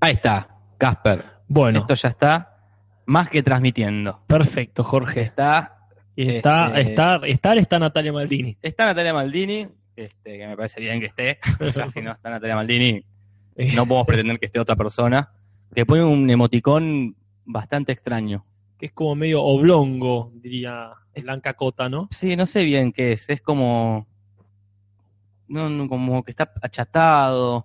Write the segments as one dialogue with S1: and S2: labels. S1: Ahí está, Casper.
S2: Bueno,
S1: Esto ya está más que transmitiendo.
S2: perfecto, Jorge.
S1: Está,
S2: Y está,
S1: Este-
S2: estar, estar está Natalia Maldini.
S1: está Natalia Maldini, este, que me parece bien que esté. Ya si no está Natalia Maldini, no podemos pretender que esté otra persona. Que pone un emoticón bastante extraño.
S2: Que es como medio oblongo, diría Blanca Cota, ¿no?
S1: Sí, no sé bien qué es. Es como. No, no, como que está achatado.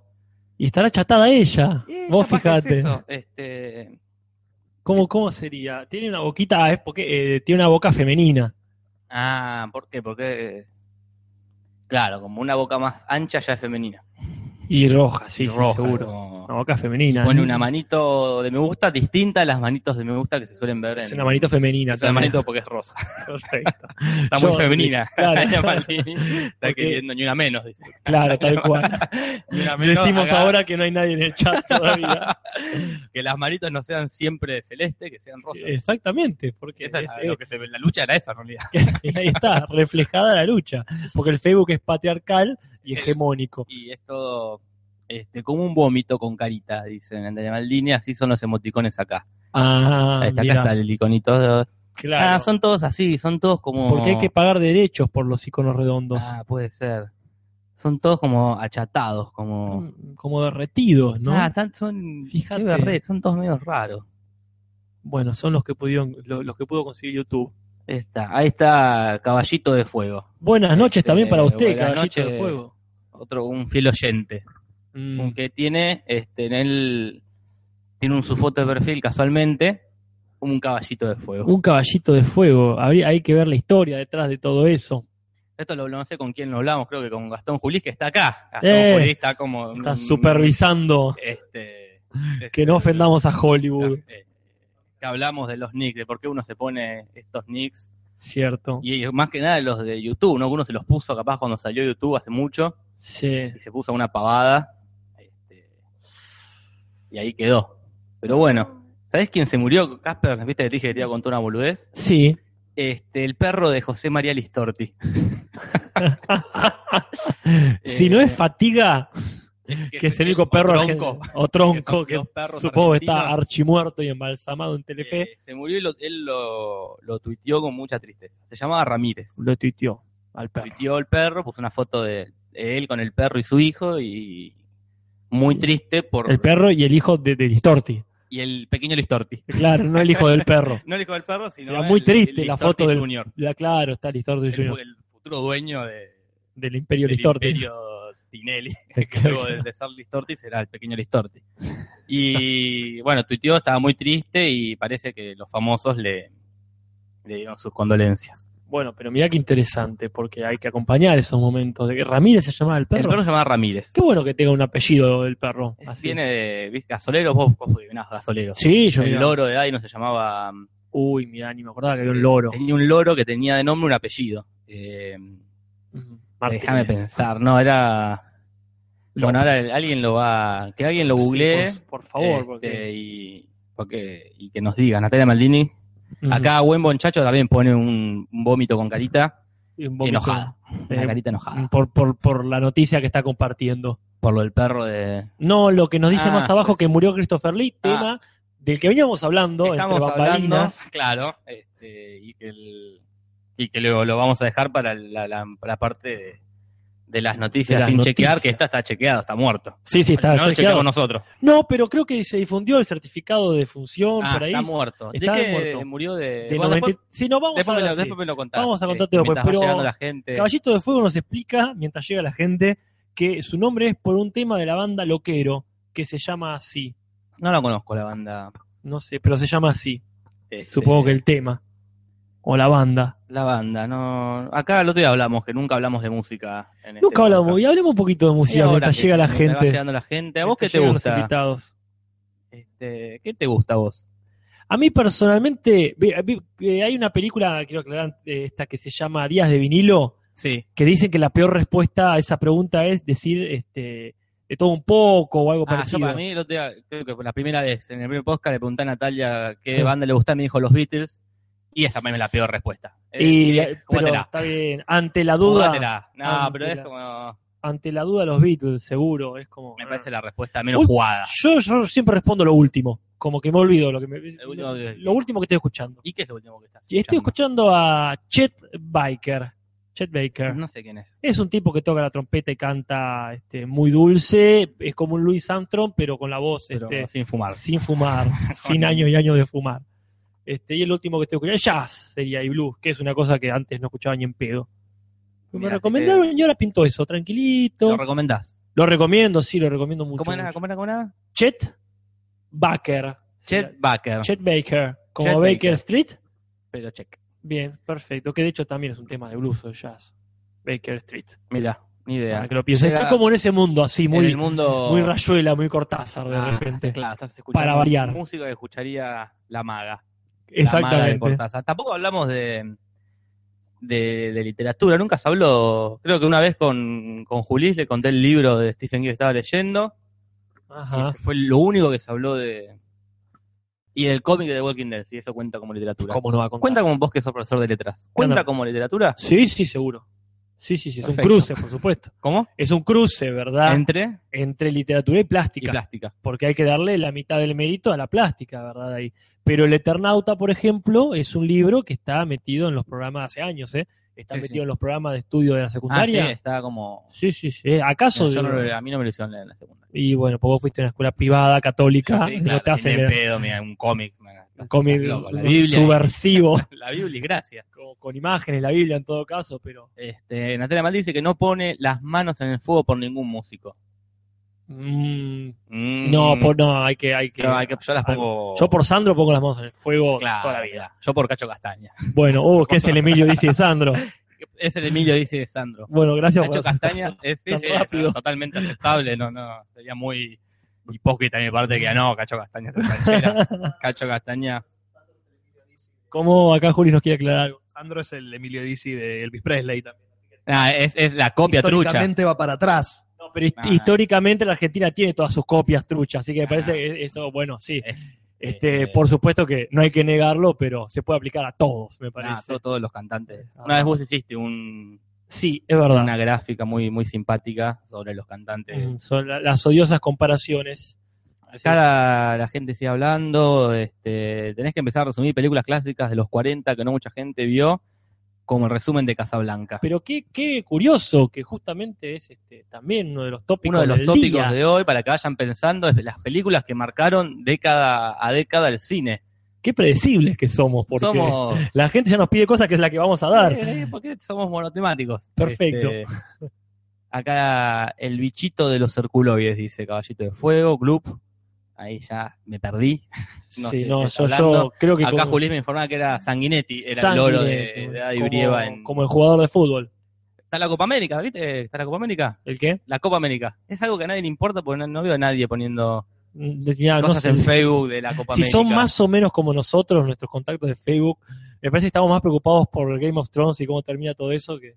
S2: Y estará chatada ella.
S1: Eh,
S2: Vos
S1: capaz que
S2: fijate.
S1: es eso, este,
S2: ¿Cómo, ¿Cómo sería? Tiene una boquita, es porque eh, tiene una boca femenina.
S1: Ah, ¿por qué? Porque. eh, Claro, como una boca más ancha ya es femenina.
S2: Y roja, sí,
S1: Y
S2: sí,
S1: roja,
S2: seguro.
S1: como-
S2: Una boca femenina.
S1: Pone
S2: ¿no?
S1: una manito de me gusta distinta a las manitos de me gusta que se suelen ver en.
S2: Es una manito femenina.
S1: es una
S2: también.
S1: manito porque es rosa.
S2: Perfecto.
S1: Está
S2: Yo-
S1: muy femenina.
S2: claro.
S1: Ana Maldini está
S2: Ok.
S1: queriendo ni una menos, dice.
S2: Claro, tal cual.
S1: Ni una menos,
S2: Decimos
S1: acá,
S2: ahora que no hay nadie en el chat todavía.
S1: que las manitos no sean siempre de celeste, que sean rosas.
S2: Exactamente, porque
S1: Esa es
S2: es-
S1: lo que se ve. La lucha era esa en realidad.
S2: es- ahí está, reflejada la lucha. Porque el Facebook es patriarcal y hegemónico.
S1: y es todo este, como un vómito con carita, dicen Andrea Maldini, así son los emoticones acá.
S2: Ah,
S1: Ahí está, acá
S2: mirá,
S1: está el iconito. de-
S2: claro.
S1: Ah, son todos así, son todos como...
S2: Porque hay que pagar derechos por los iconos redondos.
S1: Ah, puede ser. Son todos como achatados, como...
S2: Mm, Como derretidos, ¿no?
S1: Ah, tan- son...
S2: Fíjate.
S1: qué berret, son todos medio raros.
S2: Bueno, son los que pudieron, lo- los que pudo conseguir YouTube.
S1: Ahí está, ahí está Caballito de Fuego.
S2: Buenas noches también para
S1: Este,
S2: usted,
S1: buenas
S2: caballito
S1: noches.
S2: de fuego.
S1: Otro, un fiel oyente.
S2: Mm,
S1: Un Que tiene este, en él... Tiene un, su foto de perfil casualmente, un caballito de fuego.
S2: un caballito de fuego. Habría- Hay que ver la historia detrás de todo eso.
S1: Esto lo, no sé con quién lo hablamos, creo que con Gastón Julís, que está acá. Gastón
S2: Eh,
S1: Julís está como.
S2: Está
S1: mm,
S2: supervisando
S1: Este, es-
S2: que no ofendamos a Hollywood,
S1: eh, Que hablamos de los nicks, de por qué uno se pone estos nicks.
S2: ¿cierto?
S1: Y más que nada los de YouTube, ¿no? Uno se los puso capaz cuando salió YouTube hace mucho
S2: Sí.
S1: y se puso una pavada. este, y ahí quedó. Pero bueno, ¿sabés quién se murió, Casper? ¿Viste que te dije que te iba a contar una boludez?
S2: Sí.
S1: Este, el perro de José María Listorti.
S2: si
S1: Eh,
S2: no es fatiga,
S1: Es
S2: que es el único perro argen-
S1: tronco. que
S2: o
S1: son
S2: tronco que
S1: dos perros
S2: supongo que está
S1: argentinos.
S2: archimuerto y embalsamado en Telefe,
S1: Eh, se murió y lo- él lo, lo tuiteó con mucha tristeza. Se llamaba Ramírez.
S2: lo tuiteó al perro.
S1: Tuiteó el perro, puso una foto de él con el perro y su hijo y muy triste por
S2: El perro y el hijo de, de Listorti.
S1: y el pequeño Listorti.
S2: Claro, no el hijo del perro.
S1: No el hijo del perro, sino
S2: Era muy
S1: el-
S2: triste
S1: el
S2: la
S1: Listorti
S2: foto del-
S1: Junior.
S2: Ya, claro, está Listorti
S1: El, fu-
S2: Jr.
S1: el futuro dueño de,
S2: del Imperio
S1: del
S2: Listorti. Este
S1: imperio Tinelli. que luego de, de ser Listorti será el pequeño Listorti. Y bueno, tuiteó, estaba muy triste y parece que los famosos le, le dieron sus condolencias.
S2: Bueno, pero mirá qué interesante, porque hay que acompañar esos momentos. De que Ramírez se llamaba el
S1: El
S2: perro.
S1: perro se llamaba Ramírez.
S2: Qué bueno que tenga un apellido el perro.
S1: Es-
S2: así.
S1: Viene de ¿viste? gasoleros, vos, vos adivinás gasoleros.
S2: Sí, yo
S1: el
S2: mirá.
S1: loro de Dai no se llamaba.
S2: Uy, mirá, ni me acordaba que había un loro.
S1: Tenía un loro que tenía de nombre un apellido. Eh,
S2: Mm, Martínez.
S1: déjame pensar, no, era. Bueno, ahora
S2: López.
S1: alguien lo va. Que alguien lo
S2: Sí,
S1: googlee.
S2: por, por favor,
S1: este,
S2: porque
S1: y, porque- y que nos diga, Natalia Maldini.
S2: Ujú.
S1: Acá, buen bonchacho también pone un, un vómito con carita.
S2: Y un vómito.
S1: enojada. Una
S2: Eh,
S1: carita enojada.
S2: por, por, por la noticia que está compartiendo.
S1: Por lo del perro de.
S2: No, lo que nos dice
S1: Ah,
S2: más abajo
S1: pues.
S2: que murió Christopher Lee, tema del que veníamos hablando
S1: Estamos
S2: entre
S1: hablando,
S2: bambalinas.
S1: claro, este, y que, el- y que lo, lo vamos a dejar para la, la- la parte de, de las noticias
S2: De las
S1: sin chequear,
S2: noticias.
S1: que esta está chequeado, está muerto.
S2: Sí, sí, está
S1: no lo
S2: chequeado.
S1: chequeamos nosotros.
S2: No, pero creo que se difundió el certificado de función
S1: Ah,
S2: por ahí.
S1: está muerto. ¿De
S2: Está
S1: qué
S2: muerto.
S1: murió de.?
S2: de
S1: bueno,
S2: 90
S1: después,
S2: Sí, no, vamos
S1: después
S2: a
S1: me lo,
S2: hablar, sí.
S1: después me lo contás.
S2: Vamos a
S1: Eh,
S2: contarte después,
S1: mientras va
S2: pero-
S1: llegando la gente.
S2: Caballito de Fuego nos explica, mientras llega la gente, que su nombre es por un tema de la banda Loquero, que se llama así.
S1: No la conozco la banda.
S2: No sé, pero se llama así.
S1: este,
S2: Supongo que el tema. O la banda.
S1: La banda, no. Acá el otro día hablamos, que nunca hablamos de música. En este
S2: Nunca hablamos.
S1: podcast.
S2: Y hablemos un poquito de
S1: Y
S2: música
S1: ahora
S2: mientras
S1: que-
S2: llega la
S1: mientras Va
S2: gente.
S1: llegando la gente. ¿A vos qué
S2: mientras
S1: te
S2: llegan los
S1: gusta?
S2: invitados.
S1: Este, ¿Qué te gusta a vos?
S2: A mí personalmente, vi- vi- eh, hay una película, quiero aclarar, eh, esta que se llama Días de vinilo,
S1: Sí.
S2: que dicen que la peor respuesta a esa pregunta es decir este de todo un poco o algo
S1: Ah, yo
S2: parecido.
S1: para mí, el otro día, creo que fue la primera vez, en el primer podcast le pregunté a Natalia qué
S2: Sí.
S1: banda le gusta, me dijo los Beatles, y esa me la peor respuesta. Eh,
S2: y,
S1: es,
S2: pero
S1: jugátela,
S2: está bien, ante la duda,
S1: jugátela. No,
S2: Ah,
S1: pero es
S2: jugátela.
S1: como,
S2: ante la duda los Beatles, seguro. Es como.
S1: Me parece la respuesta menos
S2: Ah. Uy,
S1: jugada.
S2: Yo, yo siempre respondo lo último, como que me olvido lo que me-
S1: último que-
S2: lo último que estoy escuchando.
S1: ¿Y qué es lo último que estás
S2: Y Estoy
S1: escuchando?
S2: escuchando a Chet Baker. Chet Baker.
S1: No sé quién es.
S2: Es un tipo que toca la trompeta y canta este, muy dulce. Es como un Louis Armstrong, pero con la voz
S1: Pero
S2: este,
S1: sin fumar.
S2: sin fumar, sin años y años de fumar. Este, y el último que estoy escuchando es jazz, sería y blues, que es una cosa que antes no escuchaba ni en pedo. Me
S1: Mirá,
S2: recomendaron y ahora pinto eso, tranquilito.
S1: eh, ¿Lo
S2: Lo,
S1: recomendás?
S2: recomiendo, sí, lo recomiendo mucho.
S1: ¿Cómo era?
S2: mucho.
S1: ¿Cómo era? ¿Cómo era?
S2: Chet Baker.
S1: Chet Baker.
S2: Chet Baker, como
S1: Chet
S2: Baker,
S1: Baker.
S2: Street.
S1: Pero check.
S2: Bien, perfecto. Que de hecho también es un tema de blues o de jazz. Baker Street.
S1: Mira, ni idea.
S2: Para que lo pienses.
S1: Llega-
S2: Estoy como en ese mundo así,
S1: en
S2: muy,
S1: el mundo.
S2: muy rayuela, muy cortázar de
S1: Ah,
S2: repente.
S1: Claro, estás escuchando
S2: Para variar.
S1: música que escucharía la maga. La maga de
S2: Exactamente.
S1: Cortázar. Tampoco hablamos de, de, de literatura. Nunca se habló. Creo que una vez con, con Julís le conté el libro de Stephen King que estaba leyendo.
S2: Ajá.
S1: y fue lo único que se habló de. Y del cómic de The Walking Dead, si eso cuenta como literatura.
S2: ¿Cómo no va a contar?
S1: Cuenta como vos que sos profesor de letras. ¿Cuenta
S2: Cuenta-
S1: como literatura?
S2: Sí, sí, seguro. Sí, sí, sí. Es
S1: Perfecto.
S2: un cruce, por supuesto.
S1: ¿Cómo?
S2: Es un cruce, ¿verdad?
S1: Entre
S2: Entre literatura y
S1: y
S2: plástica.
S1: plástica.
S2: Porque hay que darle la mitad del mérito a la plástica, ¿verdad? Ahí. Pero El Eternauta, por ejemplo, es un libro que está metido en los programas hace años, ¿eh? Está
S1: Sí,
S2: metido
S1: sí.
S2: en los programas de estudio de la
S1: Ah, sí,
S2: secundaria.
S1: estaba como.
S2: Sí, sí, sí. ¿Acaso?
S1: Yo no
S2: digo?
S1: lo- a mí no me lo hicieron leer en la segunda.
S2: Y bueno, pues vos fuiste a una escuela privada, católica,
S1: Sí,
S2: Ah, no
S1: claro,
S2: te
S1: ni
S2: hacen
S1: en
S2: leer
S1: pedo, mira, un cómic. me-
S2: un cómic
S1: loco, la Biblia.
S2: subversivo,
S1: La Biblia, gracias.
S2: con, con imágenes, la Biblia en todo caso, pero
S1: Este, Natalia Mal dice que no pone las manos en el fuego por ningún músico.
S2: mm,
S1: Mm,
S2: no, por, no, hay que, hay que,
S1: yo, hay que- yo las pongo.
S2: Yo por Sandro pongo las manos en el fuego
S1: Claro,
S2: toda la vida.
S1: Yo por Cacho Castaña.
S2: Bueno, uh, que es el Emilio dice de Sandro.
S1: Es el Emilio, dice Sandro.
S2: Bueno, gracias
S1: Cacho
S2: por
S1: Castaña es, sí,
S2: tan
S1: sí,
S2: rápido.
S1: es totalmente aceptable. No, no, sería muy hipócrita de mi parte que ah, no, Cacho Castaña es canchera. Cacho Castaña.
S2: ¿Cómo acá Juli nos quiere aclarar algo?
S3: Sandro es el Emilio Dizzy de Elvis Presley también.
S1: Ah, es, es la copia trucha.
S3: Históricamente va para atrás.
S2: No, pero hist-
S1: Ah.
S2: históricamente la Argentina tiene todas sus copias truchas, así que me parece
S1: Ah.
S2: que eso, bueno, sí.
S1: Eh,
S2: Este,
S1: eh,
S2: por supuesto que no hay que negarlo, pero se puede aplicar a todos, me parece.
S1: Nah, to- todos los cantantes.
S2: Ah.
S1: Una vez vos hiciste un-
S2: Sí, es verdad.
S1: una gráfica muy, muy simpática sobre los cantantes.
S2: Mm, Son la- las odiosas comparaciones.
S1: Acá la, la gente sigue hablando. Este, tenés que empezar a resumir películas clásicas de los 40 que no mucha gente vio, como el resumen de Casablanca.
S2: Pero qué, qué curioso que justamente es este también uno de los tópicos
S1: Uno de los
S2: del
S1: tópicos
S2: día.
S1: de hoy, para que vayan pensando, es de las películas que marcaron década a década el cine.
S2: Qué predecibles que somos, porque
S1: Somos.
S2: la gente ya nos pide cosas que es la que vamos a dar.
S1: Eh, ¿Por qué somos monotemáticos?
S2: Perfecto.
S1: Este, acá el bichito de los circuloides, dice Caballito de Fuego, Gloop. Ahí ya me perdí. no
S2: Sí,
S1: sé,
S2: no,
S1: está
S2: yo, yo
S1: hablando.
S2: creo que
S1: Acá
S2: como-
S1: Julís me informaba que era Sanguinetti, era
S2: Sanguinetti,
S1: el loro de, de Daddy
S2: como-
S1: Brieva en,
S2: como el jugador de fútbol.
S1: Está la Copa América, ¿viste? Está la Copa América.
S2: ¿El qué?
S1: La Copa América. Es algo que a nadie le importa porque no, no veo a nadie poniendo
S2: Mm, de- mirá, no
S1: cosas
S2: sé.
S1: en Facebook de la Copa
S2: si
S1: América.
S2: son más o menos como nosotros, nuestros contactos de Facebook, me parece que estamos más preocupados por Game of Thrones y cómo termina todo eso que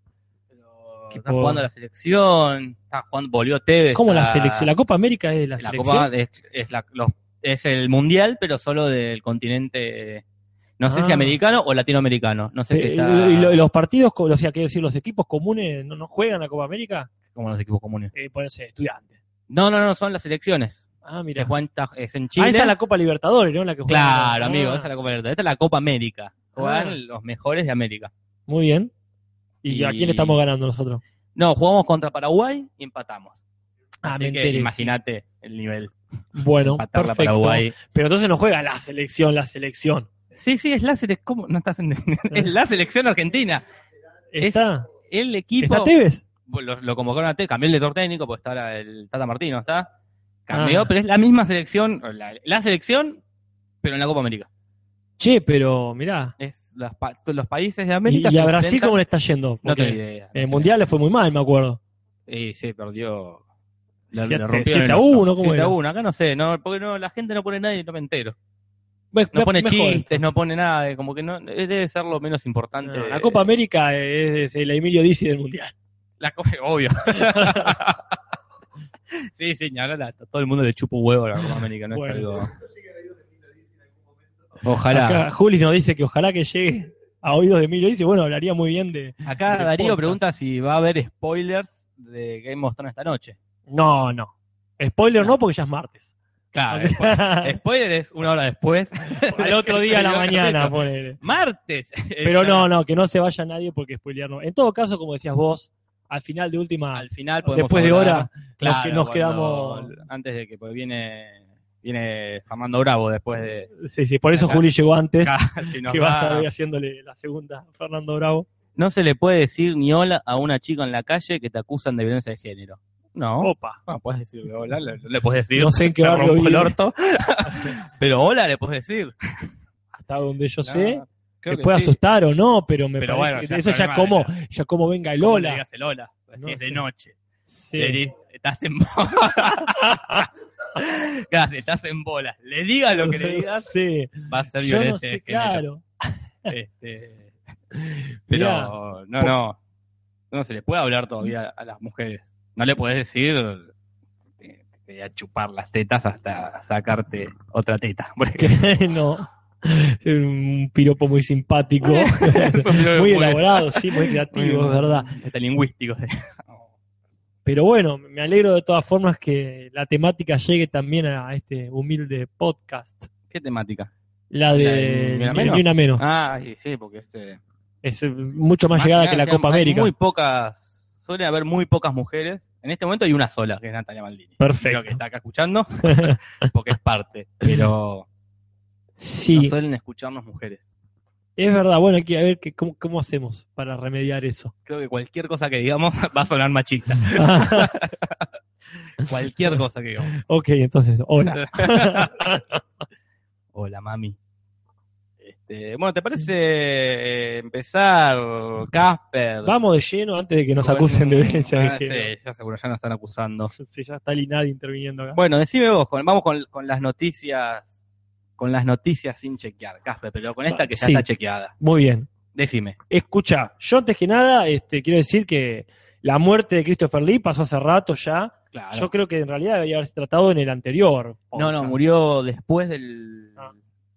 S1: Pero
S2: que
S1: Está
S2: por-
S1: jugando la selección. Está jugando, volvió Tevez.
S2: como la
S1: a-
S2: selección, la Copa América es de la,
S1: la
S2: selección.
S1: Copa es, es la- los- es el mundial, pero solo del continente. No sé
S2: Ah.
S1: si americano o latinoamericano. No sé si
S2: Eh,
S1: está
S2: y lo- y los partidos, co- o sea, quiero decir, los equipos comunes no, no juegan la Copa América,
S1: como los equipos comunes.
S2: eh, ponerse estudiantes.
S1: No, no, no, son las selecciones.
S2: Ah,
S1: Se
S2: mira.
S1: juegan- ta- es en Chile.
S2: Ah, esa es la Copa Libertadores, ¿no? La que juegan.
S1: Claro,
S2: Ah,
S1: amigo, esa es la Copa Libertadores. Esta es la Copa América. Juegan
S2: Ah.
S1: los mejores de América.
S2: Muy bien. ¿Y, a
S1: Y-
S2: quién le estamos ganando nosotros?
S1: No, jugamos contra Paraguay y empatamos.
S2: Ah,
S1: Así
S2: me
S1: que
S2: enteré.
S1: imagínate el nivel.
S2: Bueno,
S1: Empatarla a
S2: perfecto.
S1: Paraguay.
S2: Pero entonces no juega la selección, la selección.
S1: Sí, sí, es la selección. ¿Cómo? No estás entendiendo. Es la selección argentina. Es-
S2: ¿Está?
S1: El
S2: ¿Está
S1: equipo.
S2: Tevez?
S1: Pues Lo, lo convocaron a Tevez, cambió el director técnico, porque está ahora el Tata Martino, ¿está? Cambió,
S2: Ah.
S1: pero es la misma selección. La, la selección, pero en la Copa América.
S2: Che, pero mirá.
S1: Es las pa- los países de
S2: ¿Y,
S1: América.
S2: y a
S1: se
S2: Brasil
S1: enfrentan-
S2: cómo le está yendo?
S1: No
S2: Porque
S1: tengo idea.
S2: En el Mundial le fue muy mal, me acuerdo.
S1: Sí, sí, perdió. Le,
S2: Siete-
S1: rompió
S2: siete a uno, ¿cómo era?
S1: a 1, acá no sé, no, porque no, la gente no pone nada y no me entero.
S2: Me-
S1: No
S2: me-
S1: pone
S2: me
S1: chistes,
S2: jode.
S1: no pone nada, eh, como que no eh, debe ser lo menos importante.
S2: No, Ah, la
S1: de-
S2: Copa América es, es el Emilio Dizzi del Mundial.
S1: La Copa, obvio. sí, sí, ni hablar, a todo el mundo le chupa un huevo a la Copa América, no
S2: Bueno.
S1: es algo. Ojalá.
S2: Acá
S1: Acá,
S2: Juli nos dice que ojalá que llegue a oídos de Emilio Dizzi. Bueno, hablaría muy bien de...
S1: Darío
S2: Podcast.
S1: pregunta si va a haber spoilers de Game of Thrones esta noche.
S2: No, no. Spoiler no, porque ya es martes.
S1: Claro, spoiler, spoiler Ah, es una hora después.
S2: Al otro día a la mañana, ponele.
S1: Martes.
S2: Pero no, no, que no se vaya nadie porque spoilear no. En todo caso, como decías vos, al final de última,
S1: Al final podemos
S2: después de
S1: hablar.
S2: hora, los que nos
S1: cuando-
S2: quedamos.
S1: Antes de que pues, viene viene Armando Bravo después de.
S2: Sí, sí, por eso
S1: Acá.
S2: Juli llegó antes.
S1: Si nos
S2: que va a
S1: va-
S2: estar hoy haciéndole la segunda a Fernando Bravo.
S1: No se le puede decir ni hola a una chica en la calle que te acusan de violencia de género. No,
S2: Opa.
S1: Oh, no puedes decirle hola, le, le puedes decir.
S2: No sé en qué
S1: "Te
S2: barrio
S1: rompo el
S2: vive.
S1: orto. pero hola le puedes decir.
S2: Hasta donde yo
S1: No,
S2: sé,
S1: creo
S2: te
S1: que
S2: puede
S1: sí.
S2: asustar o no, pero me
S1: Pero
S2: parece
S1: bueno,
S2: que
S1: ya
S2: eso
S1: es
S2: ya
S1: problema
S2: como,
S1: de
S2: ya como venga el
S1: ¿Cómo le
S2: hola.
S1: digas el hola? Pues Si
S2: No
S1: es de
S2: sé.
S1: noche.
S2: Sí.
S1: Le di- estás en bolas. Claro, estás en bolas. Le digas lo que le digas,
S2: Sí.
S1: va a ser
S2: Yo
S1: violencia
S2: no
S1: de
S2: sé,
S1: género.
S2: claro.
S1: Este, pero no, no. No se le puede hablar todavía a las mujeres. No le puedes decir eh, te voy a chupar las tetas hasta sacarte otra teta. por ejemplo.
S2: Que no. Un piropo muy simpático,
S1: Eso es lo
S2: muy
S1: que-
S2: elaborado, sí, muy creativo,
S1: muy-
S2: es verdad.
S1: Metalingüístico. sí.
S2: Pero bueno, me alegro de todas formas que la temática llegue también a este humilde podcast.
S1: ¿Qué temática?
S2: La
S1: ¿La
S2: de
S1: de Ni
S2: Ni
S1: Una Menos?
S2: Ni Una Menos.
S1: Ah, sí, sí, porque este.
S2: Es eh, mucho más
S1: más
S2: llegada
S1: nada,
S2: que la
S1: o sea,
S2: Copa
S1: hay
S2: América.
S1: Muy pocas. Suele haber muy pocas mujeres. En este momento hay una sola, que es Natalia Maldini. Creo que
S2: Perfecto.
S1: está acá escuchando, porque es parte. Pero
S2: Sí,
S1: no suelen escucharnos mujeres.
S2: es verdad. Bueno, hay que a ver que, cómo, cómo hacemos para remediar eso.
S1: Creo que cualquier cosa que digamos va a sonar machista. Cualquier cosa que digamos.
S2: ok, entonces,
S1: Eh,
S2: hola.
S1: Hola, mami. Este, bueno, ¿te parece eh, empezar, Casper?
S2: Vamos de lleno antes de que nos
S1: Con-
S2: acusen de violencia. de
S1: Ah,
S2: género.
S1: sí, ya seguro, ya nos están acusando.
S2: Sí, ya está el INADI interviniendo acá.
S1: Bueno, decime vos, con- vamos con, con las noticias, con las noticias sin chequear, Casper, pero con esta que ya
S2: Sí.
S1: está chequeada.
S2: Muy bien.
S1: Decime.
S2: Escucha, yo antes que nada este, quiero decir que la muerte de Christopher Lee pasó hace rato ya.
S1: Claro.
S2: Yo creo que en realidad debería haberse tratado en el anterior.
S1: No, no, murió después del,
S2: Ah.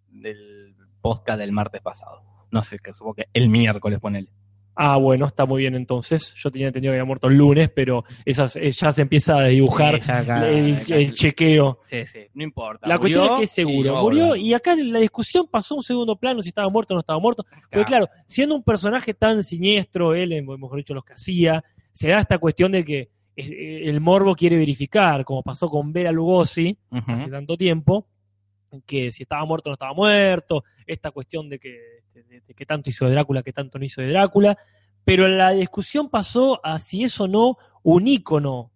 S1: del podcast del martes pasado. No sé, que supongo que el miércoles, ponele.
S2: Ah, bueno, está muy bien entonces. Yo tenía entendido que había muerto el lunes, pero esas, eh, ya se empieza a dibujar
S1: Sí, ya acá-
S2: el,
S1: acá-
S2: el chequeo.
S1: Sí, sí, no importa.
S2: La
S1: Murió
S2: cuestión es que es seguro.
S1: y
S2: murió
S1: ahora.
S2: y acá la discusión pasó a un segundo plano si estaba muerto o no estaba muerto. Pero claro, siendo un personaje tan siniestro, él, en- mejor dicho, los que hacía, se da esta cuestión de que eh, el morbo quiere verificar, como pasó con Vera Lugosi
S1: Ujú.
S2: hace tanto tiempo, que si estaba muerto o no estaba muerto, esta cuestión de que, este, de- de que tanto hizo de Drácula, que tanto no hizo de Drácula, pero la discusión pasó a si es o no un ícono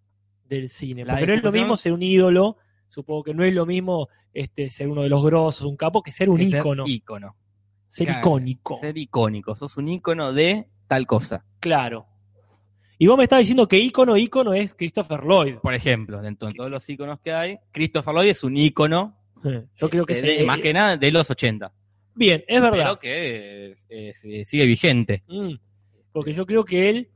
S2: del cine,
S1: La
S2: porque no es lo
S1: discusión-
S2: mismo ser un ídolo, supongo que no es lo mismo este, ser uno de los grosos, un capo, que ser un
S1: Es ser
S2: ícono, ser,
S1: ícono. Claro,
S2: icónico.
S1: Ser icónico. Sos un ícono de tal cosa.
S2: Claro. Y vos me estás diciendo que ícono, ícono es Christopher Lloyd.
S1: Por ejemplo, dentro de todos los íconos que hay, Christopher Lloyd es un ícono,
S2: Yo creo que
S1: eh,
S2: sí.
S1: de- más que nada, de los 80.
S2: Bien, es verdad.
S1: Pero que eh, eh, se- sigue vigente.
S2: Mm. Porque
S1: Este.
S2: yo creo que él,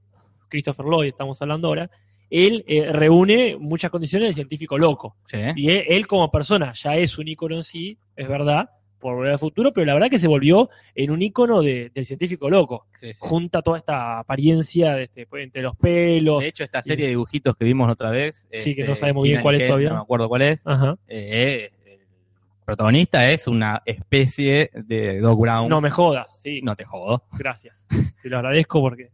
S2: Christopher Lloyd estamos hablando ahora, él eh, reúne muchas condiciones de científico loco.
S1: Sí.
S2: Y él, él como persona ya es un ícono en sí, es verdad, por volver al futuro, pero la verdad que se volvió en un ícono de- del científico loco.
S1: Sí, sí.
S2: Junta toda esta apariencia de este, entre los pelos.
S1: De hecho, esta serie de dibujitos que vimos otra vez.
S2: Sí, que no sabemos bien cuál es
S1: que
S2: todavía. Ah.
S1: No me acuerdo cuál es.
S2: Ajá.
S1: eh, el protagonista es una especie de Doc Brown.
S2: No me jodas, sí.
S1: No te jodo.
S2: Gracias. Te lo agradezco porque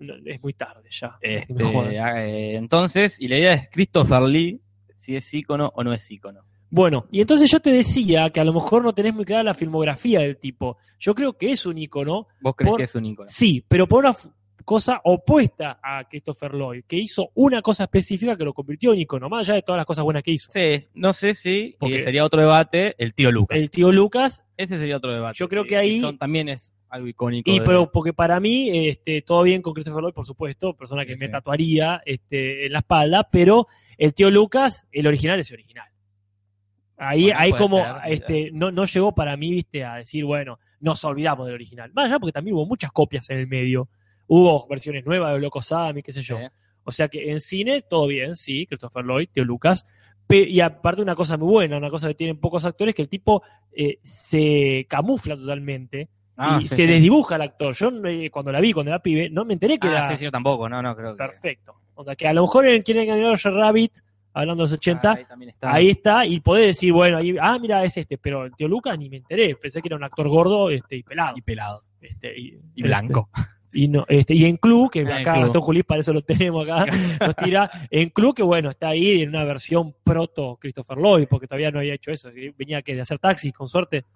S2: no- es muy tarde ya.
S1: Este,
S2: Me jodan.
S1: eh, entonces, y la idea es Christopher Lee, si es ícono o no es ícono.
S2: Bueno, y entonces yo te decía que a lo mejor no tenés muy clara la filmografía del tipo. Yo creo que es un ícono,
S1: ¿Vos crees
S2: Por-
S1: que es un ícono?
S2: sí, pero por una f- cosa opuesta a Christopher Lloyd, que hizo una cosa específica que lo convirtió en ícono, más allá de todas las cosas buenas que hizo.
S1: Sí, no sé si
S2: Porque-
S1: eh, sería otro debate el tío Lucas.
S2: El tío Lucas,
S1: Ese sería otro debate.
S2: Yo creo
S1: Si-
S2: que ahí-
S1: si son- también es algo icónico.
S2: y
S1: de-
S2: pero porque para mí, este, todo bien con Christopher Lloyd, por supuesto, persona que
S1: Sí,
S2: me
S1: sí.
S2: tatuaría este, en la espalda, pero el tío Lucas, el original es original. Ahí,
S1: Bueno,
S2: ahí
S1: puede
S2: como
S1: ser,
S2: este, no, no llegó para mí, viste, a decir, bueno, nos olvidamos del original. Más allá porque también hubo muchas copias en el medio. Hubo versiones nuevas de Loco Sam y qué sé yo.
S1: Sí.
S2: O sea que en cine todo bien, sí, Christopher Lloyd, Tío Lucas. Pe- y aparte una cosa muy buena, una cosa que tienen pocos actores, que el tipo eh, se camufla totalmente
S1: Ah,
S2: y
S1: sí,
S2: se
S1: sí.
S2: desdibuja el actor. Yo eh, cuando la vi, cuando era pibe, no me enteré que
S1: Ah,
S2: era
S1: sí, sí, yo tampoco. No, no, creo que.
S2: perfecto. O sea, que a lo mejor en quien engañó a Roger Rabbit, hablando de los 80,
S1: Ah, ahí también está.
S2: ahí está, y podés decir, bueno, ahí, ah, mira, es este, pero el tío Lucas ni me enteré, pensé que era un actor gordo este, y pelado.
S3: Y pelado.
S2: Este, y,
S3: Y blanco.
S2: y no, este, y en Club, que
S1: Ah, en
S2: acá
S1: Club.
S2: Gastón Julís, para eso lo tenemos acá, nos tira. En Club, que bueno, está ahí en una versión proto Christopher Lloyd, porque todavía no había hecho eso. Venía que de hacer taxis, con suerte.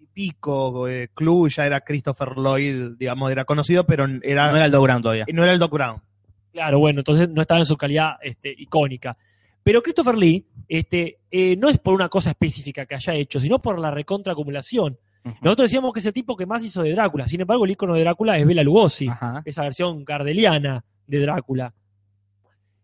S3: Y pico, eh, Clue ya era Christopher Lloyd, digamos, era conocido, pero era,
S1: No era el Dow Brown todavía.
S3: no era el Doc Brown.
S2: Claro, bueno, entonces no estaba en su calidad este, icónica. Pero Christopher Lee, este, eh, no es por una cosa específica que haya hecho, sino por la recontraacumulación. Nosotros decíamos que es el tipo que más hizo de Drácula. Sin embargo, el icono de Drácula es Bela Lugosi,
S1: Ajá.
S2: esa versión gardeliana de Drácula.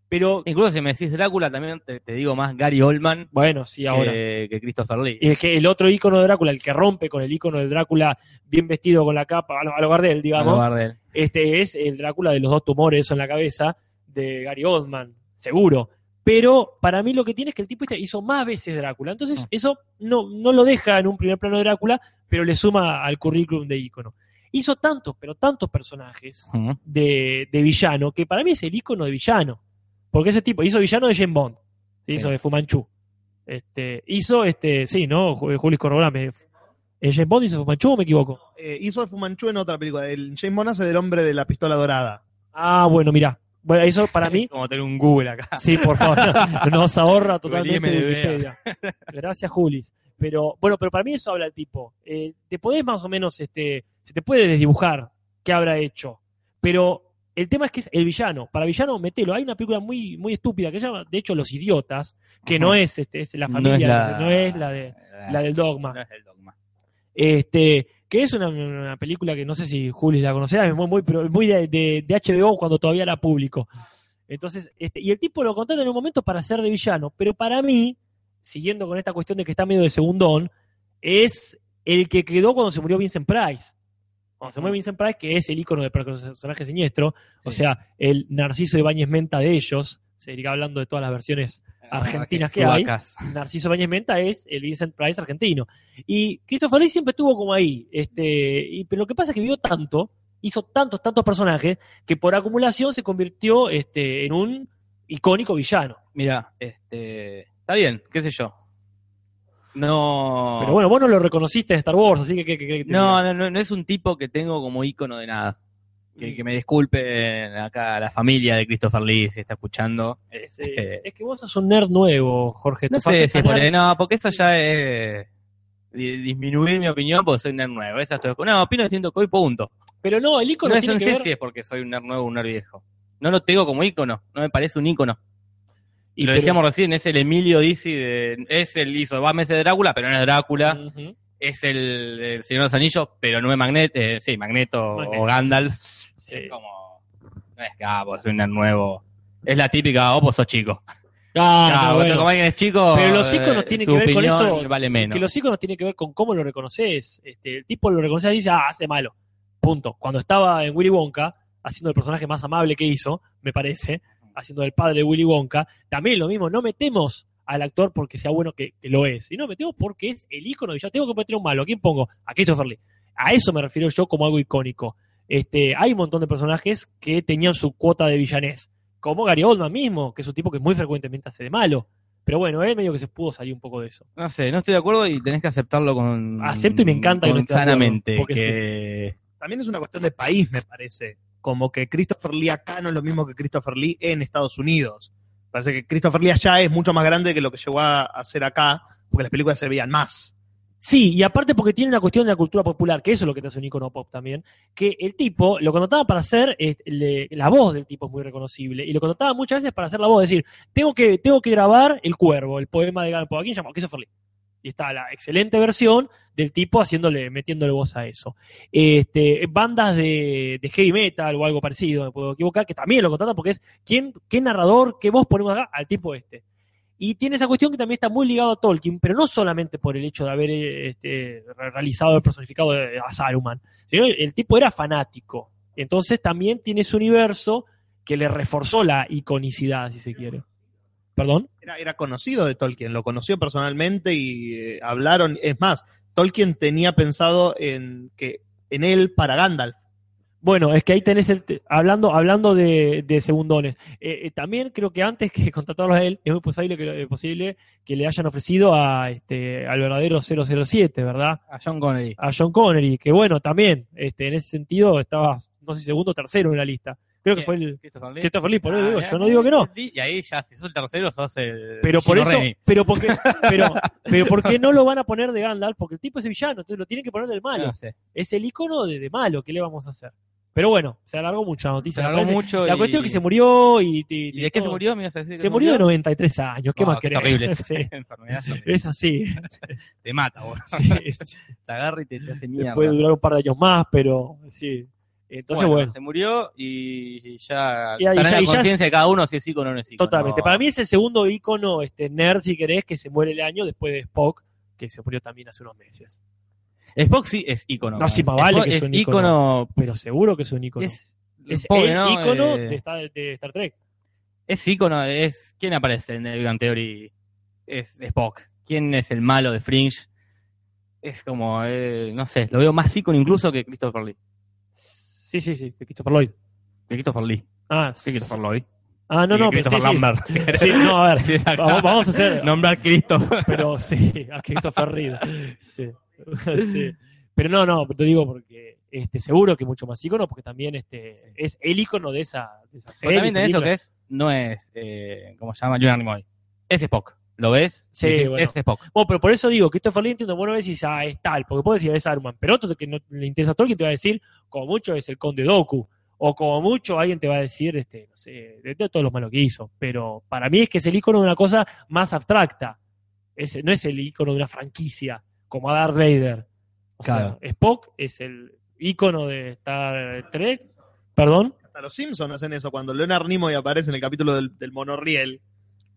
S2: Pero,
S1: Incluso si me decís Drácula, también te, te digo más Gary Oldman
S2: bueno, sí, ahora.
S1: que, que Christopher Lee.
S2: Y es que el otro icono de Drácula, el que rompe con el icono de Drácula bien vestido con la capa, a lo, a lo Gardel, digamos,
S1: Al lugar de él.
S2: este es el Drácula de los dos tumores en la cabeza de Gary Oldman, seguro. Pero para mí lo que tiene es que el tipo este hizo más veces Drácula. Entonces,
S1: Mm.
S2: eso no, no lo deja en un primer plano de Drácula, pero le suma al currículum de icono. Hizo tantos, pero tantos personajes
S1: Ujú.
S2: de, de villano, que para mí es el icono de villano. Porque ese tipo hizo villano de James Bond, ¿sí?
S1: Sí.
S2: hizo de Fumanchu. Este, hizo, este, sí, ¿no? Ju- Julio Corroborame. ¿El James Bond hizo Fumanchu o me equivoco?
S3: Eh, hizo de Fumanchu en otra película. El James Bond hace del hombre de la pistola dorada.
S2: Ah, bueno, mirá. Bueno, eso para mí,
S1: Como tener un Google acá.
S2: sí, por favor, nos ahorra totalmente
S1: IMDb.
S2: Wikipedia. Gracias, Julis. Pero, bueno, pero para mí eso habla el tipo. Eh, te podés más o menos, este, se te puede desdibujar qué habrá hecho. Pero el tema es que es el villano. Para villano, metelo. Hay una película muy, muy estúpida que se llama, de hecho, Los Idiotas, que no es, este, es la familia, no es la, de, la del dogma.
S1: Eh, No es el dogma.
S2: Este, que es una, una película que no sé si Juli la conocerá, es muy, muy, pero muy de, de- de HBO cuando todavía era público. Entonces, este, y el tipo lo contrata en un momento para ser de villano, pero para mí, siguiendo con esta cuestión de que está medio de segundón, es el que quedó cuando se murió Vincent Price. Cuando se murió Vincent Price, que es el ícono del personaje siniestro, o
S1: Sí.
S2: sea, el Narciso Ibáñez Menta de ellos, seguirá hablando de todas las versiones
S1: Ah,
S2: argentinas que hay.
S1: Subacas.
S2: Narciso Bañez Menta es el Vincent Price argentino. Y Christopher Lee siempre estuvo como ahí. Este, y, pero lo que pasa es que vivió tanto, hizo tantos, tantos personajes, que por acumulación se convirtió este, en un icónico villano.
S1: Mira, este, está bien, qué sé yo. No,
S2: Pero bueno, vos no lo reconociste en Star Wars, así que... que, que- que-
S1: no, no, no, no es un tipo que tengo como ícono de nada. Que, que me disculpen acá a la familia de Christopher Lee si está escuchando.
S2: Sí.
S1: Este,
S2: Es que vos sos un nerd nuevo, Jorge.
S1: no
S2: Tu faceta
S1: sé si es por
S2: nerd-
S1: no, porque eso ya es di- disminuir mi opinión porque soy un nerd nuevo. Esa es todo. No, opino distinto que hoy, punto.
S2: Pero no, el
S1: No
S2: ícono
S1: es
S2: tiene
S1: en
S2: que
S1: sí
S2: ver-
S1: si es porque soy un nerd nuevo o un nerd viejo. No lo tengo como ícono, no me parece un ícono. Y lo
S2: pero-
S1: decíamos recién, es el Emilio Dizzy de. Es el hizo Bame ese de Drácula, pero no es Drácula.
S2: Ujú.
S1: Es el, el Señor de los Anillos, pero no es Magneto. eh, sí, Magneto,
S2: Magneto.
S1: o Gandalf.
S2: Sí.
S1: Es como. No es capo, es un nerd nuevo. Es la típica, oh, vos sos chico.
S2: Ah,
S1: Ah,
S2: no,
S1: vos
S2: bueno.
S1: como alguien es chico.
S2: Pero los íconos
S1: eh,
S2: tienen
S1: su
S2: que ver con
S1: opinión
S2: eso,
S1: Vale
S2: Que
S1: menos.
S2: los íconos tienen que ver con cómo lo reconoces. Este, el tipo lo reconoces y dice, ah, hace malo. Punto. Cuando estaba en Willy Wonka, haciendo el personaje más amable que hizo, me parece, haciendo el padre de Willy Wonka, también lo mismo, no metemos al actor porque sea bueno que, que lo es, sino metemos porque es el ícono y yo tengo que meter un malo. ¿A quién pongo? A Christopher Lee. A eso me refiero yo como algo icónico. Este, hay un montón de personajes que tenían su cuota de villanés, como Gary Oldman mismo, que es un tipo que muy frecuentemente hace de malo. Pero bueno, él medio que se pudo salir un poco de eso.
S1: No sé, no estoy de acuerdo y tenés que aceptarlo con.
S2: Acepto y me encanta que no
S1: con
S2: esté de acuerdo,
S1: sanamente.
S2: porque
S1: que-
S3: También es una cuestión de país, me parece. Como que Christopher Lee acá no es lo mismo que Christopher Lee en Estados Unidos. Parece que Christopher Lee allá es mucho más grande que lo que llegó a hacer acá, porque las películas se veían más.
S2: Sí, y aparte porque tiene una cuestión de la cultura popular, que eso es lo que te hace un icono pop también, que el tipo lo contrataba para hacer, eh, le- la voz del tipo es muy reconocible, y lo contrataba muchas veces para hacer la voz, es decir, tengo que, tengo que grabar El Cuervo, el poema de Gampo, ¿a quién llamó? Christopher Lee. Y está la excelente versión del tipo haciéndole, metiéndole voz a eso. Este, bandas de, de heavy metal o algo parecido, me puedo equivocar, que también lo contratan porque es quién, qué narrador, qué voz ponemos acá al tipo este. Y tiene esa cuestión que también está muy ligado a Tolkien, pero no solamente por el hecho de haber eh, este, re- realizado el personificado de- a Saruman, sino el, el tipo era fanático. Entonces también tiene su universo que le reforzó la iconicidad, si se quiere. ¿Perdón?
S3: Era, era conocido de Tolkien, lo conoció personalmente y eh, hablaron. Es más, Tolkien tenía pensado en que en él para Gandalf.
S2: Bueno, es que ahí tenés el. te- hablando hablando de, de segundones. eh, eh, también creo que antes que contratarlos a él, es muy posible que, eh, posible que le hayan ofrecido a este al verdadero 007, ¿verdad?
S1: A John Connery.
S2: A John Connery, que bueno, también este en ese sentido estaba, no sé, segundo o tercero en la lista. Creo que
S1: Bien.
S2: fue el.
S1: Christopher Lee.
S2: Christopher Lee, por
S1: Ah,
S2: eso digo,
S1: mirá,
S2: yo no digo que no.
S1: Y ahí ya, si sos el tercero, sos el.
S2: Pero por
S1: Gino
S2: eso,
S1: Reni.
S2: pero porque, pero, pero porque no lo van a poner de Gandalf, porque el tipo es villano, entonces lo tienen que poner del malo.
S1: No sé.
S2: Es el icono de, de malo, ¿qué le vamos a hacer? Pero bueno, se alargó mucha
S1: Se
S2: noticia. me
S1: alargó
S2: parece.
S1: mucho.
S2: La
S1: y-
S2: cuestión es que se murió y. y-
S1: ¿Y de qué se
S2: todo.
S1: murió? Me ibas a decir que
S2: Se murió de 93 años, ¿qué
S1: No,
S2: más querés?
S1: Terrible.
S2: Sí,
S1: Enfermedad terrible.
S2: Es así.
S1: Te mata, vos.
S2: sí.
S1: Te agarra y te, te hace mierda.
S2: Puede durar un par de años más, pero sí. Entonces, bueno,
S1: se murió y ya.
S2: Y ahí
S1: estará
S2: ya-
S1: en
S2: y
S1: la
S2: ya-
S1: conciencia de cada uno si es ícono o no es ícono.
S2: totalmente. Para mí es el segundo icono este, nerd, si querés, que se muere el año después de Spock, que se murió también hace unos meses.
S1: Spock sí es ícono.
S2: No,
S1: para mí.
S2: sí, más vale
S1: Spock
S2: que es
S1: es
S2: un
S1: ícono.
S2: Pero seguro que es un icono. Es,
S1: Es,
S2: el
S1: pobre, ¿no?
S2: icono
S1: Eh,
S2: de, Star, de Star Trek.
S1: Es ícono. Es, ¿Quién aparece en el Big Bang Theory? Es Spock. ¿Quién es el malo de Fringe? Es como, eh, no sé, lo veo más ícono incluso que Christopher Lee.
S2: Sí, sí, sí, de Christopher Lloyd.
S1: Que Christopher Lee.
S2: Ah,
S1: Que Christopher Lloyd.
S2: ah no,
S1: Que
S2: no, pero sí,
S1: Christopher
S2: sí.
S1: Lambert.
S2: Sí, no, a ver.
S1: Sí, acá.
S2: Vamos, vamos a hacer.
S1: Nombrar Christopher.
S2: pero sí, a Christopher Reeve. Sí. Sí. Pero no, no, te digo porque este, seguro que mucho más ícono, porque también este,
S1: Sí.
S2: es el ícono de esa, de esa
S1: Pero
S2: serie.
S1: también tenés eso que
S2: película.
S1: es, no es, eh, como se llama, Leonard Nimoy. Es Spock. ¿Lo ves?
S2: Sí,
S1: Decís,
S2: bueno.
S1: Es Spock.
S2: Bueno, pero por eso digo, Christopher Reeve entiendo, vos no decís, ah, es tal, porque puedes decir, es Arman, pero otro que no le interesa a todo que te va a decir, como mucho es el Conde Doku, o como mucho alguien te va a decir, este, no sé, de, de todos los malos que hizo, pero para mí es que es el ícono de una cosa más abstracta, Es- no es el ícono de una franquicia, como a Darth Vader. O
S1: Claro.
S2: sea, Spock es el ícono de Star Trek, perdón,
S3: Hasta los Simpsons hacen eso, cuando Leonard Nimoy aparece en el capítulo del, del monorriel.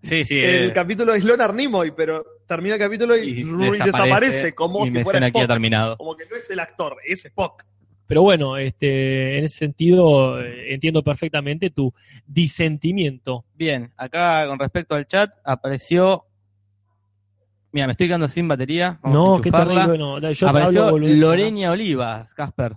S1: Sí, sí.
S3: El
S1: eh,
S3: capítulo es Leonard Nimoy, pero termina el capítulo y,
S1: y
S3: Rui desaparece como
S1: y
S3: si
S1: me
S3: fuera
S1: suena que
S3: Spock.
S1: ha terminado.
S3: Como que no es el actor, es Spock.
S2: Pero bueno, este, en ese sentido eh, entiendo perfectamente tu disentimiento.
S1: Bien, acá con respecto al chat apareció. Mira, me estoy quedando sin batería. Vamos a
S2: No, qué
S1: enchufarla.
S2: terrible. No, Dale, yo
S1: apareció
S2: hablo boludeces, ¿no?
S1: Lorenia Olivas, Casper.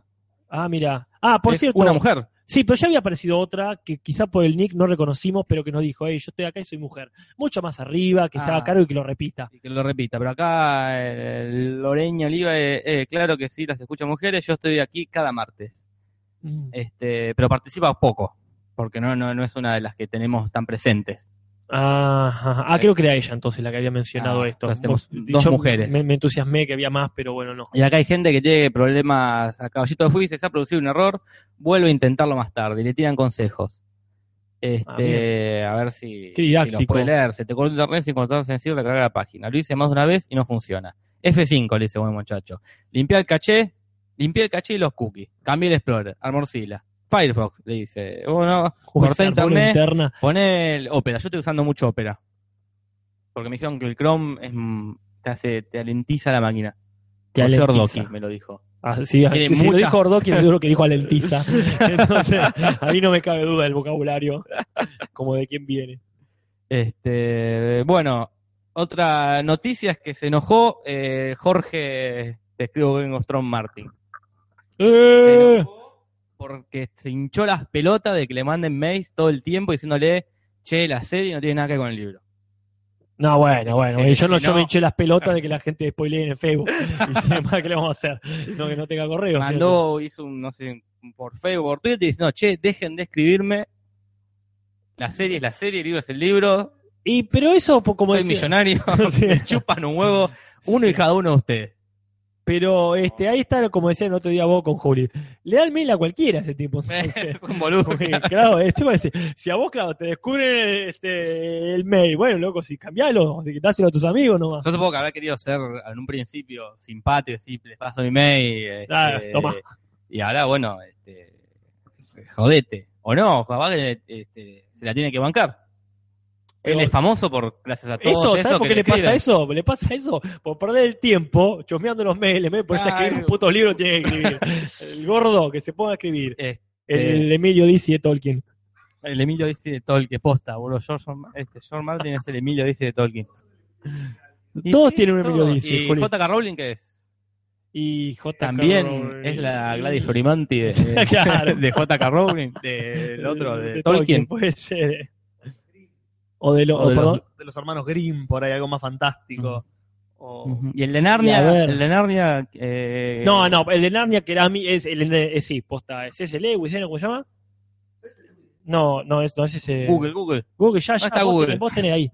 S2: Ah, mira. Ah, por
S1: Es
S2: cierto.
S1: Una mujer.
S2: Sí, pero ya había aparecido otra que quizá por el nick no reconocimos, pero que nos dijo, hey, yo estoy acá y soy mujer. Mucho más arriba, que se
S1: Ah.
S2: haga cargo y que lo repita.
S1: Y que lo repita, pero acá eh, Lorena Oliva, eh, eh, claro que sí, las escucha mujeres, yo estoy aquí cada martes,
S2: Mm.
S1: este pero participa poco, porque no, no, no es una de las que tenemos tan presentes.
S2: Ah, ajá. ah, creo que era ella entonces la que había mencionado
S1: Eh. Ah,
S2: esto.
S1: entonces tenemos
S2: Vos-
S1: dos
S2: yo
S1: mujeres.
S2: Me, me entusiasmé que había más, pero bueno, no.
S1: Y acá hay gente que tiene problemas a caballito de fuego y se ha producido un error, vuelve a intentarlo más tarde y le tiran consejos. Este, a ver si,
S2: Ah, Qué
S1: si los
S2: didáctico.
S1: puede leer. Se te cortó internet sin encontrarse en la carga la página. Lo hice más de una vez y no funciona. F5 le dice buen muchacho. Limpiar el caché, limpiar el caché y los cookies. Cambié el Explorer, Armorcilla. Firefox le dice. Bueno,
S2: Uy,
S1: Cortá
S2: se armó
S1: internet.
S2: una interna.
S1: poné el Opera. Yo estoy usando mucho Opera. Porque me dijeron que el Chrome es, mm, te hace, te alentiza la máquina.
S2: Te
S1: José
S2: alentiza.
S1: Ordoqui me lo dijo.
S2: Ah, sí, ah,
S1: Tiene
S2: sí, sí, lo
S1: mucha-
S2: dijo Ordoqui, seguro que dijo Alentiza. Entonces, ahí no me cabe duda del vocabulario, como de quién viene.
S1: Este, bueno, otra noticia es que se enojó eh, Jorge, te escribo Game of Thrones Martin,
S2: ¡Eh!
S1: Se enojó porque se hinchó las pelotas de que le manden mails todo el tiempo diciéndole, che, la serie no tiene nada que ver con el libro.
S2: No, bueno, bueno.
S1: Sí,
S2: yo, no,
S1: si
S2: yo
S1: no-
S2: me hinché las pelotas de que la gente spoilee en Facebook. Y sin más, ¿qué le vamos a hacer? No, que no tenga correo.
S1: Mandó, hizo un, no sé, un por Facebook, por Twitter, diciendo, che, dejen de escribirme, la serie es la serie, el libro es el libro,
S2: fíjate. Y, pero eso, po- como
S1: soy
S2: decía-
S1: millonario,
S2: Sí.
S1: me chupan un huevo, uno y
S2: Sí.
S1: cada uno de ustedes.
S2: Pero este, ahí está, como decía el otro día vos con Juli. Le da el mail a cualquiera ese tipo. entonces.
S1: es un boludo.
S2: Porque, claro, este va a decir, si a vos, claro, te descubre este, el mail, bueno, loco, si cambialo, si dáselo a tus amigos nomás.
S1: Yo supongo que habrá querido ser en un principio simpático, decir, les paso mi mail. este,
S2: Ah, toma.
S1: Y ahora, bueno, este, jodete. O no, capaz que este, se la tiene que bancar. Él
S2: Pero-
S1: es famoso por gracias a todos.
S2: Eso, ¿sabes por
S1: que
S2: qué le pasa
S1: escriben.
S2: eso? Le pasa eso por perder el tiempo chosmeando los mails, en vez de ponerse a
S1: Ay,
S2: escribir un puto libro tiene que escribir. El gordo que se ponga a escribir.
S1: Este,
S2: El, Emilio dice de Tolkien.
S1: el Emilio dice de Tolkien, posta, boludo. George, este, George Martin es el Emilio dice de Tolkien.
S2: Todos
S1: Y sí,
S2: tienen un Emilio
S1: todos.
S2: Dizzy,
S1: ¿Y
S2: Juli.
S1: J.K. Rowling qué es?
S2: Y, Y J.K.
S1: También
S2: Rowling.
S1: es la Gladys Florimanti de, de-
S2: Claro.
S1: de J.K. Rowling, del otro, de, Tolkien.
S2: Puede ser. O de, lo,
S1: O de
S2: perdón,
S1: los-
S3: De los hermanos Grimm, por ahí algo más fantástico. O-
S1: Ujú. Y el de
S2: Y a
S1: Narnia,
S2: ver.
S1: el de Narnia, eh,
S2: No, no, el de Narnia que era mi es el es, sí, posta, es ese Lewis, ¿eh? ¿Cómo se llama? No, no es, no es ese.
S1: Google, Google.
S2: Google, ya, ya,
S1: está
S2: vos,
S1: Google.
S2: Tenés, vos tenés ahí.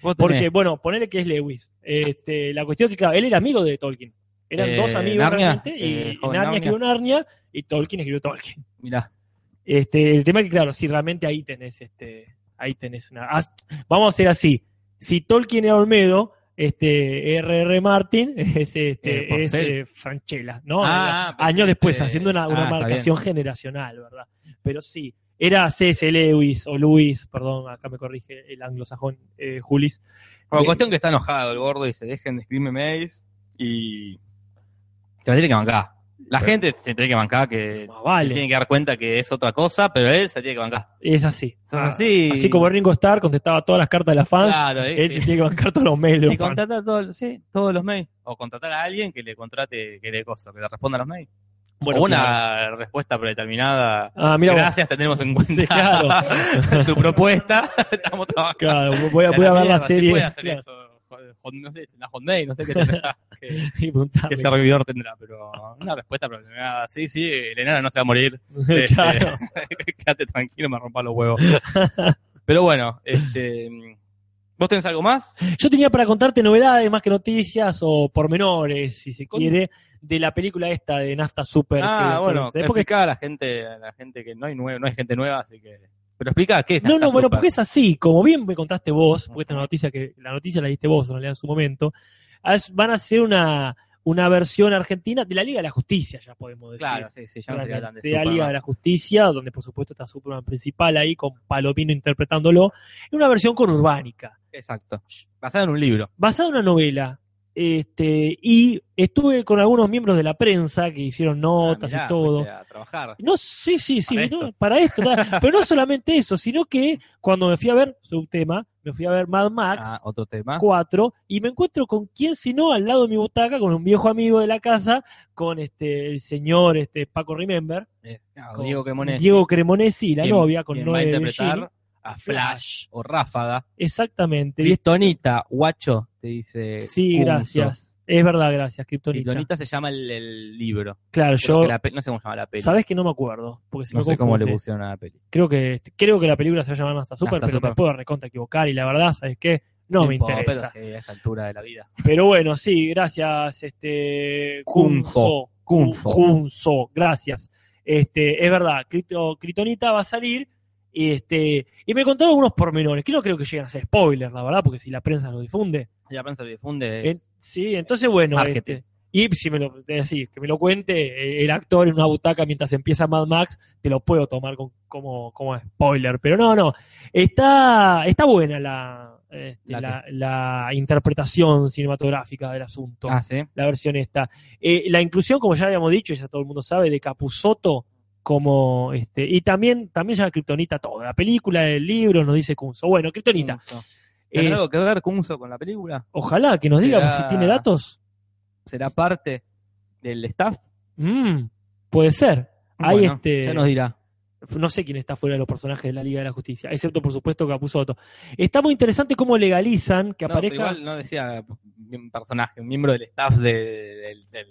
S1: Vos
S2: Porque,
S1: tenés,
S2: bueno, ponele que es Lewis. Este, la cuestión es que, claro, él era amigo de Tolkien. Eran
S1: Eh,
S2: dos amigos
S1: Narnia,
S2: realmente, y
S1: eh, joven
S2: Narnia,
S1: Narnia.
S2: escribió Narnia y Tolkien escribió Tolkien.
S1: mirá,
S2: Este, el tema es que, claro, si realmente ahí tenés, este, ahí tenés una. ah, vamos a hacer así. Si Tolkien era Olmedo, este, R.R. Martin es,
S1: Eh,
S2: este,
S1: Porcel.
S2: es eh, Franchella, ¿no?
S1: Ah,
S2: Eh,
S1: pensé
S2: Años
S1: que-
S2: después, haciendo una, una
S1: ah, está
S2: marcación generacional, ¿verdad? Pero sí, era C.S. Lewis o Luis, perdón, acá me corrige el anglosajón, eh, Julis.
S1: Bueno,
S2: Eh,
S1: cuestión que está enojado el gordo y se dejen de escribirme mails y se la tiene que bancar. La gente se tiene que bancar, que
S2: Más
S1: se
S2: vale,
S1: tiene que dar cuenta que es otra cosa, pero él se tiene que bancar.
S2: es así.
S1: Eso es así.
S2: Así como Ringo Starr contestaba todas las cartas de las fans,
S1: Claro, eh,
S2: él
S1: sí.
S2: se tiene que bancar todos los mails de
S1: Y
S2: los fans.
S1: contratar todos, sí, todos los mails. O contratar a alguien que le contrate, que le cosa, que le responda a los mails.
S2: Bueno,
S1: o una respuesta predeterminada.
S2: Ah, mira, vos.
S1: Gracias, tenemos en cuenta
S2: Sí, claro.
S1: tu propuesta. Estamos trabajando.
S2: Claro, voy a,
S1: A
S2: voy a
S1: la
S2: ver
S1: mierda,
S2: la
S1: sí
S2: serie.
S1: puede hacer
S2: claro,
S1: eso. Joder, No sé, la Hyundai, no sé qué tendrá. que-
S2: y preguntarme.
S1: qué servidor tendrá, pero una respuesta predeterminada. Sí, sí, el enano no se va a morir. Este,
S2: Claro.
S1: Quédate tranquilo, me rompa los huevos. Pero bueno, este, ¿vos tenés algo más?
S2: Yo tenía para contarte novedades, más que noticias o pormenores, si se
S1: Con-
S2: quiere, de la película esta de Nafta Super.
S1: Ah,
S2: que-
S1: bueno,
S2: que- porque-
S1: explica a la gente, a la gente que no hay nuevo, no hay gente nueva, así que. Pero explica qué es.
S2: no, no,
S1: Nafta
S2: bueno,
S1: Super.
S2: porque es así, como bien me contaste vos, porque esta es una noticia que la noticia la diste vos en realidad en su momento, as- van a hacer una, una versión argentina de la Liga de la Justicia, ya podemos decir.
S1: Claro, sí, sí, ya no sería tan de
S2: de la
S1: super,
S2: Liga
S1: ¿no?
S2: de la Justicia, donde por supuesto está Superman principal ahí con Palomino interpretándolo, en una versión conurbánica.
S1: Exacto. Basado en un libro.
S2: basada en una novela. Este, y estuve con algunos miembros de la prensa que hicieron notas
S1: Ah, mirá,
S2: y todo.
S1: fuiste A trabajar.
S2: No, sí, sí, sí,
S1: Para
S2: no,
S1: esto.
S2: para esto. ta- pero no solamente eso, sino que cuando me fui a ver, subtema, me fui a ver Mad Max
S1: Ah, otro tema.
S2: 4 y me encuentro con quién sino al lado de mi butaca, con un viejo amigo de la casa, con este el señor este Paco Remember,
S1: Eh, ah,
S2: con
S1: Diego Cremonesi.
S2: Diego Cremonesi y la novia con
S1: quien va a
S2: Noé Bellini.
S1: interpretar a Flash
S2: Flash.
S1: o Ráfaga.
S2: Exactamente. y-
S1: Kryptonita, guacho, te dice.
S2: Sí,
S1: Kunzo.
S2: gracias. Es verdad, gracias, Kryptonita.
S1: Kryptonita se llama el, el libro.
S2: Claro,
S1: Creo
S2: yo
S1: que la pe- no sé cómo se llama la peli.
S2: Sabes que no me acuerdo, porque se
S1: No
S2: me
S1: sé cómo le
S2: confunde.
S1: pusieron a la peli.
S2: Creo que creo que la película se va a llamar Hasta Super,
S1: Hasta
S2: pero
S1: Super.
S2: me puedo recontra equivocar y la verdad, ¿sabes qué? No me
S1: Tiempo,
S2: interesa. Pero,
S1: Pero sí, a esta altura de la vida.
S2: bueno, sí, gracias este
S1: Kunzo.
S2: Kunzo,
S1: Kunzo.
S2: Kunzo, gracias. Este, es verdad, Crito- Critonita va a salir y este y me contaron algunos pormenores, que no creo que lleguen a ser spoilers, la verdad, porque si la prensa lo difunde.
S1: Y la prensa lo difunde.
S2: En- sí, entonces bueno,
S1: Eh, Marketing.
S2: este, y si me lo eh, sí, que me lo cuente eh, el actor en una butaca mientras empieza Mad Max, te lo puedo tomar con- como, como spoiler, pero no, no. Está está buena la este,
S1: ¿La
S2: la, la interpretación cinematográfica del asunto,
S1: Ah, sí.
S2: la versión esta. Eh, la inclusión, como ya habíamos dicho, ya todo el mundo sabe, de Capusotto como este y también también ya Kryptonita todo, la película, el libro nos dice Kunzo. Bueno, Kryptonita.
S1: Kunzo.
S2: eh,
S1: ¿Tendrá algo que ver Kunzo con la película?
S2: ojalá que nos diga
S1: Mm. Será-
S2: pues, si tiene datos.
S1: ¿Será parte del staff?
S2: Mm, puede ser. Ahí
S1: Bueno,
S2: este.
S1: Ya nos dirá.
S2: No sé quién está fuera de los personajes de la Liga de la Justicia, excepto por supuesto Capuzotto. Está muy interesante cómo legalizan que
S1: No, pero
S2: aparezca.
S1: igual no decía pues, un personaje, un miembro del staff de- del, del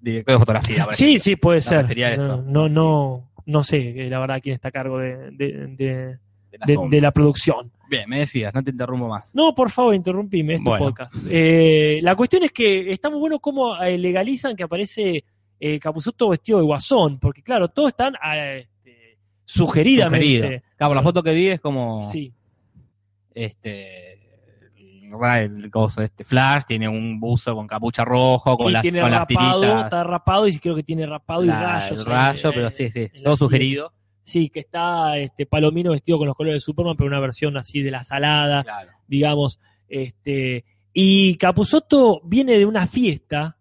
S1: director de fotografía. por
S2: sí,
S1: ejemplo.
S2: sí, puede ser.
S1: refería a eso.
S2: No, no, no, no sé, eh, la verdad, quién está a cargo de, de- de-
S1: Del
S2: de-
S1: asunto.
S2: de la producción.
S1: Bien, me decías, no te interrumpo más.
S2: No, por favor, interrumpime este
S1: Bueno.
S2: podcast. Eh, la cuestión es que está muy bueno cómo eh, legalizan que aparece eh, Capuzotto vestido de guasón, porque claro, todos están ah, este, sugeridamente.
S1: Sugerido. Claro, por la foto que vi es como
S2: Sí,
S1: este ra- el coso este Flash tiene un buzo con capucha rojo, con
S2: y
S1: las
S2: tiene
S1: con las
S2: rapado,
S1: tiritas,
S2: está rapado y creo que tiene rapado y
S1: la-
S2: rayos.
S1: el
S2: en-
S1: rayo,
S2: en-
S1: pero sí, sí,
S2: en la
S1: todo
S2: piel.
S1: sugerido.
S2: Sí, que está este Palomino vestido con los colores de Superman, pero una versión así de la salada,
S1: Claro.
S2: digamos. Este, y Capusotto viene de una fiesta.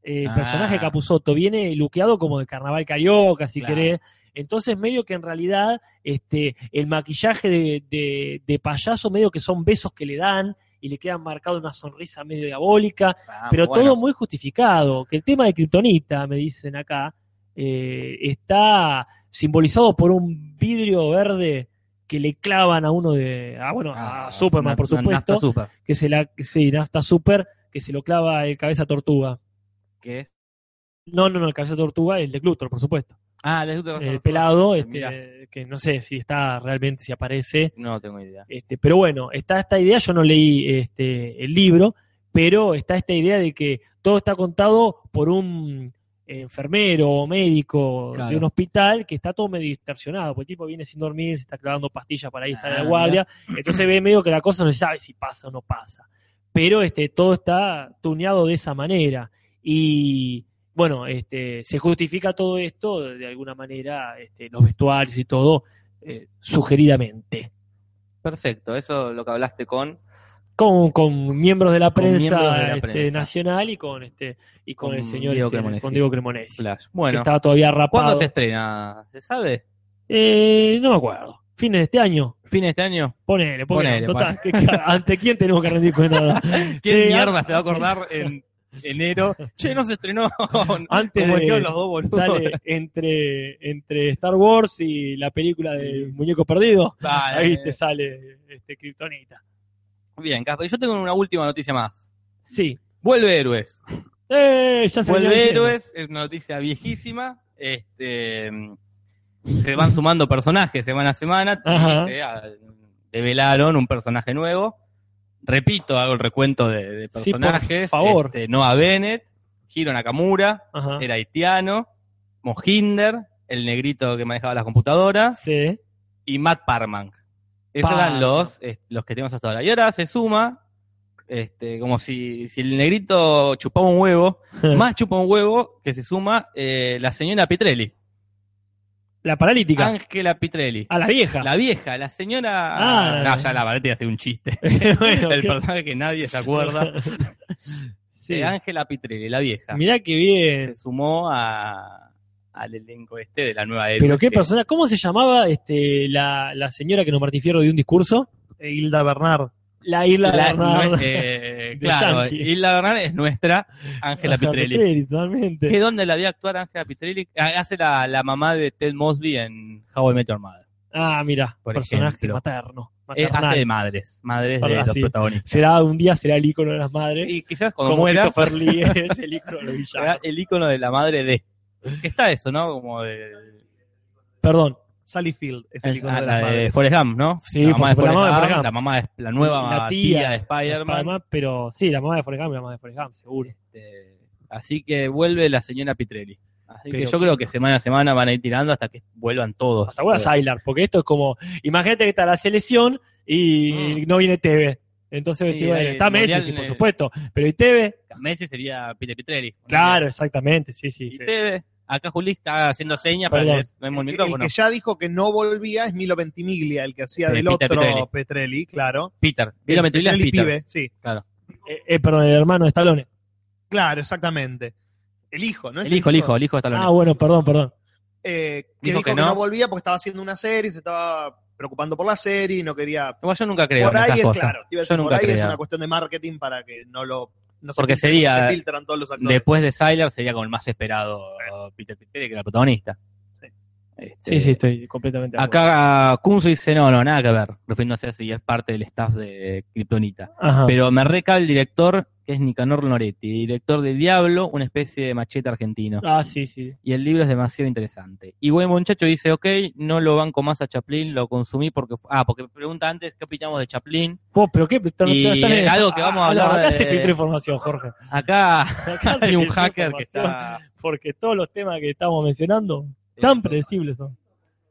S2: eh, El
S1: Ah.
S2: personaje Capusotto viene luqueado como de carnaval carioca, si
S1: Claro.
S2: querés. Entonces, medio que en realidad, este, el maquillaje de, de- de payaso, medio que son besos que le dan y le queda marcada una sonrisa medio diabólica,
S1: Ah,
S2: pero
S1: bueno.
S2: todo muy justificado. Que el tema de Kryptonita, me dicen acá, eh, está simbolizado por un vidrio verde que le clavan a uno de. Ah, bueno,
S1: Ah,
S2: a Superman,
S1: na-
S2: por
S1: na-
S2: supuesto.
S1: Nafta Super,
S2: que se la. que Sí, hasta Super, que se lo clava el cabeza tortuga.
S1: que es.
S2: No, no, no, el cabeza tortuga, el de Clutor, por supuesto.
S1: Ah, les gusta
S2: El pelado,
S1: eh, Mirá.
S2: este, que no sé si está realmente, si aparece.
S1: No tengo idea.
S2: Este, pero bueno, está esta idea, yo no leí este, el libro, pero está esta idea de que todo está contado por un enfermero o médico
S1: Claro.
S2: de un hospital que está todo medio distorsionado, porque el tipo viene sin dormir, se está clavando pastillas para ir estar en
S1: Ah,
S2: la guardia, entonces ve medio que la cosa no se sabe si pasa o no pasa. Pero este, todo está tuneado de esa manera. Y bueno, este, se justifica todo esto de alguna manera, este, los vestuarios y todo, eh, sugeridamente
S1: Perfecto, eso lo que hablaste con.
S2: con, con miembros de la
S1: Con
S2: prensa,
S1: miembros de la
S2: este,
S1: prensa.
S2: nacional y con este y con,
S1: Con
S2: el señor
S1: Diego
S2: este,
S1: Cremonesi.
S2: con Diego Cremonesi,
S1: Flash.
S2: que
S1: Bueno,
S2: estaba todavía rapado.
S1: ¿cuándo se estrena? ¿Se sabe?
S2: Eh, no me acuerdo. Fines de este año.
S1: ¿Fin de este año?
S2: Ponele,
S1: Ponele,
S2: ponele. Total, que- que- ¿Ante quién tenemos que rendir cuenta?
S1: ¿Quién
S2: Sí,
S1: mierda
S2: ah,
S1: se va a acordar en enero? Che, no se estrenó.
S2: Antes
S1: Como
S2: de-
S1: dijeron los dos boludos.
S2: Sale entre, entre Star Wars y la película del muñeco perdido.
S1: Dale.
S2: Ahí te sale este Kryptonita.
S1: Bien, Casper, yo tengo una última noticia más.
S2: Sí.
S1: Vuelve Héroes.
S2: Eh, ya se venía
S1: Vuelve
S2: diciendo.
S1: Héroes, es una noticia viejísima. Este, se van sumando personajes semana a semana. y
S2: Ajá.
S1: se, ah, develaron un personaje nuevo. Repito, hago el recuento de, de
S2: Sí, por
S1: personajes.
S2: favor.
S1: Este, Noah Bennett, Hiro Nakamura,
S2: Ajá.
S1: el haitiano, Mohinder, el negrito que manejaba las computadoras.
S2: Sí.
S1: y Matt Parman. Esos
S2: Parman.
S1: eran los, eh, los que tenemos hasta ahora. Y ahora se suma, este, como si, si el negrito chupaba un huevo, más chupa un huevo que se suma eh, la señora Petrelli.
S2: La paralítica.
S1: Ángela Petrelli.
S2: A la vieja.
S1: La vieja, la señora.
S2: Ah.
S1: no, ya la verdad hace un chiste.
S2: Bueno,
S1: el
S2: qué-
S1: personaje que nadie se acuerda.
S2: Sí.
S1: Eh, Ángela Petrelli, la vieja.
S2: Mirá qué bien.
S1: Se sumó a, al elenco este de la nueva era.
S2: Pero qué persona, ¿cómo se llamaba este, la, la señora que nos martifierro de un discurso?
S3: E Hilda Bernard.
S2: La Isla
S1: La-
S2: Bernardo.
S1: nue- eh,
S2: De
S1: claro,
S2: Yankee.
S1: y la verdad es nuestra Ángela
S2: Ajá,
S1: Pitrelli.
S2: totalmente.
S1: ¿Qué dónde la vi actuar Ángela Pitrelli? Ah, Hace la, la mamá de Ted Mosby en How I Met Your Mother.
S2: Ah, mira,
S1: Por
S2: personaje
S1: ejemplo.
S2: materno.
S1: Eh,
S2: maternal.
S1: hace de madres, madres de
S2: Perdón,
S1: los
S2: Ah, sí.
S1: protagonistas.
S2: será un día será el ícono de las madres.
S1: Y quizás cuando
S2: como
S1: muera,
S2: Christopher Lee es el ícono de los
S1: será
S2: villanos.
S1: el icono de la madre de. Que está eso, ¿no? Como de.
S2: Perdón.
S3: Sally Field es el icono
S1: ah, la
S3: de la
S1: de
S3: madre.
S1: Forrest Gump, ¿no?
S2: Sí,
S1: la
S2: por
S1: mamá de
S2: supuesto, la
S1: Forrest
S2: mamá de
S1: Gump,
S2: Forrest Gump.
S1: la mamá es la nueva
S2: La
S1: tía,
S2: tía
S1: de Spider-Man.
S2: Spider-Man, pero sí, la mamá de Forrest Gump, la mamá de Forrest Gump, seguro.
S1: Este, así que vuelve la señora Pitrelli. Así que
S2: Pero-
S1: yo creo que semana a semana van a ir tirando hasta que vuelvan todos.
S2: Hasta ahora
S1: Pero-
S2: Sylar, porque esto es como, imagínate que está la selección y
S1: Mm.
S2: no viene TV. Entonces
S1: Sí,
S2: sí, bueno,
S1: ahí,
S2: está Messi,
S1: Mundial
S2: sí, por
S1: le-
S2: supuesto, pero ¿y TV?
S1: Messi sería Pite Pitrelli.
S2: Claro, exactamente, sí, sí.
S1: Y
S2: sí.
S1: Teve, acá Juli está haciendo señas para
S2: Perdón.
S1: que no hay
S3: El que- El
S1: micrófono.
S3: que ya dijo que no volvía es Milo Ventimiglia, el que hacía
S1: Eh,
S3: del
S1: Peter
S3: otro
S1: Petrelli.
S3: Petrelli, claro.
S1: Peter. Mira, me es
S3: Petrelli
S1: Peter.
S3: pibe, sí.
S2: Eh, eh, perdón, el hermano de Stallone.
S3: Claro, exactamente. El hijo, ¿no? Es
S1: El hijo, el hijo, el hijo está
S2: Ah, bueno, perdón, perdón.
S3: eh, que
S1: Dijo
S3: dijo,
S1: que
S3: que,
S1: no.
S3: no. volvía porque estaba haciendo una serie, se estaba preocupando por la serie y no quería.
S1: Igual yo nunca creo
S3: por
S1: en
S3: ahí
S1: esas
S3: es
S1: cosas.
S3: claro, te iba a
S1: yo
S3: decir, por
S1: nunca
S3: ahí es
S1: creo.
S3: una cuestión de marketing para que no lo. No se
S1: Porque
S3: filtren-
S1: sería-
S3: se filtran todos los actores.
S1: Después de Sylar sería como el más esperado Peter Pitrelli, que era el protagonista. Este,
S2: Sí, sí, estoy completamente de acuerdo.
S1: Acá Kunzo dice, no, no, nada que ver. Refiriéndose a si es parte del staff de Kryptonita.
S2: Ajá.
S1: Pero me reca el director, que es Nicanor Noretti, director de Diablo, una especie de machete argentino.
S2: Ah, sí, sí.
S1: y el libro es demasiado interesante. Y buen muchacho dice, ok, no lo banco más a Chaplin, lo consumí porque... Ah, porque me pregunta antes qué opinamos de Chaplin.
S2: Vos, pero qué.
S1: Y es algo que vamos a hablar
S2: Ah, Acá
S1: de-
S2: se filtró información, Jorge.
S1: Acá
S2: Acá se
S1: hay un
S2: filtró
S1: hacker que
S2: información,
S1: está... eh,
S2: Porque todos los temas que estamos mencionando, tan predecibles son.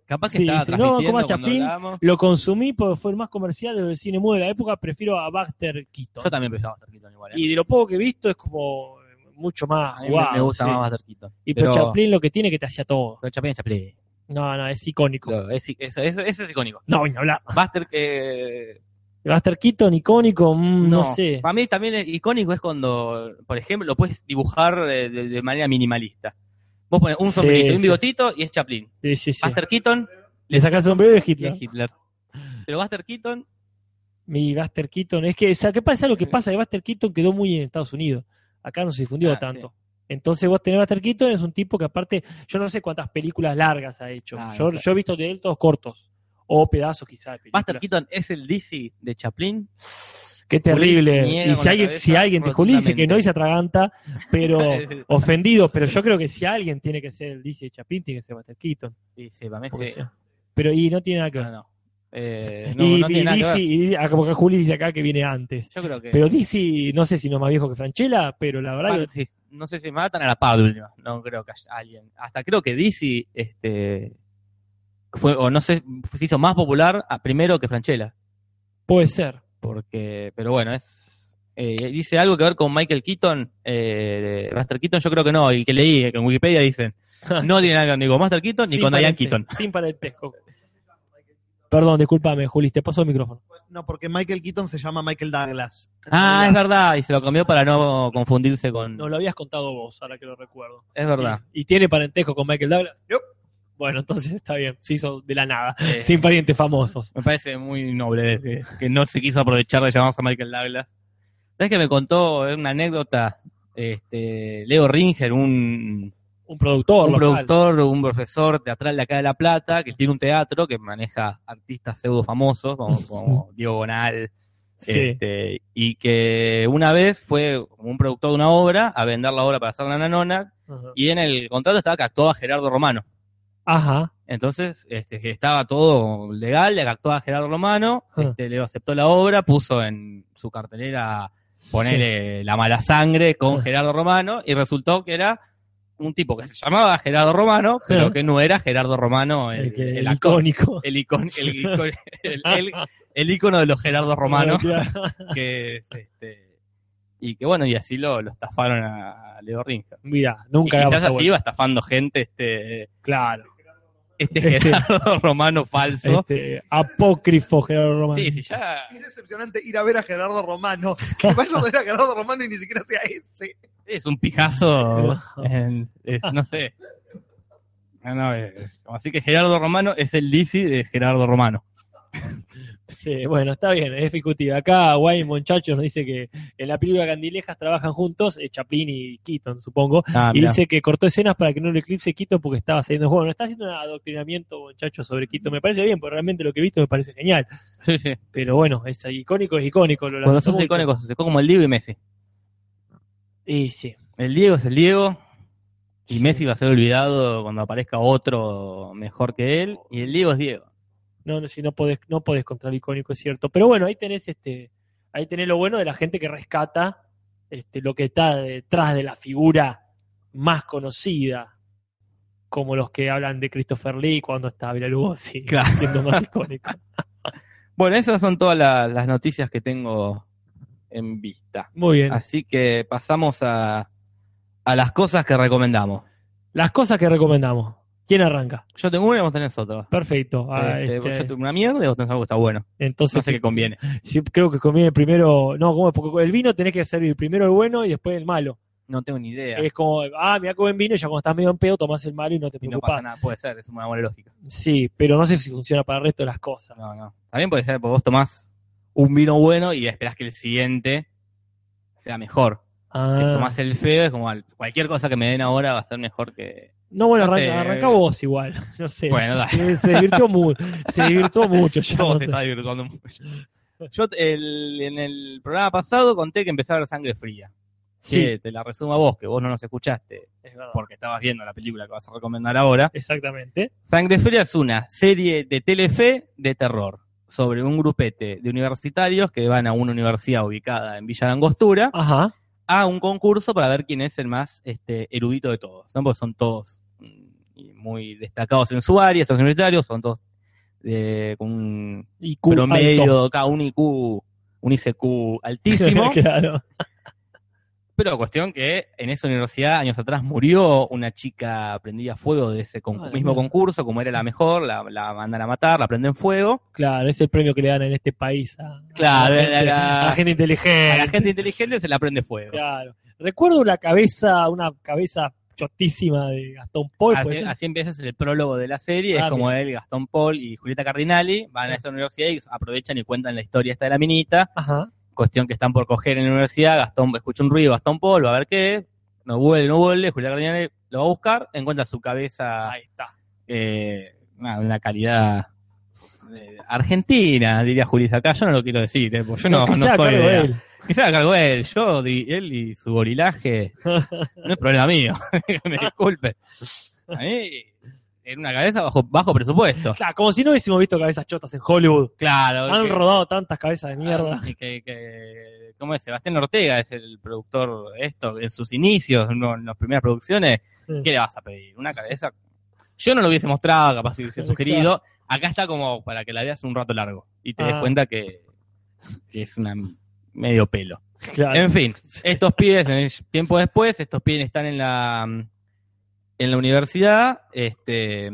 S1: Capaz que
S2: Sí,
S1: estaba
S2: si no banco más
S1: transmitiendo cuando
S2: Chaplin,
S1: hablábamos.
S2: Lo consumí porque fue el más comercial del cine mudo de la época. Prefiero a Baxter Keaton.
S1: Yo también pensaba Buster Keaton igual. ¿eh?
S2: Y de lo poco que he visto es como mucho más
S1: A mí me-
S2: guau.
S1: me gusta
S2: sí.
S1: más Buster Keaton.
S2: Y pero,
S1: Pero-
S2: Chaplin lo que tiene es que te hacía todo.
S1: Pero Chaplin es Chaplin.
S2: No, no, es icónico.
S1: Lo- es- eso, eso- eso es icónico.
S2: No, ni hablar.
S1: Buster que...
S2: Buster Keaton, icónico, mm, no, sé.
S1: Para mí también es icónico es cuando, por ejemplo, lo puedes dibujar eh, de, de manera minimalista. Vos pones un
S2: Sí,
S1: sombrerito, un
S2: sí.
S1: bigotito y es Chaplin.
S2: Sí, sí, sí.
S1: Buster Keaton
S2: Le sacás el sombrero de
S1: y
S2: Hitler.
S1: es Hitler. Pero Buster Keaton
S2: Mi Buster Keaton, es que, o sea, ¿qué pasa? Lo que pasa es que Buster Keaton quedó muy en Estados Unidos. Acá no se difundió
S1: Ah,
S2: tanto. Entonces vos tenés Buster Keaton, es un tipo que aparte, yo no sé cuántas películas largas ha hecho.
S1: Ah,
S2: yo,
S1: claro.
S2: yo he visto de él todos cortos. O pedazos quizás. de películas.
S1: Buster Keaton es el DC de Chaplin. Juli se
S2: Qué terrible.
S1: niega
S2: Y
S1: con
S2: si
S1: la
S2: alguien,
S1: cabeza
S2: si alguien te Juli dice que no
S1: rotundamente.
S2: y se atraganta, pero ofendido, pero yo creo que si alguien tiene que ser el dice Chapín, tiene que ser Buster Keaton.
S1: Y se va
S2: Porque sea- Pero y no tiene nada que
S1: No,
S2: ver.
S1: no. Eh, no,
S2: y,
S1: no tiene
S2: y
S1: nada que
S2: DC,
S1: ver.
S2: y dice- ah, como que Juli dice acá que viene antes.
S1: Yo creo que.
S2: Pero DC, no sé si no es más viejo que Franchella, pero la verdad
S1: Ah,
S2: que
S1: sí, no sé si matan a la par de última. No creo que haya alguien. Hasta creo que DC este, fue, o no sé, se hizo más popular a- primero que Franchella.
S2: puede ser.
S1: Porque, pero bueno, es. eh, dice algo que ver con Michael Keaton, eh, Master Keaton, yo creo que no, y que leí que en Wikipedia dicen, no tiene nada que ver ni con Master Keaton ni
S2: Sin
S1: con Diane
S2: parente-
S1: Keaton.
S2: Sin parentesco. Perdón, discúlpame, Juli, te paso el micrófono.
S3: No, porque Michael Keaton se llama Michael Douglas.
S1: Ah, es verdad, y se lo cambió para no confundirse con.
S2: Nos lo habías contado vos, ahora que lo recuerdo.
S1: es verdad.
S2: ¿Y, y tiene parentesco con Michael Douglas?
S3: Yup.
S2: Bueno, entonces está bien, se hizo de la nada.
S1: Eh,
S2: Sin parientes famosos. Eh,
S1: Me parece muy noble que, que no se quiso aprovechar de llamarse a Michael Douglas. ¿Sabes que me contó eh, una anécdota? Este, Leo Ringer, un,
S2: Un productor.
S1: un
S2: local.
S1: productor, un profesor teatral de acá de La Plata, que tiene un teatro que maneja artistas pseudo famosos como, como Diego Bonal.
S2: Sí.
S1: este, y que una vez fue un productor de una obra a vender la obra para hacer la nanona
S2: Ajá.
S1: y en el contrato estaba que actuaba Gerardo Romano.
S2: Ajá.
S1: Entonces, este, que estaba todo legal, le actuaba Gerardo Romano,
S2: Ah.
S1: este, le aceptó la obra, puso en su cartelera ponerle la mala sangre con
S2: Ah.
S1: Gerardo Romano, y resultó que era un tipo que se llamaba Gerardo Romano, pero
S2: Ah.
S1: que no era Gerardo Romano,
S2: Sí.
S1: el,
S2: El, que-
S1: el
S2: el
S1: actor,
S2: icónico.
S1: el icon- el icon- el- el- el ícono de los Gerardos Romanos,
S2: Claro.
S1: que, este, y que bueno, y así lo, lo estafaron a Leo Ringer.
S2: Mira,
S1: Y
S2: nunca
S1: quizás
S2: hagamos
S1: así iba estafando gente este,
S2: Claro.
S1: este
S2: Este-
S1: Gerardo Romano falso.
S2: Este, apócrifo Gerardo Román.
S1: Sí, sí, ya.
S3: Es decepcionante ir a ver a Gerardo Romano. Que vayas a ver a Gerardo Romano y ni siquiera sea ese.
S1: Es un pijazo. en- es- no sé. No, no, eh, así que Gerardo Romano es el Lisi de Gerardo Romano.
S2: Sí, bueno, está bien, es discutible. Acá Wayne Monchacho nos dice que en la película Candilejas trabajan juntos, eh, Chaplin y Keaton, supongo,
S1: Ah,
S2: y
S1: mirá.
S2: dice que cortó escenas para que no lo eclipse Keaton porque estaba saliendo el juego. No está haciendo un adoctrinamiento, Monchacho, sobre Keaton. Me parece bien, porque realmente lo que he visto me parece genial.
S1: Sí, sí.
S2: Pero bueno, es icónico, es icónico. Lo
S1: Cuando
S2: lamento
S1: sos
S2: mucho.
S1: icónico, sos icónico como el Diego y Messi.
S2: Y sí.
S1: El Diego es el Diego. Y Messi va a ser olvidado cuando aparezca otro mejor que él. Y el Diego es Diego.
S2: No, no, si no podés, no podés contra el icónico, es cierto. Pero bueno, ahí tenés este, ahí tenés lo bueno de la gente que rescata este, lo que está detrás de la figura más conocida, como los que hablan de Christopher Lee cuando está Bela Lugosi,
S1: Claro.
S2: siendo más icónico.
S1: Bueno, esas son todas la- las noticias que tengo en vista.
S2: Muy bien.
S1: Así que pasamos a, a las cosas que recomendamos.
S2: Las cosas que recomendamos. ¿Quién arranca?
S1: Yo tengo una y vos tenés otra.
S2: Perfecto. Ah,
S1: Este,
S2: este,
S1: Yo tengo una mierda y vos tenés algo que está bueno.
S2: entonces,
S1: No sé qué conviene.
S2: sí, creo que conviene primero. No, como porque el vino tenés que servir primero el bueno y después el malo.
S1: No tengo ni idea.
S2: Es como, ah, mira qué buen vino, y ya cuando estás medio en pedo, tomás el malo y no te
S1: y no
S2: preocupás.
S1: pasa nada. Puede ser, es una buena lógica.
S2: Sí, pero no sé si funciona para el resto de las cosas.
S1: No, no. También puede ser, porque vos tomás un vino bueno y esperás que el siguiente sea mejor. Si
S2: Ah.
S1: Eh, tomás el feo, es como al- cualquier cosa que me den ahora va a ser mejor que.
S2: No, bueno,
S1: no
S2: arranca,
S1: sé.
S2: arranca vos igual. No sé.
S1: Bueno, dale.
S2: Eh, Se divirtió, mu- se divirtió mucho. ya
S1: Todo
S2: no
S1: se
S2: sé.
S1: está divirtiendo mucho. Yo el- en el programa pasado conté que empezaba a ver sangre fría.
S2: Sí,
S1: Que te la resumo a vos, que vos no nos escuchaste
S2: es verdad.
S1: porque estabas viendo la película que vas a recomendar ahora.
S2: Exactamente.
S1: Sangre Fría es una serie de Telefe de terror sobre un grupete de universitarios que van a una universidad ubicada en Villa de Angostura
S2: Ajá.
S1: a un concurso para ver quién es el más este, erudito de todos, ¿no? porque son todos mm, y muy destacados en su área, estos universitarios son todos de, con un
S2: Y Q alto.
S1: promedio, cada un IQ, un ICQ altísimo,
S2: claro.
S1: pero cuestión que en esa universidad años atrás murió una chica prendida a fuego de ese con-
S2: Ah, la
S1: mismo
S2: mierda.
S1: concurso, como era la mejor, la, la mandan a matar, la prenden fuego.
S2: Claro, es el premio que le dan en este país a,
S1: Claro,
S2: a la, gente,
S1: a la-
S2: a la gente inteligente.
S1: A la gente inteligente se la prende fuego.
S2: Claro. Recuerdo la cabeza, una cabeza chotísima de Gastón Paul.
S1: Así,
S2: puede ser.
S1: Ah, así empieza el prólogo de la serie,
S2: pues, eh. Ah,
S1: es como él, Gastón Paul y Julieta Cardinali van a esa universidad y aprovechan y cuentan la historia esta de la minita,
S2: Ajá.
S1: cuestión que están por coger en la universidad, Gastón escucha un ruido, Gastón Paul va a ver qué, es, no vuelve, no vuelve, Julieta Cardinali lo va a buscar, encuentra su cabeza
S2: Ahí está.
S1: eh, nada, una calidad eh, argentina, diría Juli acá, yo no lo quiero decir, eh, porque yo no,
S2: Que
S1: no
S2: sea
S1: soy
S2: cargo
S1: de...
S2: de él.
S1: Que se haga cargo él, yo, di- él y su gorilaje, no es problema mío, me disculpe. A mí, en una cabeza bajo, bajo presupuesto.
S2: Claro, como si no hubiésemos visto cabezas chotas en Hollywood.
S1: Claro.
S2: Han
S1: que-
S2: rodado tantas cabezas de mierda.
S1: y Ah, que- que- ¿Cómo es? Sebastián Ortega es el productor de esto, en sus inicios, no, en las primeras producciones.
S2: Sí.
S1: ¿Qué le vas a pedir? Una cabeza. Yo no lo hubiese mostrado, capaz si hubiese sugerido. Acá está como para que la veas un rato largo y te des
S2: Ah.
S1: cuenta que, que es una medio pelo.
S2: Claro.
S1: Ah. En fin, estos pibes, en el tiempo después, estos pibes están en la en la universidad, este,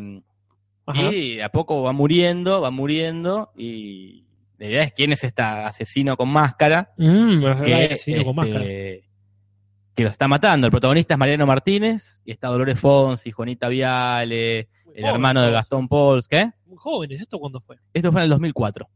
S2: Ajá.
S1: y de a poco va muriendo, va muriendo, y la idea es quién es este asesino con máscara,
S2: Mm, es
S1: que,
S2: verdad, asesino con
S1: este,
S2: máscara.
S1: que los está matando. El protagonista es Mariano Martínez, y está Dolores Fonsi, Juanita Viale,
S2: Muy
S1: el
S2: jóvenes,
S1: hermano de
S2: todos.
S1: Gastón Pauls, ¿qué?
S2: Muy jóvenes, ¿esto cuándo fue?
S1: Esto fue en el 2004.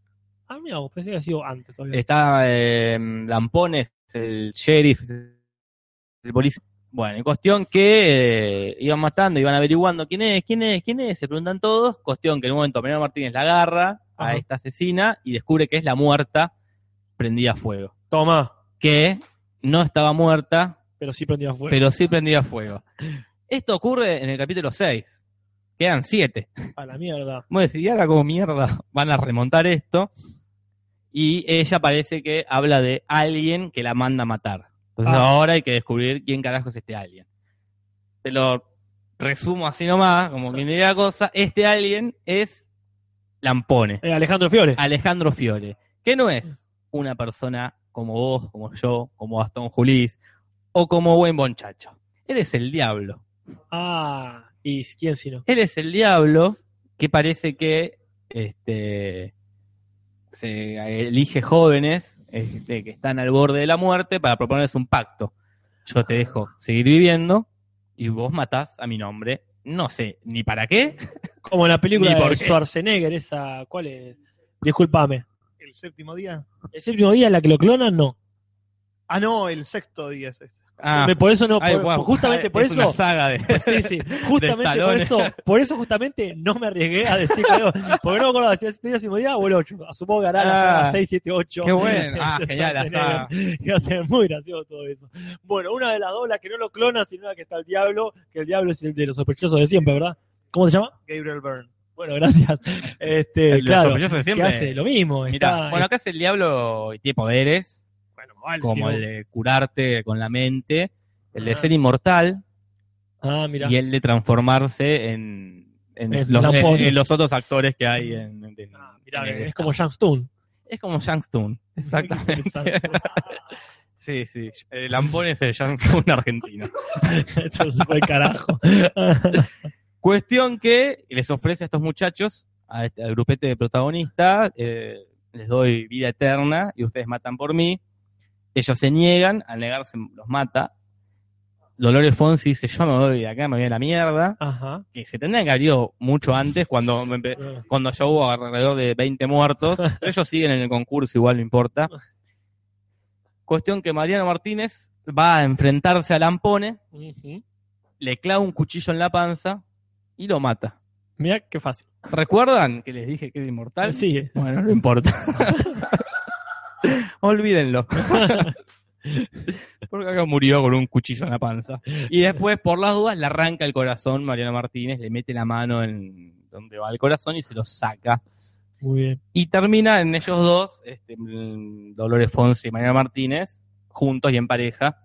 S2: Ah, mira, vos pensé que había sido antes todavía.
S1: Está eh, Lampones, el sheriff, el policía. Bueno, en cuestión que eh, iban matando, iban averiguando quién es, quién es, quién es, se preguntan todos. Cuestión que en un momento Mariano Martínez la agarra a
S2: Ajá.
S1: esta asesina y descubre que es la muerta prendida a fuego.
S2: Toma,
S1: Que no estaba muerta,
S2: pero sí prendía fuego.
S1: pero sí prendida a fuego. Esto ocurre en el capítulo 6. Quedan 7.
S2: A la mierda.
S1: Bueno, decís, ¿y ahora como mierda van a remontar esto. Y ella parece que habla de alguien que la manda a matar. Entonces
S2: Ah.
S1: ahora hay que descubrir quién carajo es este alguien. Te lo resumo así nomás, como quien diría la cosa. Este alguien es Lampone,
S2: Eh, Alejandro Fiore.
S1: Ah. Alejandro Fiore, que no es una persona como vos, como yo, como Gastón Julís, o como buen bonchacho. Él es el diablo.
S2: Ah, ¿y quién si no?
S1: Él es el diablo que parece que este, se elige jóvenes este, que están al borde de la muerte para proponerles un pacto. Yo te dejo seguir viviendo y vos matás a mi nombre. No sé ni para qué.
S2: Como en la película
S1: Ni por
S2: de
S1: qué.
S2: Schwarzenegger, esa, ¿cuál es? Disculpame.
S3: ¿El séptimo día?
S2: ¿El séptimo día en la que lo clonan? No.
S3: Ah, no, el sexto día es este.
S1: Ah,
S2: Me- por eso no,
S1: ay,
S2: por-
S1: guau,
S2: justamente por
S1: es una
S2: eso.
S1: saga de-
S2: Sí, sí, justamente por
S1: Stallone.
S2: eso, por eso justamente no me arriesgué a decir que no, porque no me acordaba si era el séptimo día, séptimo día o el 8. Asumo que hará la
S1: Ah,
S2: saga 6, 7, 8.
S1: Qué bueno. Ah, genial la saga.
S2: Y va a ser muy gracioso todo eso. Bueno, una de las dos, la que no lo clona, sino la que está el diablo, que el diablo es el de los sospechosos de siempre, ¿verdad? ¿Cómo se llama?
S3: Gabriel Byrne.
S2: Bueno, gracias. Este,
S1: Los
S2: claro,
S1: sospechosos de
S2: que
S1: siempre.
S2: hace lo mismo.
S1: Mirá,
S2: está- eh.
S1: bueno, acá es el diablo y tiene poderes,
S2: bueno, vale,
S1: como
S2: sí,
S1: el de curarte con la mente, el de
S2: Ah.
S1: ser inmortal,
S2: Ah, mira.
S1: y el de transformarse en, en
S2: En
S1: los,
S2: Lampone.
S1: en- en los otros actores que hay en, en- en-
S2: Ah, mirá,
S1: en el
S2: es
S1: estado.
S2: como James Toon.
S1: es como Youngstown exactamente sí sí el lampón es el Youngstown argentino
S2: Entonces fue el carajo.
S1: cuestión que les ofrece a estos muchachos a este- al grupete de protagonistas eh, les doy vida eterna y ustedes matan por mí ellos se niegan al negarse los mata Dolores Fonsi dice yo me voy de acá me voy a la mierda
S2: Ajá.
S1: que se tendrían que haber ido mucho antes cuando me empe- cuando ya hubo alrededor de 20 muertos. Pero ellos siguen en el concurso, igual no importa. Cuestión que Mariano Martínez va a enfrentarse a Lampone,
S2: Ah, Ujú.
S1: le clava un cuchillo en la panza y lo mata.
S2: Mirá qué fácil.
S1: ¿Recuerdan que les dije que era inmortal?
S2: Sigue.
S1: Bueno, no importa. Olvídenlo. Porque acá murió con un cuchillo en la panza. Y después, por las dudas, le arranca el corazón Mariano Martínez, le mete la mano en donde va el corazón y se lo saca.
S2: Muy bien.
S1: Y termina en ellos dos, este, mm, Dolores Fonsi y Mariana Martínez, juntos y en pareja,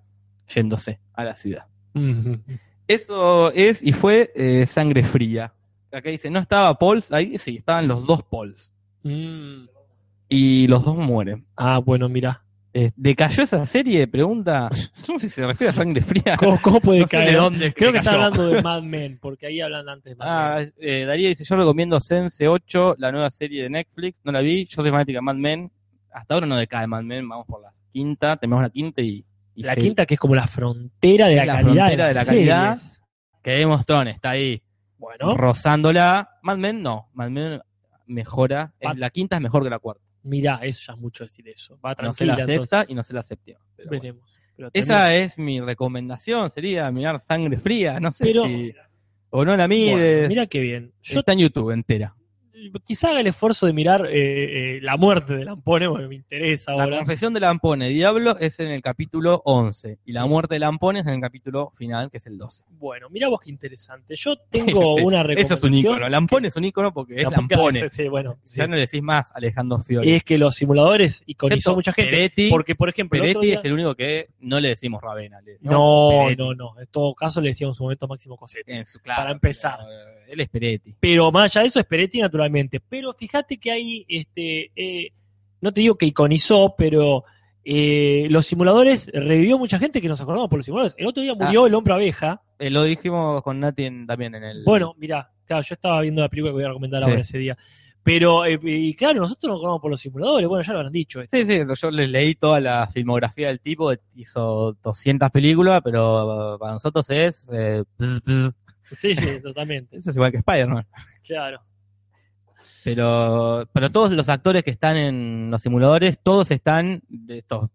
S1: yéndose a la ciudad.
S2: Ujú.
S1: Eso es y fue eh, Sangre Fría. Acá dice, ¿no estaba Pauls ahí? Sí, estaban los dos Pauls.
S2: Mm.
S1: Y los dos mueren.
S2: Ah, bueno, mira.
S1: Eh, ¿Decayó esa serie? Pregunta. No sé si se refiere a Sangre Fría.
S2: ¿Cómo, cómo puede
S1: No sé
S2: caer?
S1: de dónde
S2: Creo que está
S1: decayó.
S2: hablando de Mad Men, porque ahí hablan antes de Mad
S1: Ah,
S2: Men.
S1: eh, Daría dice, yo recomiendo Sense 8, la nueva serie de Netflix, no la vi, yo soy fanática de Mad Men, hasta ahora no decae Mad Men, vamos por la quinta, tenemos la quinta y... y
S2: La
S1: se-
S2: quinta que es como la frontera de la,
S1: la
S2: calidad.
S1: frontera de la
S2: series.
S1: calidad. Que Game of Thrones está ahí
S2: Bueno,
S1: rozándola. Mad Men no. Mad Men mejora. Es-
S2: Mad-
S1: la quinta es mejor que la cuarta.
S2: mirá, eso ya es mucho decir eso. Va
S1: No sé la
S2: tranquila, entonces,
S1: sexta y no sé la séptima. pero bueno.
S2: veremos. Pero tenemos-
S1: Esa es mi recomendación, sería mirar Sangre Fría. No sé
S2: Pero-
S1: si... O no la
S2: Bueno,
S1: mires.
S2: mirá qué bien. Yo
S1: Está en YouTube entera.
S2: quizá haga el esfuerzo de mirar eh, eh, la muerte de Lampone, porque me interesa
S1: La
S2: ahora.
S1: confesión de Lampone, Diablo, es en el capítulo 11. Y la muerte de Lampone es en el capítulo final, que es el 12.
S2: Bueno, mirá vos qué interesante. Yo tengo una
S1: Eso
S2: recomendación.
S1: es un ícono. Lampone es un ícono porque es
S2: Lampone,
S1: Lampone.
S2: sí, sí, bueno, sí.
S1: Ya no le decís más Alejandro Fiori.
S2: Es que los simuladores iconizó
S1: Excepto
S2: mucha gente.
S1: Peretti,
S2: porque, por ejemplo, el otro
S1: Peretti
S2: día-
S1: es el único que no le decimos Ravena. le decimos
S2: No,
S1: Peretti.
S2: no, no. En todo caso le decía en su momento Máximo Cosetti.
S1: En su- claro,
S2: Para empezar.
S1: pero, eh, él es Peretti.
S2: Pero más allá de eso es Peretti naturalmente. Pero fíjate que hay, este, eh, no te digo que iconizó, pero eh, los simuladores revivió mucha gente que nos acordamos por los simuladores. El otro día
S1: Ah.
S2: murió el hombre abeja.
S1: Eh, lo dijimos con Nati en- también en el.
S2: Bueno, mira, claro, yo estaba viendo la película que voy a recomendar
S1: Sí.
S2: ahora ese día. Pero, eh, y claro, nosotros nos acordamos por los simuladores, bueno, ya lo han dicho. eh. esto.
S1: Sí, sí, yo les leí toda la filmografía del tipo, hizo 200 películas, pero eh, para nosotros es... eh, bzz, bzz.
S2: Sí, sí, totalmente,
S1: Eso es igual que Spider-Man.
S2: claro.
S1: Pero, pero todos los actores que están en los simuladores, todos están, de estos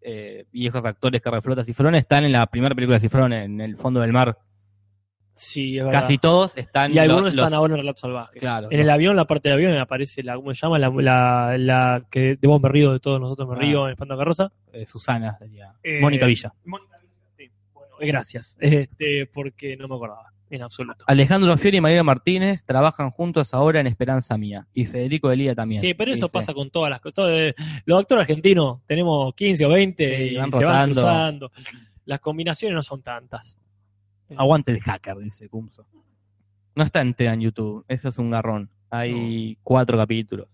S1: eh, viejos actores que reflota Cifrón, están en la primera película de Cifrón, en el fondo del mar.
S2: Sí, es verdad.
S1: Casi todos están...
S2: y algunos
S1: los- los-
S2: están ahora en Relatos Salvajes.
S1: Claro,
S2: En el avión, la parte del avión aparece la, ¿cómo se llama? La, la, la que de vos me río, de todos nosotros me
S1: Ah.
S2: río en Espanta Carroza.
S1: eh, Susana, sería.
S3: Eh,
S1: Mónica Villa.
S3: Mónica Villa, sí.
S2: Bueno, gracias, este, porque no me acordaba, en absoluto.
S1: Alejandro Fiori y María Martínez trabajan juntos ahora en Esperanza Mía. Y Federico Delía también.
S2: Sí, pero eso
S1: Dice.
S2: pasa con todas las cosas. Todo, eh, Los actores argentinos tenemos 15 o 20
S1: Sí,
S2: y
S1: van
S2: se van
S1: rotando.
S2: cruzando. Las combinaciones no son tantas.
S1: Aguante el hacker, dice Cumso. No está entera en YouTube, eso es un garrón. Hay cuatro capítulos.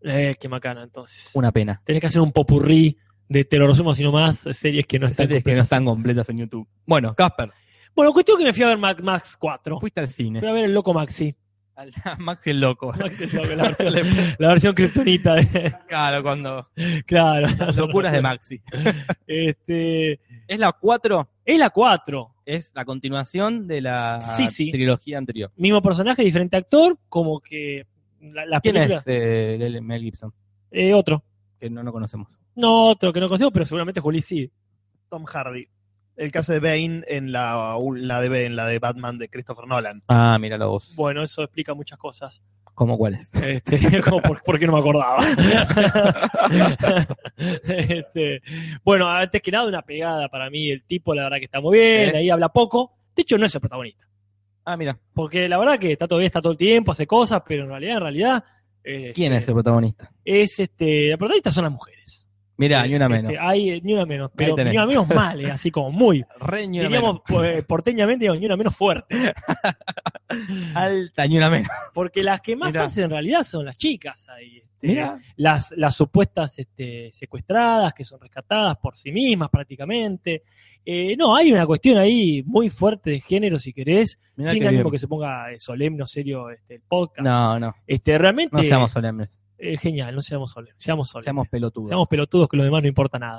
S2: Eh, qué macana, entonces.
S1: Una pena.
S2: Tenés que hacer un popurrí de te lo resumo sino más series que no están.
S1: Series que no están completas en YouTube. Bueno, Casper,
S2: Bueno, cuestión que me fui a ver Mac- Max 4.
S1: fuiste al
S2: Fui
S1: cine.
S2: a ver el loco Maxi.
S1: Al Maxi el loco.
S2: Maxi es loco, la versión, la versión kriptonita de-
S1: Claro, cuando.
S2: claro.
S1: Las locuras de Maxi.
S2: Este,
S1: Es la 4,
S2: es la 4.
S1: es la continuación de la
S2: Sí, sí.
S1: trilogía anterior.
S2: Mismo personaje, diferente actor, como que la, las
S1: ¿Quién
S2: películas-
S1: es eh, el- el Mel Gibson?
S2: Eh, otro.
S1: Que no lo conocemos.
S2: No, otro que no consigo, pero seguramente Juli sí.
S3: Tom Hardy. El caso de Bane en la, la de, en la de Batman de Christopher Nolan.
S1: Ah, míralo vos.
S2: Bueno, eso explica muchas cosas.
S1: ¿Cómo cuál es?
S2: Este, como por, por qué no me acordaba. Este, bueno, antes que nada, una pegada para mí. El tipo, la verdad que está muy bien,
S1: Sí.
S2: ahí habla poco. De hecho, no es el protagonista.
S1: Ah, mira.
S2: Porque la verdad que está todo bien, está todo el tiempo, hace cosas, pero en realidad, en realidad. eh,
S1: ¿Quién
S2: este,
S1: es el protagonista?
S2: Es este. La protagonista son las mujeres.
S1: Mira,
S2: Eh,
S1: ni una
S2: este,
S1: menos.
S2: hay eh, ni una menos, pero
S1: tenés.
S2: ni una menos mal, eh, así como muy.
S1: Re ni una
S2: Diríamos
S1: menos.
S2: eh, porteñamente, digamos, ni una menos fuerte.
S1: Alta ni una menos.
S2: Porque las que más
S1: Mirá.
S2: hacen en realidad son las chicas ahí. este,
S1: Mira,
S2: las, las supuestas este, secuestradas que son rescatadas por sí mismas prácticamente. Eh, no, hay una cuestión ahí muy fuerte de género, si querés,
S1: mirá
S2: sin
S1: qué
S2: ánimo
S1: bien.
S2: que se ponga eh, solemne o serio este, el podcast.
S1: No, no,
S2: Este, realmente,
S1: no seamos solemnes,
S2: eh, genial, no seamos solemnes, seamos solemnes.
S1: seamos pelotudos.
S2: Seamos pelotudos que lo demás no importa nada.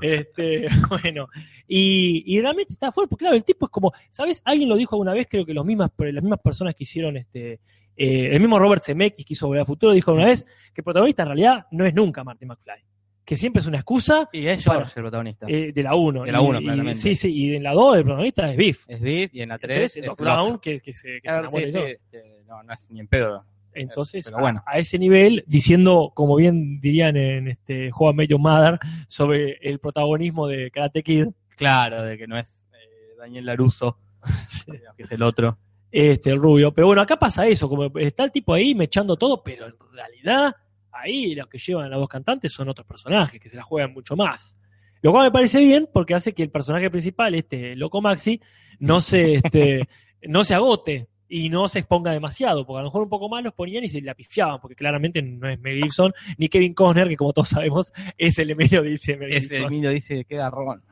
S2: este, bueno, y, y realmente está fuerte, porque claro, el tipo es como, ¿sabes? Alguien lo dijo alguna vez, creo que los mismas, las mismas personas que hicieron este, eh, el mismo Robert Zemeckis que hizo Volver al Futuro dijo una vez que el protagonista en realidad no es nunca Marty McFly, que siempre es una excusa
S1: y es
S2: Para.
S1: George el protagonista.
S2: eh, de la 1.
S1: De la uno,
S2: Y- y-
S1: claramente.
S2: Sí, sí, y en la 2 el protagonista es Biff.
S1: es Biff y en la 3
S2: Entonces,
S1: es
S2: Doc
S1: Locke.
S2: Brown, que, que se, que se
S1: A ver,
S2: enamora
S1: sí,
S2: de Doc.
S1: sí, este, no, no es ni en pedo.
S2: Entonces,
S1: Pero bueno.
S2: a, a ese nivel, diciendo, como bien dirían en este juego Medio Mother, sobre el protagonismo de Karate Kid,
S1: Claro, de que no es eh, Daniel Laruso, que es el otro.
S2: este, el rubio. Pero bueno, acá pasa eso, como está el tipo ahí mechando todo, pero en realidad, ahí los que llevan a la voz cantante son otros personajes, que se la juegan mucho más. Lo cual me parece bien, porque hace que el personaje principal, este loco Maxi, no se, este, no se agote. Y no se exponga demasiado, porque a lo mejor un poco más los ponían y se la pifiaban, porque claramente no es Mel Gibson, ni Kevin Costner, que como todos sabemos es el Emilio dice Mel
S1: Es el
S2: Gibson.
S1: niño dice, qué garrón.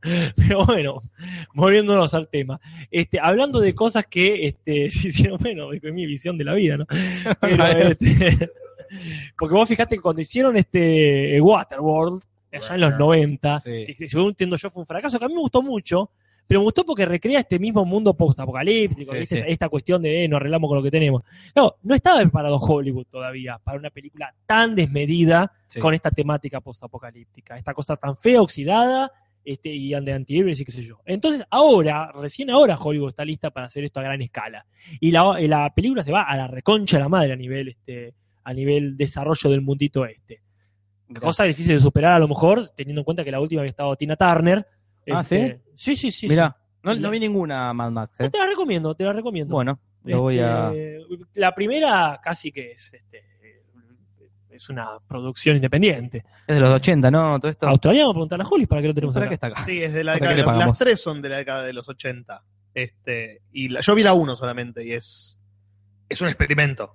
S2: Pero bueno, volviéndonos al tema. Este, hablando de cosas que este, se hicieron, bueno, es mi visión de la vida, ¿no? Pero, este, porque vos fijate que cuando hicieron este Waterworld, allá en los
S1: Bueno,
S2: 90,
S1: sí.
S2: Ah, que según entiendo yo fue un fracaso, que a mí me gustó mucho, Pero me gustó porque recrea este mismo mundo post-apocalíptico,
S1: Sí,
S2: que es esta-
S1: sí.
S2: esta cuestión de eh, nos arreglamos con lo que tenemos. No, no estaba preparado Hollywood todavía para una película tan desmedida
S1: Sí.
S2: con esta temática postapocalíptica, esta cosa tan fea, oxidada, este, y de antihéroes y qué sé yo. Entonces, ahora, recién ahora Hollywood está lista para hacer esto a gran escala. Y la, eh, la película se va a la reconcha de la madre a nivel, este, a nivel desarrollo del mundito este. Cosa difícil de superar a lo mejor, teniendo en cuenta que la última había estado Tina Turner.
S1: Ah,
S2: Este, Sí, sí, sí.
S1: Mirá, no, no vi ninguna Mad Max.
S2: sí.
S1: ¿eh?
S2: No, te la recomiendo, te la recomiendo.
S1: Bueno, lo voy
S2: Este,
S1: a.
S2: La primera casi que es, este, es una producción independiente.
S1: Es de los 80, ¿no? Todo esto.
S2: Australiano, preguntar a Hollis para que lo tenemos
S1: ¿Para
S2: Ah, acá.
S1: qué está acá?
S3: Sí, es de la
S1: O sea,
S3: década
S1: ¿qué le
S3: de los-
S1: pagamos?
S3: Las tres son de la década de los 80. Este, y la- yo vi la 1 solamente y es. Es un experimento.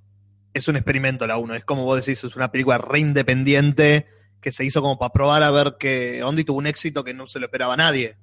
S3: Es un experimento la 1. Es como vos decís, es una película re independiente que se hizo como para probar a ver que Ondi tuvo un éxito que no se lo esperaba a nadie.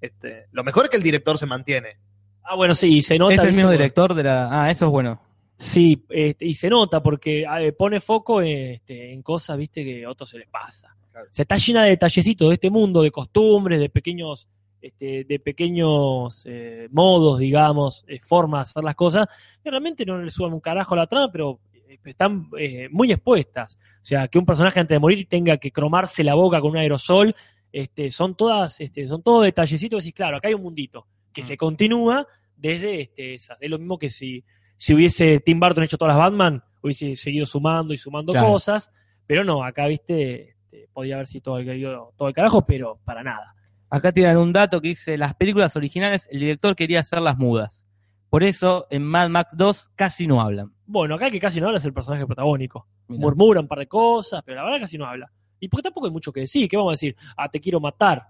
S3: Este, lo mejor es que el director se mantiene.
S2: Ah, bueno, sí, y se nota.
S1: Es el
S2: ¿viste?
S1: mismo director de la. Ah, eso es bueno.
S2: Sí, este, y se nota porque a ver, pone foco este, en cosas, viste, que a otros se les pasa.
S1: Claro.
S2: O sea, está llena de detallecitos de este mundo, de costumbres, de pequeños, este, de pequeños eh, modos, digamos, eh, formas de hacer las cosas, que realmente no le suban un carajo a la trama, pero eh, están eh, muy expuestas. O sea, que un personaje antes de morir tenga que cromarse la boca con un aerosol, este, son todas, este, son todos detallecitos, decís, claro, acá hay un mundito que
S1: Mm.
S2: se continúa desde este, esas. Es lo mismo que si si hubiese Tim Burton hecho todas las Batman, hubiese seguido sumando y sumando
S1: Claro.
S2: cosas, pero no, acá, viste, este, podía haber sido todo el, ido todo el carajo, pero para nada.
S1: Acá tiran un dato que dice: las películas originales, el director quería hacerlas mudas. Por eso en Mad Max 2 casi no hablan.
S2: Bueno, acá el que casi no habla es el personaje protagónico.
S1: Mirá.
S2: Murmura un par de cosas, pero la verdad casi no habla. Y porque tampoco hay mucho que decir, ¿qué vamos a decir? Ah, te quiero matar.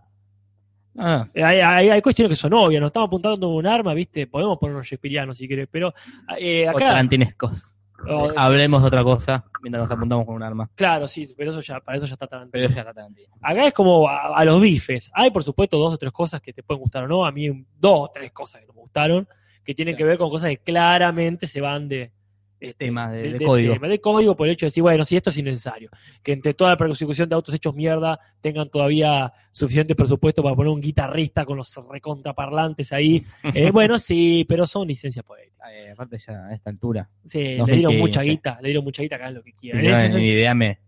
S1: Ah,
S2: Eh, Hay, hay- hay cuestiones que son obvias, nos estamos apuntando un arma, viste, podemos ponernos shakespearianos si querés, pero eh,
S1: o
S2: acá...
S1: tarantinescos.
S2: oh,
S1: Hablemos de otra cosa mientras nos apuntamos con un arma.
S2: Claro, sí, pero eso ya, para eso ya está tan
S1: Pero ya está Tarantino.
S2: Acá es como a, a los bifes. Hay, por supuesto, dos o tres cosas que te pueden gustar o no. A mí, un- dos o tres cosas que no me gustaron, que tienen que ver con cosas que claramente se van de. este,
S1: Temas de- de código.
S2: tema, de código por el hecho de decir, bueno, si esto es innecesario. Que entre toda la persecución de autos hechos mierda tengan todavía suficiente presupuesto para poner un guitarrista con los recontraparlantes ahí. Eh, bueno, sí, pero son licencias poéticas.
S1: Eh, aparte, ya a esta altura.
S2: Sí, le
S1: 2015.
S2: dieron mucha guita, le dieron mucha guita, acá es lo que
S1: Y
S2: quieran. En
S1: no,
S2: ese
S1: ni
S2: sen-
S1: idea me.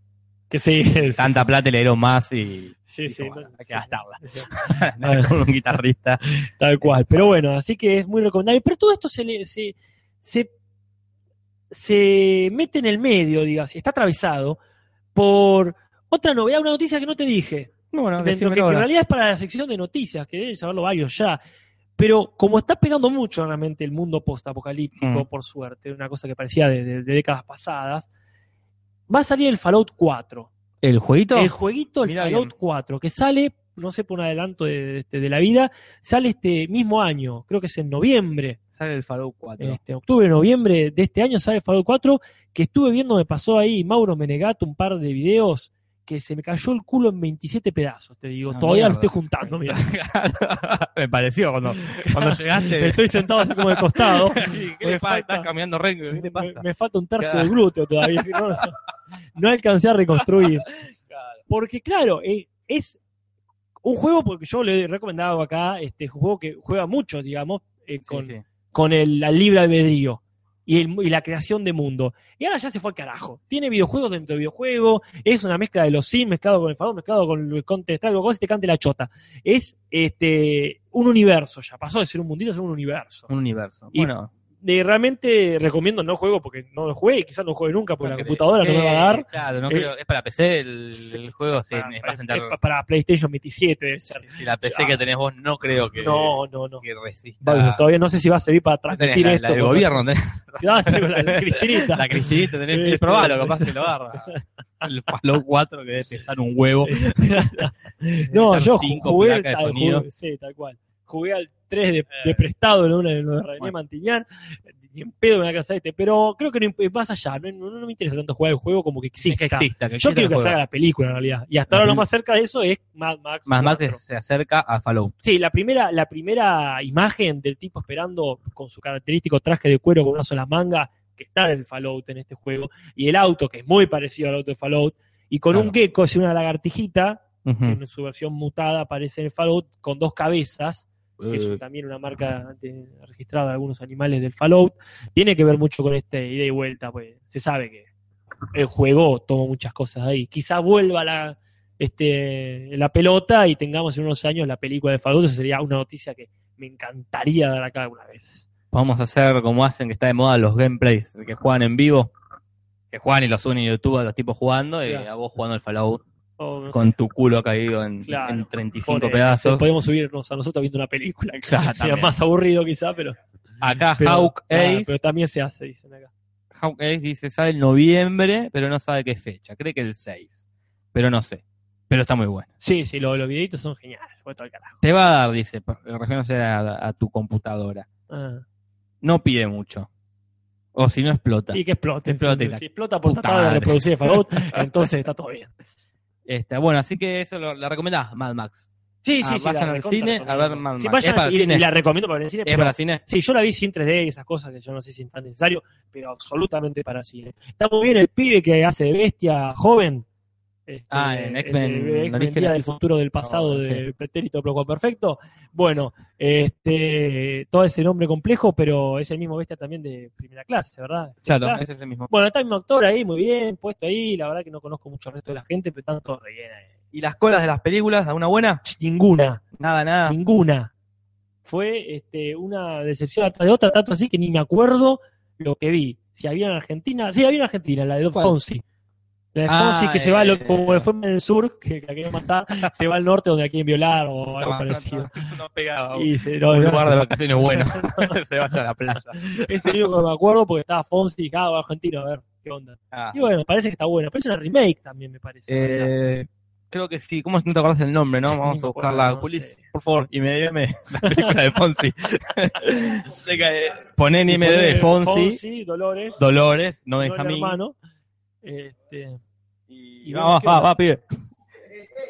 S2: que sí, sí,
S1: Tanta plata le dieron más y.
S2: sí, sí,
S1: dijo,
S2: no,
S1: "Bueno, hay
S2: sí,
S1: que gastarla.
S2: sí.
S1: con un guitarrista.
S2: Tal cual. Pero bueno, así que es muy recomendable. Pero todo esto se le- se, se, se mete en el medio, digas, está atravesado por otra novedad, una noticia que no te dije.
S1: No, bueno,
S2: Dentro que, que en realidad es para la sección de noticias, que deben saberlo varios ya. Pero como está pegando mucho realmente el mundo postapocalíptico,
S1: Mm.
S2: por suerte, una cosa que parecía de, de- de décadas pasadas, va a salir el Fallout 4.
S1: ¿El jueguito?
S2: El jueguito, el
S1: Mirá
S2: Fallout
S1: bien.
S2: 4, que sale, no sé por un adelanto de, de este- de la vida, sale este mismo año, creo que es en noviembre,
S1: Sale el Fallout 4.
S2: este, octubre, noviembre de este año sale Fallout 4, que estuve viendo, me pasó ahí Mauro Menegato un par de videos que se me cayó el culo en 27 pedazos, te digo,
S1: Ah,
S2: todavía lo
S1: mierda.
S2: estoy juntando, mira.
S1: Me pareció cuando, cuando llegaste.
S2: Estoy sentado así como de costado.
S1: ¿Qué le
S2: Me
S1: pasa?
S2: falta-
S1: Estás cambiando rengo. ¿Qué te pasa?
S2: Me, me falta un tercio
S1: Claro.
S2: del glúteo todavía. No, no, no alcancé a reconstruir. Porque, claro, eh, es un juego porque yo le he recomendado acá, este, es un juego que juega mucho, digamos, eh,
S1: Sí,
S2: con,
S1: sí.
S2: con el, la libre albedrío y, el- y la creación de mundo. Y ahora ya se fue al carajo. Tiene videojuegos dentro de videojuegos, es una mezcla de los Sims mezclado con el Fallout, mezclado con el Counter Strike, con te cante la chota. Es este un universo ya, pasó de ser un mundito a ser un universo.
S1: Un universo.
S2: Y-
S1: bueno,
S2: Eh, realmente recomiendo no juego porque no lo jugué y quizás no juegue nunca porque
S1: no
S2: la
S1: creo.
S2: computadora no me va a dar.
S1: Eh, Claro, no
S2: Eh,
S1: creo. Es para PC el,
S2: sí,
S1: el juego. Sí,
S2: para,
S1: es
S2: para-
S1: Ah, para sentar.
S2: es pa- para PlayStation 27 debe ser.
S1: Si la PC que tenés vos no creo que,
S2: No, no, no.
S1: que resista.
S2: Bueno, todavía no sé si va a servir para
S1: No tenés
S2: transmitir
S1: la,
S2: esto.
S1: la del
S2: porque-
S1: gobierno. tenés-
S2: Ah, sí, la, la Cristinita.
S1: La Cristinita tenés. eh,
S2: Sí,
S1: probalo,
S2: sí.
S1: capaz que lo agarra. El Fallout 4 que debe pesar un huevo.
S2: No,
S1: Necesitar
S2: yo
S1: cinco
S2: jugué,
S1: placas de
S2: al-
S1: sonido. Eh.
S2: jugué- sí, tal cual. Jugué al 3 de, de prestado en una en una de René
S1: Bueno.
S2: Mantiñán, ni en pedo me la casa este, pero creo que no imp- más allá, no, no- no me interesa tanto jugar el juego como que
S1: Es
S2: exista.
S1: que exista. que
S2: Yo
S1: exista
S2: quiero
S1: el
S2: que
S1: juego.
S2: salga la película en realidad, y hasta
S1: La
S2: ahora lo
S1: peli-
S2: más cerca de eso es Mad Max.
S1: Más más
S2: 4.
S1: que se acerca a Fallout.
S2: Sí, la primera, la primera imagen del tipo esperando con su característico traje de cuero con una sola manga, que está en el Fallout en este juego, y el auto, que es muy parecido al auto de Fallout, y con
S1: Claro.
S2: un gecko, es una lagartijita,
S1: Ujú.
S2: en su versión mutada aparece en el Fallout con dos cabezas que es
S1: Eh,
S2: también una marca de- registrada de algunos animales del Fallout, tiene que ver mucho con esta ida y vuelta, pues se sabe que el juego tomó muchas cosas ahí. Quizá vuelva la, este, la pelota y tengamos en unos años la película de Fallout, eso sería una noticia que me encantaría dar acá alguna vez.
S1: Vamos a hacer como hacen que está de moda los gameplays, que juegan en vivo, que juegan y los suben en YouTube a los tipos jugando y
S2: Claro.
S1: a vos jugando al Fallout
S2: O, no sé,
S1: con tu culo caído en,
S2: Claro.
S1: en 35
S2: pone-
S1: pedazos.
S2: Podemos subirnos a nosotros viendo una película,
S1: Claro,
S2: sería
S1: también.
S2: más aburrido quizá, pero,
S1: Acá
S2: pero-
S1: Hawk
S2: ah,
S1: Ace,
S2: pero también se hace, dicen acá.
S1: Hawk Ace dice, sale en noviembre, pero no sabe qué fecha, cree que el 6, pero no sé, pero está muy bueno.
S2: Sí, sí, lo- los videitos son geniales, fue todo el carajo.
S1: Te va a dar, dice, por- refiriéndose a, a tu computadora.
S2: Ah.
S1: No pide mucho. O si no explota.
S2: Y que explote.
S1: Explote,
S2: entonces,
S1: la
S2: si explota por
S1: puta
S2: tratar de
S1: madre.
S2: reproducir el Fallout, entonces está todo bien.
S1: Este, bueno, así que eso lo, la recomendás, Mad Max.
S2: Sí,
S1: Ah,
S2: sí, sí.
S1: vayan
S2: la
S1: al
S2: recontra
S1: cine a ver
S2: recomiendo.
S1: Mad Max.
S2: Sí, vayan
S1: Es para
S2: y,
S1: cine.
S2: y la recomiendo para ver en cine.
S1: ¿Es
S2: pero-
S1: para cine?
S2: Sí, yo la vi sin 3D y esas cosas que yo no sé si están necesario, pero absolutamente para cine. Está muy bien el pibe que hace de bestia joven. este,
S1: Ah, en
S2: el-
S1: X-Men,
S2: el-
S1: en
S2: el X-Men
S1: Origen.
S2: Día del futuro del pasado
S1: Ah,
S2: de Pretérito Pro Perfecto. Bueno, este, todo ese nombre complejo, pero es el mismo bestia también de primera clase, ¿verdad?
S1: Claro,
S2: Claro.
S1: ese es el mismo.
S2: Bueno, está el mismo actor ahí, muy bien, puesto ahí. La verdad que no conozco mucho al resto de la gente, pero están todos rellenas.
S1: ¿Y las colas de las películas? ¿Alguna buena?
S2: Ninguna,
S1: Nada, nada.
S2: ninguna. Fue este, una decepción atrás de otra, tanto así que ni me acuerdo lo que vi. Si había en Argentina, sí, había en Argentina, la de Don
S1: ¿Cuál?
S2: Fonsi. La de
S1: Ah,
S2: Fonsi que se va, lo-
S1: eh.
S2: como le fue en el sur, que la querían matar, se va al norte donde la quieren violar o algo parecido.
S1: No pegaba.
S2: Y se, no,
S1: un
S2: no,
S1: lugar de vacaciones bueno. Se va a la playa.
S2: es el único que me acuerdo porque estaba Fonsi y ah, argentino, a ver qué onda.
S1: Ah.
S2: Y bueno, parece que está bueno. Parece una remake también, me parece. ¿verdad?
S1: Eh, creo que sí. ¿Cómo no te acordás el nombre, no? Vamos
S2: me
S1: a
S2: acuerdo,
S1: buscarla.
S2: no
S1: Juli,
S2: sé.
S1: por favor, IMDB, la película de Fonsi. Venga, eh, Poné en IMDB de
S2: Poner
S1: Fonsi,
S2: Dolores,
S1: Dolores, no
S2: Dolores
S1: Benjamín.
S2: hermano. Este,
S1: Y
S2: Y
S1: vamos,
S2: bueno,
S1: va,
S2: ¿qué
S1: va, pibe.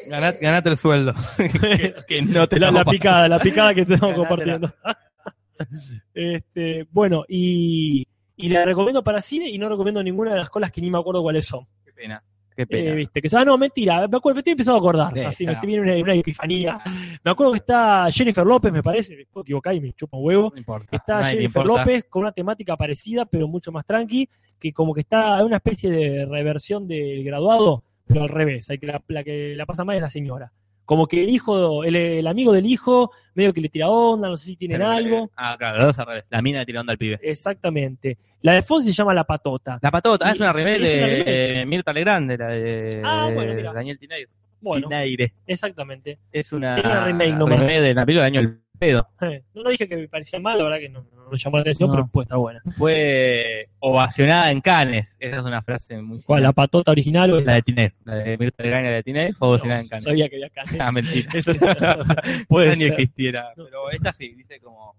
S1: Ganate, ganate el sueldo. que, que no te
S2: la,
S1: lo
S2: la picada, la picada que estamos
S1: Ganátela.
S2: compartiendo. este, bueno, y, y la recomiendo para cine y no recomiendo ninguna de las colas que ni me acuerdo cuáles son.
S1: Qué pena. Qué
S2: Eh,
S1: pena.
S2: viste, que se- ah, no, mentira, me acuerdo, me estoy empezando a acordar.
S1: Sí,
S2: así me
S1: claro.
S2: viene una, una epifanía. Me acuerdo que está Jennifer López, me parece, me puedo equivocar y me chupa un huevo.
S1: no importa.
S2: Está
S1: nadie le
S2: Jennifer
S1: importa.
S2: López con una temática parecida, pero mucho más tranqui, que como que está una especie de reversión del graduado, pero al revés. Hay que la, la que la pasa mal es la señora. Como que el hijo, el, el amigo del hijo, medio que le tira onda, no sé si tienen
S1: Pero, eh,
S2: algo.
S1: Ah, claro, los dos al revés. La mina tirando al pibe.
S2: Exactamente. La de Fonsi se llama La Patota.
S1: La patota, ah, es una
S2: Es
S1: remake
S2: una
S1: de
S2: remake.
S1: eh, Mirta Legrand, de la de
S2: Ah, bueno, mira.
S1: Daniel Tinaire.
S2: Bueno,
S1: Tinaire.
S2: exactamente.
S1: Es una
S2: Es una remake nomás.
S1: remake de la película de año el pedo.
S2: Eh, No lo dije que me parecía mal, la verdad que no, no me llamó la atención,
S1: No.
S2: pero puede estar buena.
S1: Fue ovacionada en Cannes. Esa es una frase muy.
S2: ¿Cuál? ¿La patota original o
S1: La de Tinaire. La de Mirta Legrand y la de Tinaire fue
S2: No,
S1: ovacionada en Cannes.
S2: Sabía que había Cannes.
S1: Ah, mentira.
S2: Eso- puede
S1: Quizá ni
S2: ser.
S1: existiera.
S2: No
S1: Pero esta sí, dice como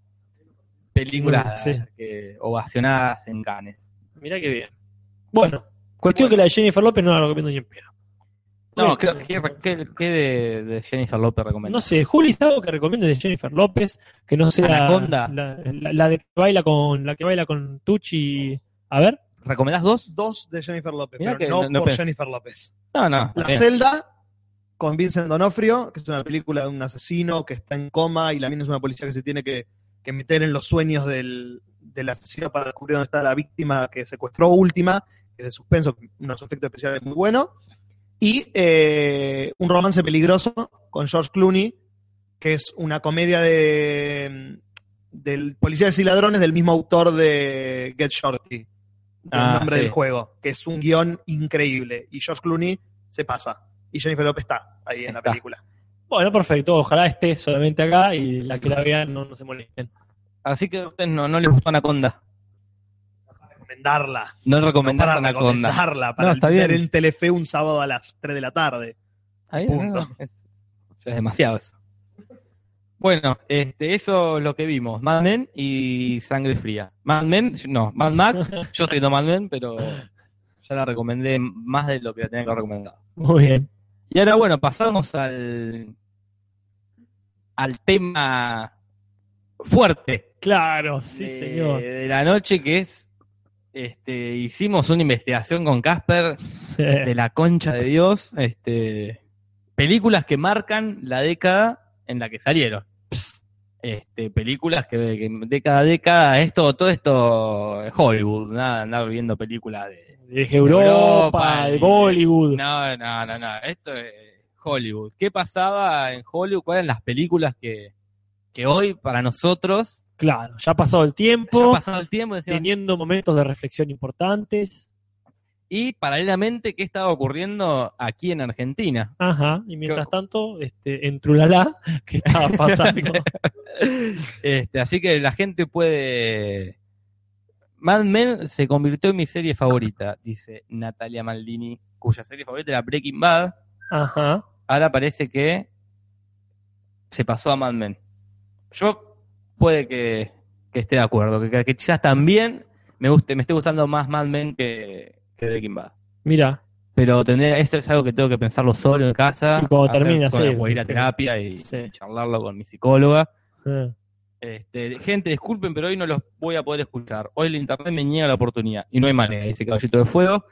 S1: películas
S2: Sí.
S1: que- ovacionadas en Cannes.
S2: Mirá qué bien. Bueno, cuestión que la de Jennifer López no la recomiendo ni en pedo.
S1: No,
S2: Bueno.
S1: creo que, que- que de, de Jennifer López
S2: No
S1: recomiendo.
S2: sé, Juli, ¿sabes algo que recomiende de Jennifer López? Que no sea
S1: Anaconda.
S2: La, la- la de que baila con la que baila con Tucci. A ver,
S1: ¿Recomendás dos?
S3: Dos de Jennifer López,
S1: Mirá que
S3: pero no,
S1: no- no
S3: por
S1: pensé.
S3: Jennifer López.
S1: No, no.
S3: La
S1: bien.
S3: celda con Vincent Donofrio, que es una película de un asesino que está en coma y la mina es una policía que se tiene que, que meter en los sueños del, del asesino para descubrir dónde está la víctima que secuestró última, que es de suspenso, con unos efectos especiales muy buenos. Y eh, un romance peligroso con George Clooney, que es una comedia de del Policías y Ladrones del mismo autor de Get Shorty, del
S1: Ah,
S3: nombre
S1: sí.
S3: del juego, que es un guión increíble. Y George Clooney se pasa. Y Jennifer López está ahí en la
S1: Está.
S3: película.
S2: bueno, perfecto. Ojalá esté solamente acá y la que la vean no, no se molesten.
S1: Así que a ustedes no, no les gustó Anaconda.
S3: Recomendarla.
S1: No recomendás
S3: Para
S1: Anaconda.
S3: recomendarla. Para
S1: No, está
S3: ver
S1: bien.
S3: en Telefe un sábado a las 3 de la tarde.
S1: Ahí,
S3: Punto.
S1: no, es, ya es demasiado eso. Bueno, este, eso es lo que vimos. Mad Men y Sangre Fría. Mad Men, no, Mad Max. Yo estoy viendo Mad Men, pero ya la recomendé más de lo que la tenía que haber recomendado.
S2: Muy bien.
S1: Y ahora, bueno, pasamos al, al tema fuerte
S2: Claro, sí,
S1: de,
S2: señor.
S1: de la noche, que es, este, hicimos una investigación con Casper de la concha de Dios, este, películas que marcan la década en la que salieron. este, películas que, que década a década, esto, todo esto es Hollywood, nada, andar viendo películas de...
S2: De Europa,
S1: Europa,
S2: de
S1: y-
S2: Bollywood.
S1: No, no, no, no, esto es Hollywood. ¿Qué pasaba en Hollywood? ¿Cuáles eran las películas que, que hoy para nosotros,
S2: Claro, ya ha pasado el
S1: ya ha
S2: tiempo,
S1: pasado el tiempo, decíamos,
S2: teniendo momentos de reflexión importantes.
S1: y paralelamente qué estaba ocurriendo aquí en Argentina?
S2: Ajá, y mientras tanto, este, en Trulalá, ¿qué estaba pasando?
S1: Este, así que la gente puede. Mad Men se convirtió en mi serie favorita, dice Natalia Maldini, cuya serie favorita era Breaking Bad.
S2: Ajá.
S1: Ahora parece que se pasó a Mad Men. Yo puede que, que esté de acuerdo, que, que quizás también me guste, me esté gustando más Mad Men que, que Breaking Bad.
S2: Mira,
S1: Pero tendría, esto es algo que tengo que pensarlo solo en casa.
S2: Y cuando
S1: hacer
S2: termine,
S1: cosas,
S2: sí.
S1: voy a ir a terapia y
S2: Sí.
S1: charlarlo con mi psicóloga.
S2: eh,
S1: Este, gente, disculpen, pero hoy no los voy a poder escuchar. Hoy el internet me niega la oportunidad y no hay manera, dice Caballito de Fuego.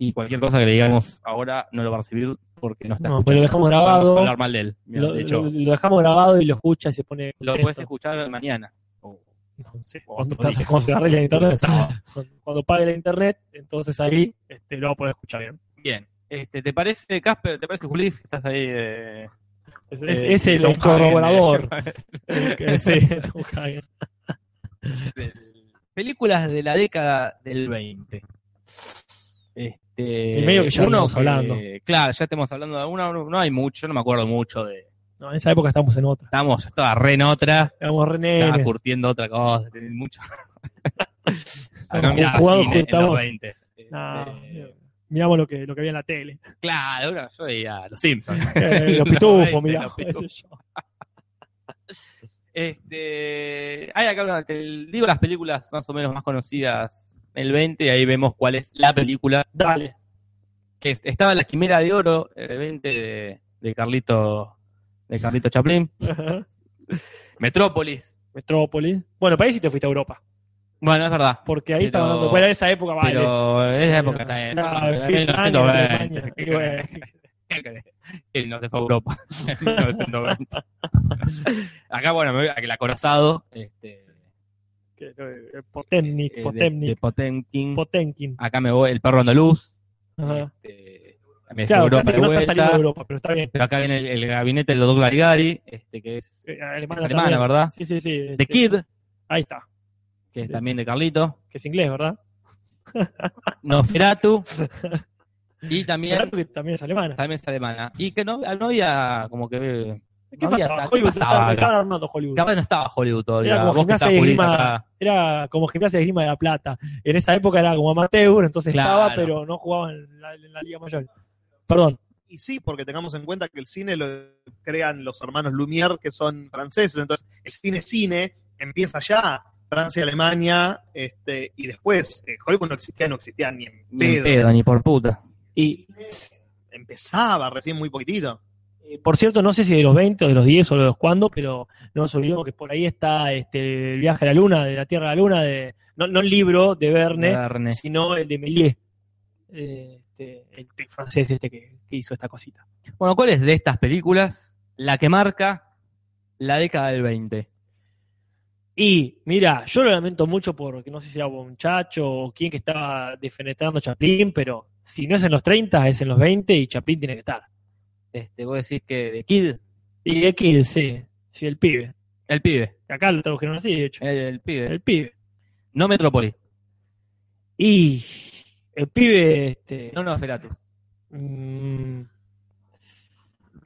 S1: Y cualquier cosa que le digamos ahora no lo va a recibir porque no está
S2: No,
S1: escuchando.
S2: pero pues lo dejamos
S1: Vamos
S2: grabado.
S1: a hablar mal de él. Mirá,
S2: lo,
S1: de hecho,
S2: lo- lo dejamos grabado y lo escucha y se pone.
S1: lo
S2: contento.
S1: puedes escuchar mañana. O-
S2: No sé,
S1: o
S2: cuando,
S1: otro
S2: está-
S1: día.
S2: cuando se arregle el internet, cuando, cuando pague la internet, entonces ahí este, lo va a poder escuchar bien.
S1: Bien. Este, ¿Te parece, Casper? ¿Te parece, Julis? que Estás ahí. eh,
S2: Es, es-
S1: eh,
S2: es el,
S1: Tom
S2: corroborador.
S1: Hagen
S2: que- sí, Tom Hagen.
S1: de- de- películas de la década del 20. Este,
S2: Y medio que ya
S1: uno
S2: venimos hablando.
S1: Claro, ya estamos hablando de una. No no hay mucho, no me acuerdo mucho de.
S2: No, en esa época estamos en otra.
S1: Estamos, yo estaba re en otra,
S2: Éramos
S1: estaba
S2: René.
S1: curtiendo otra cosa, tenía mucho. Ah,
S2: Estamos
S1: miraba
S2: jugados,
S1: cine en
S2: estamos-
S1: los 20. Este,
S2: Miramos lo que, lo que había en la tele.
S1: claro, ahora yo veía Los Simpsons.
S2: Eh, los
S1: Los
S2: pitufos,
S1: 20,
S2: mirá.
S1: los
S2: qué
S1: pitufos.
S2: sé yo.
S1: Este, hay acá, una- te digo las películas más o menos más conocidas el 20, y ahí vemos cuál es la película
S2: Dale.
S1: que es- estaba en la quimera de oro, el 20 de, de Carlito de Carlito Chaplin.
S2: Ajá.
S1: Metrópolis.
S2: Metrópolis. Bueno, para ahí sí te fuiste a Europa.
S1: Bueno, es verdad.
S2: Porque ahí
S1: Pero-
S2: estaba hablando. Bueno, esa época vale.
S1: Pero es la época
S2: Pero-
S1: también.
S2: Claro, en fin, Alemania,
S1: 1920.
S2: y bueno.
S1: ¿Qué querés? Él no se fue a Europa. 1990. Acá, bueno, me voy a que el acorazado. Este,
S2: que- eh, Potemnik,
S1: eh, de- de
S2: Potemnik,
S1: Potemkin.
S2: Potemkin.
S1: Acá me voy, el perro andaluz.
S2: Ajá.
S1: Este, me
S2: Claro,
S1: llevo Europa eh,
S2: casi que
S1: Ah, de
S2: no está
S1: vuelta.
S2: saliendo de Europa, pero está bien.
S1: Pero acá viene el, el gabinete del doctor Larigari, este, que es,
S2: Eh,
S1: es
S2: Alemana,
S1: alemana,
S2: también.
S1: ¿verdad?
S2: Sí, sí, sí.
S1: The
S2: este,
S1: Kid,
S2: Ahí está.
S1: que es también de Carlito.
S2: Que es inglés, ¿verdad?
S1: Nosferatu. Y también,
S2: Claro que también es alemana.
S1: también es alemana. Y que no, no había como que.
S2: ¿Qué
S1: no había
S2: pasaba?
S1: tan-
S2: Hollywood
S1: ¿qué pasaba
S2: estaba,
S1: acá?
S2: estaba armando Hollywood.
S1: Capaz no estaba Hollywood todavía.
S2: Era como
S1: Vos que
S2: gimnasia
S1: estás
S2: y
S1: Julissa,
S2: esgrima.
S1: acá.
S2: Era como gimnasia de Grima de la Plata. En esa época era como amateur, entonces
S1: Claro.
S2: estaba, pero no jugaba en la, en la Liga Mayor. Perdón.
S3: Y sí, porque tengamos en cuenta que el cine lo crean los hermanos Lumière, que son franceses. Entonces, el cine-cine empieza ya, Francia, Alemania, este, y después, eh, Hollywood no existía, no existía ni en
S1: Ni en
S3: pedo.
S1: pedo, ni por puta.
S2: Y,
S3: Empezaba recién muy poquitito.
S2: eh, por cierto, no sé si de los 20 o de los 10 o de los cuándo, pero no nos olvidemos que por ahí está este, el viaje a la luna, de la Tierra a la luna, de, no, no el libro de Verne,
S1: Verne.
S2: sino el de Méliès, eh, este, el t- francés este que, que hizo esta cosita.
S1: Bueno, ¿cuál es de estas películas la que marca la década del 20?
S2: Y mira, yo lo lamento mucho porque no sé si era un chacho o quién que estaba defenestrando a Chaplin, pero si no es en los 30, es en los 20 y Chaplin tiene que estar.
S1: Este, vos decís que The Kid,
S2: Y de 15, sí, el pibe.
S1: el pibe,
S2: Acá lo tradujeron así, de hecho.
S1: el, el pibe,
S2: El pibe.
S1: no Metrópolis,
S2: Y el pibe, este.
S1: no Nosferatu.
S2: Mm,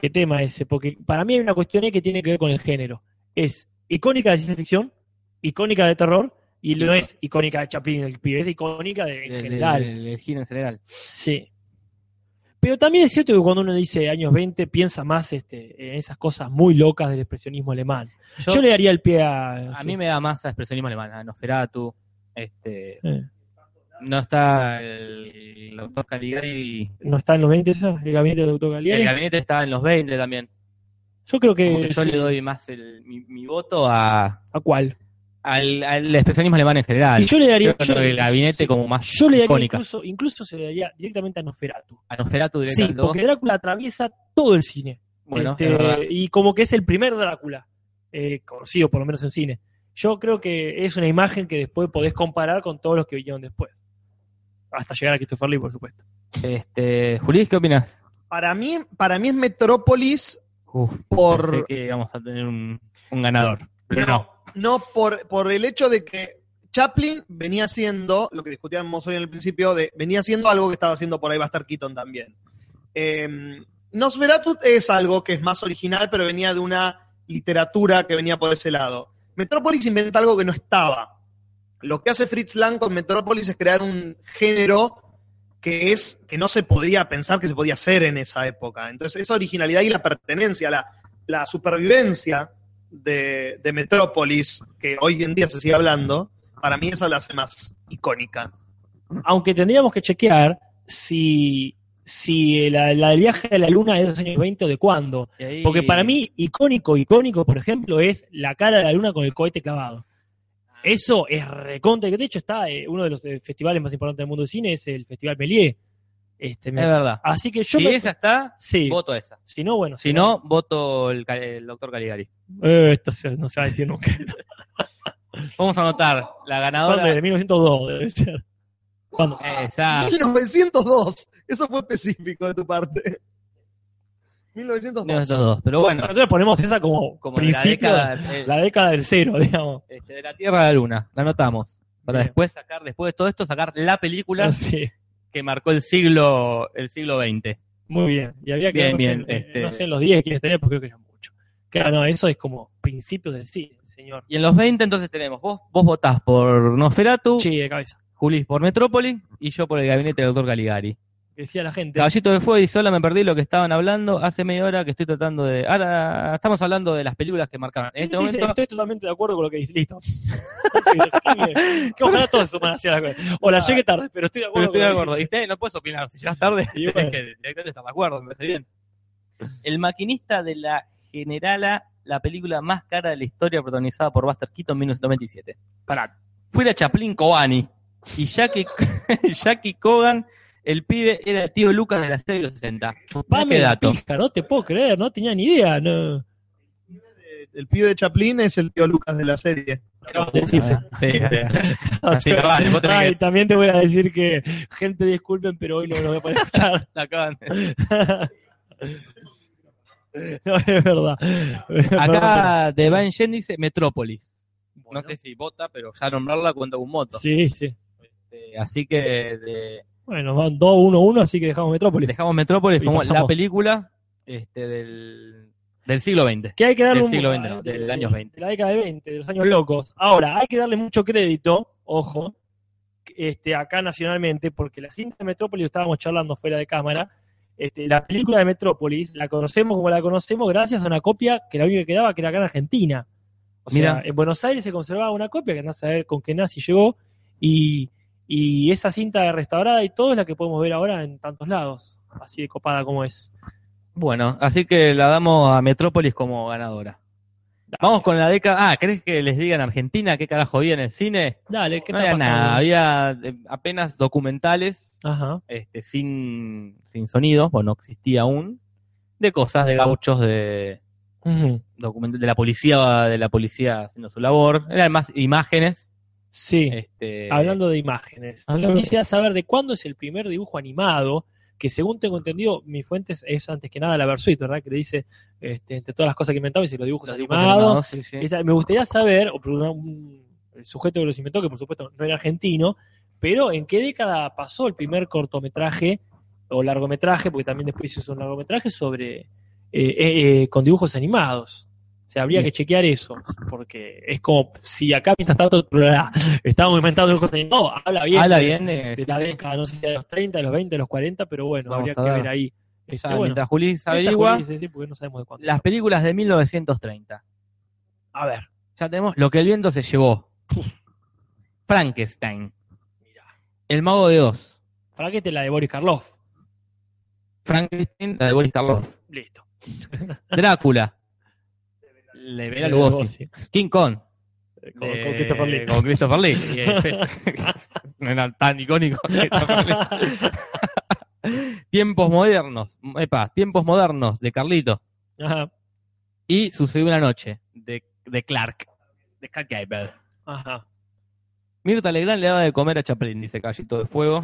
S2: ¿Qué tema ese? Porque para mí hay una cuestión ahí que tiene que ver con el género. Es icónica de ciencia ficción, icónica de terror, y no es icónica de Chaplin, el pibe, es icónica de, en
S1: El-
S2: general.
S1: El, el- el giro en general.
S2: Sí. Pero también es cierto que cuando uno dice años 20 piensa más este, en esas cosas muy locas del expresionismo alemán. Yo,
S1: Yo,
S2: le daría el pie a...
S1: a
S2: sí.
S1: mí me da más a expresionismo alemán, a Nosferatu, este,
S2: Eh,
S1: no está el, el doctor Caligari,
S2: ¿No está en los 20 esa? ¿El gabinete de Doctor Galiani?
S1: el gabinete está en los 20 también.
S2: Yo creo que...
S1: Como que yo
S2: sí.
S1: le doy más el- mi, mi voto a,
S2: ¿A cuál?
S1: al, al expresionismo alemán en general.
S2: Y yo le daría...
S1: Creo que
S2: yo-
S1: el gabinete
S2: sí.
S1: como más
S2: Yo le daría
S1: icónica.
S2: incluso, incluso se le daría directamente a Nosferatu.
S1: A Nosferatu
S2: Sí,
S1: directamente.
S2: porque Drácula atraviesa todo el cine.
S1: bueno,
S2: Este,
S1: es verdad.
S2: y como que es el primer Drácula. eh, conocido, por lo menos en cine. Yo creo que es una imagen que después podés comparar con todos los que vinieron después. Hasta llegar a Christopher Lee, por supuesto.
S4: Este, Juli, ¿qué opinas?
S3: Para mí, para mí es Metrópolis por.
S1: Pensé que íbamos a tener un, un ganador. Pero
S3: No,
S1: no.
S3: no por, por el hecho de que Chaplin venía haciendo, lo que discutíamos hoy en el principio, de, venía haciendo algo que estaba haciendo por ahí Buster Keaton también. Eh, Nosferatu es algo que es más original, pero venía de una literatura que venía por ese lado. Metrópolis inventa algo que no estaba. Lo que hace Fritz Lang con Metrópolis es crear un género que es que no se podía pensar que se podía hacer en esa época. Entonces, esa originalidad y la pertenencia, la, la supervivencia de, de Metrópolis, que hoy en día se sigue hablando, para mí esa la hace más icónica.
S2: Aunque tendríamos que chequear si, si la, la del viaje a la luna es de los años 20 o de cuándo.
S1: Y ahí-
S2: Porque para mí, icónico, icónico, por ejemplo, es la cara de la luna con el cohete clavado.
S1: Ah.
S2: Eso es recontra. que De hecho, está eh, uno de los eh, festivales más importantes del mundo del cine, es el Festival Melié. Este,
S1: Es
S2: me-
S1: verdad.
S2: Así que yo.
S1: Si
S2: me-
S1: esa está,
S2: sí,
S1: voto esa.
S2: si no, bueno.
S1: Si no, voto el, ca- el doctor Caligari.
S2: Eh, esto se- no se va a decir nunca.
S1: Vamos a anotar la
S2: ¿Cuándo
S1: ganadora.
S2: era? 1902, debe ser. ¿Cuándo?
S1: Esa.
S3: 1902, eso fue específico de tu parte. 1902.
S1: No, esos dos. Pero bueno,
S2: Nosotros ponemos esa como,
S1: como de la
S2: principio,
S1: década, eh,
S2: la década del cero, digamos.
S1: este, de la Tierra a la Luna, la anotamos. Para
S2: Bien.
S1: después sacar, después de todo esto, sacar la película
S2: Sí,
S1: que marcó el siglo, el siglo XX.
S2: muy bien. Y había que
S1: Bien,
S2: no,
S1: bien,
S2: sé, eh,
S1: este-
S2: no sé, los 10 quieres tener, porque creo que ya es mucho. Claro, no, eso es como principio del cine, señor.
S1: Y en los 20 entonces tenemos, vos, vos votás por Nosferatu,
S2: Sí, de cabeza.
S1: Julis por Metrópolis y yo por el gabinete del doctor Caligari.
S2: Decía la gente.
S1: Caballito de Fuego dice, hola, me perdí lo que estaban hablando, hace media hora que estoy tratando de... Ahora estamos hablando de las películas que marcaron. En este
S2: Dice,
S1: momento...
S2: Estoy totalmente de acuerdo con lo que dice. Listo. que ojalá todos se suman hacia la cosa. O la llegue tarde, pero estoy de
S1: Ah, Pero
S2: acuerdo.
S1: estoy de
S2: con lo que
S1: acuerdo,
S2: dice.
S1: ¿viste? No puedes opinar. Si llegas tarde,
S2: Y bueno.
S1: es que directamente estás de acuerdo, me parece bien. El maquinista de la Generala, la película más cara de la historia protagonizada por Buster Keaton en 1997. Pará. Fuera Chaplin Cobani y Jackie, Jackie Cogan, el pibe era el tío Lucas de la serie de los 60. Mirá
S2: Chupame
S1: qué
S2: la
S1: dato.
S2: pija, no te puedo creer, no tenía ni idea. No.
S3: Eh, El pibe de Chaplin es el tío Lucas de la serie.
S1: Sí,
S2: Sí, sí.
S1: Ah, sí. Así que vale, vos tenés
S2: Ay,
S1: que-
S2: Ah, también te voy a decir que, gente, disculpen, pero hoy no lo voy a poder escuchar.
S1: la acaban de-
S2: no, es verdad.
S1: Acá Devan Yen dice Metrópolis. No sé si vota, pero ya nombrarla cuenta un moto.
S2: Sí, sí.
S1: Este, así que de,
S2: Bueno, van 2-1-1, así que dejamos Metrópolis.
S1: Dejamos Metrópolis
S2: Y
S1: como
S2: pasamos.
S1: la película este, del, del siglo XX.
S2: Que hay que darle
S1: Del
S2: un-
S1: siglo XX, no, del año 20.
S2: de la década de 20, de los años locos. Ahora, hay que darle mucho crédito, ojo, este, acá nacionalmente, porque la cinta de Metrópolis, lo estábamos charlando fuera de cámara, este, la película de Metrópolis la conocemos como la conocemos gracias a una copia que la única que quedaba que era acá en Argentina. O sea,
S1: Mirá.
S2: en Buenos Aires se conservaba una copia que no saber con qué nazi llegó y, y esa cinta restaurada y todo es la que podemos ver ahora en tantos lados, así de copada como es.
S1: Bueno, así que la damos a Metrópolis como ganadora. Vamos con la década. Ah, ¿crees que les digan Argentina qué carajo había en el cine?
S2: Dale, ¿qué
S1: No
S2: está
S1: había
S2: pasando?
S1: nada, había eh, apenas documentales
S2: Ajá.
S1: este, sin, sin sonido, o no existía aún, de cosas de gauchos de,
S2: Ujú.
S1: document- de la policía de la policía haciendo su labor. Eran más imágenes.
S2: Sí.
S1: Este,
S2: Hablando de imágenes, yo
S4: hablando-
S2: quisiera saber de cuándo es el primer dibujo animado, que según tengo entendido, mis fuentes es antes que nada la Versuit, ¿verdad? Que le dice, este, entre todas las cosas que inventaba, dice los dibujos
S1: los dibujos
S2: animados.
S1: animados, sí, sí.
S2: Esa- me gustaría saber, o por una- un el sujeto que los inventó, que por supuesto no era argentino, pero en qué década pasó el primer cortometraje o largometraje, porque también después hizo un largometraje sobre eh, eh, eh, con dibujos animados. O sea, habría
S1: Bien.
S2: que chequear eso, porque es como si acá mientras tanto bla, estamos inventando dibujos animados. No, habla bien,
S1: Habla
S2: de-
S1: bien. eh,
S2: de la década, no sé si de los 30, de los 20, de los 40, pero bueno,
S1: Vamos
S2: habría
S1: a
S2: que
S1: ver.
S2: ver ahí.
S1: Ya,
S2: Este,
S1: Ah,
S2: bueno,
S1: mientras Juli se
S2: esta
S1: averigua,
S2: Juli, sí, sí, porque no sabemos de cuándo.
S1: las películas de 1930.
S2: A ver,
S1: Ya tenemos Lo que el viento se llevó. Frankenstein. El mago de Oz.
S2: ¿para qué te la de Boris Karloff?
S1: Frankenstein, la de Boris Karloff.
S2: Listo.
S1: Drácula. Le Vera Lugosi. King Kong.
S2: Con,
S1: de-
S2: con Christopher Lee.
S1: Con Christopher Lee. Y, eh, no era tan icónico. Christopher Lee. tiempos modernos. Epa, tiempos modernos de Carlito.
S2: Ajá.
S1: Y sucedió una noche de
S5: de Clark. De Clark Gable.
S2: Ajá.
S1: Mirta Legrand le daba de comer a Chaplin, dice Callito de Fuego.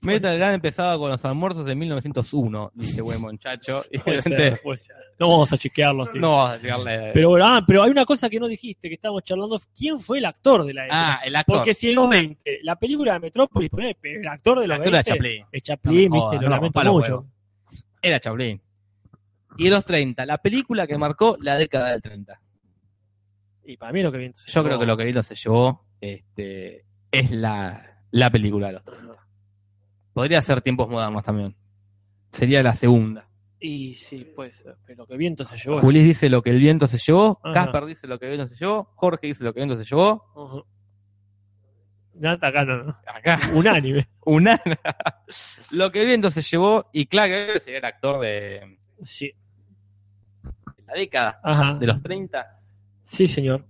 S1: Mirta Legrand empezaba con los almuerzos en 1901, dice buen muchacho. Y
S2: Puede ser,
S1: obviamente,
S2: puede ser. No vamos a chequearlo así.
S1: no vas a llegarle.
S2: Pero bueno, ah, pero hay una cosa que no dijiste, que estábamos charlando, ¿quién fue el actor de la época?
S5: Ah, el actor.
S2: Porque si en los 20, la película de Metrópolis, ponele, pero el actor de
S5: el
S2: los
S5: actor
S2: 20
S5: era Chaplin.
S2: es eh, Chaplin,
S1: No me
S2: viste,
S1: jodas,
S2: lo
S1: no,
S2: lamento
S1: palo
S2: mucho.
S1: huevo. Era Chaplin. Y en los 30, la película que marcó la década del 30.
S2: Y para mí lo que bien se
S1: Yo
S2: llevó.
S1: creo que lo que Vito se llevó este, es la, la película de los 30. Podría ser tiempos modernos también. Sería la segunda.
S2: Y sí, puede ser, pero lo que viento se llevó.
S1: Julís dice lo que el viento se llevó,
S2: Ajá.
S1: Casper dice lo que el viento se llevó, Jorge dice lo que el viento se llevó.
S2: Ujú. Nada, acá no, no.
S1: Acá,
S2: Unánime.
S1: una. lo que el viento se llevó y Clark Gable sería el actor de,
S2: Sí.
S1: de la década
S2: Ajá.
S1: de los 30.
S2: Sí, señor.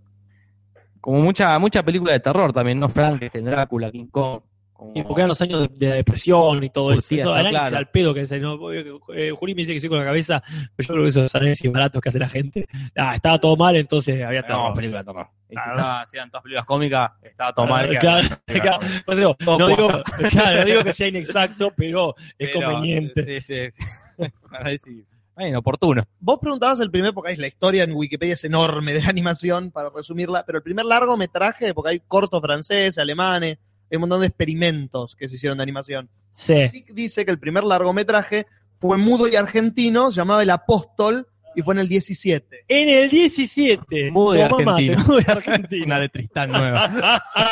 S1: Como mucha mucha película de terror también, ¿no? Frankenstein, Drácula, King Kong. como-
S2: Y porque eran los años de, de la depresión y todo
S1: Curtida,
S2: eso. Eso,
S1: está
S2: análisis
S1: claro.
S2: al pedo que se no, obvio que, eh, Juli me dice que sí con la cabeza, pero yo creo que esos análisis baratos que hace la gente. Ah, estaba todo mal, entonces había
S1: No,
S2: terror.
S1: película de terror. Y si
S2: Ah,
S1: estaba- si eran todas películas cómicas, estaba todo mal. que-
S2: Claro,
S1: que-
S2: claro. O sea,
S1: Todo cuaja.
S2: no, digo, claro, no digo que sea inexacto, pero es
S1: Pero,
S2: conveniente.
S1: Sí, sí, sí. Para decir, bueno, oportuno.
S3: Vos preguntabas el primer, porque es la historia en Wikipedia es enorme de animación, para resumirla, pero el primer largo me traje, porque hay cortos franceses, alemanes, hay un montón de experimentos que se hicieron de animación.
S2: Sí.
S3: Sick dice que el primer largometraje fue mudo y argentino, se llamaba El Apóstol, y fue en el 17.
S2: En el 17.
S1: Mudo de
S2: toma mate,
S1: argentino.
S2: Mudo de Argentina.
S1: Una de Tristán nueva.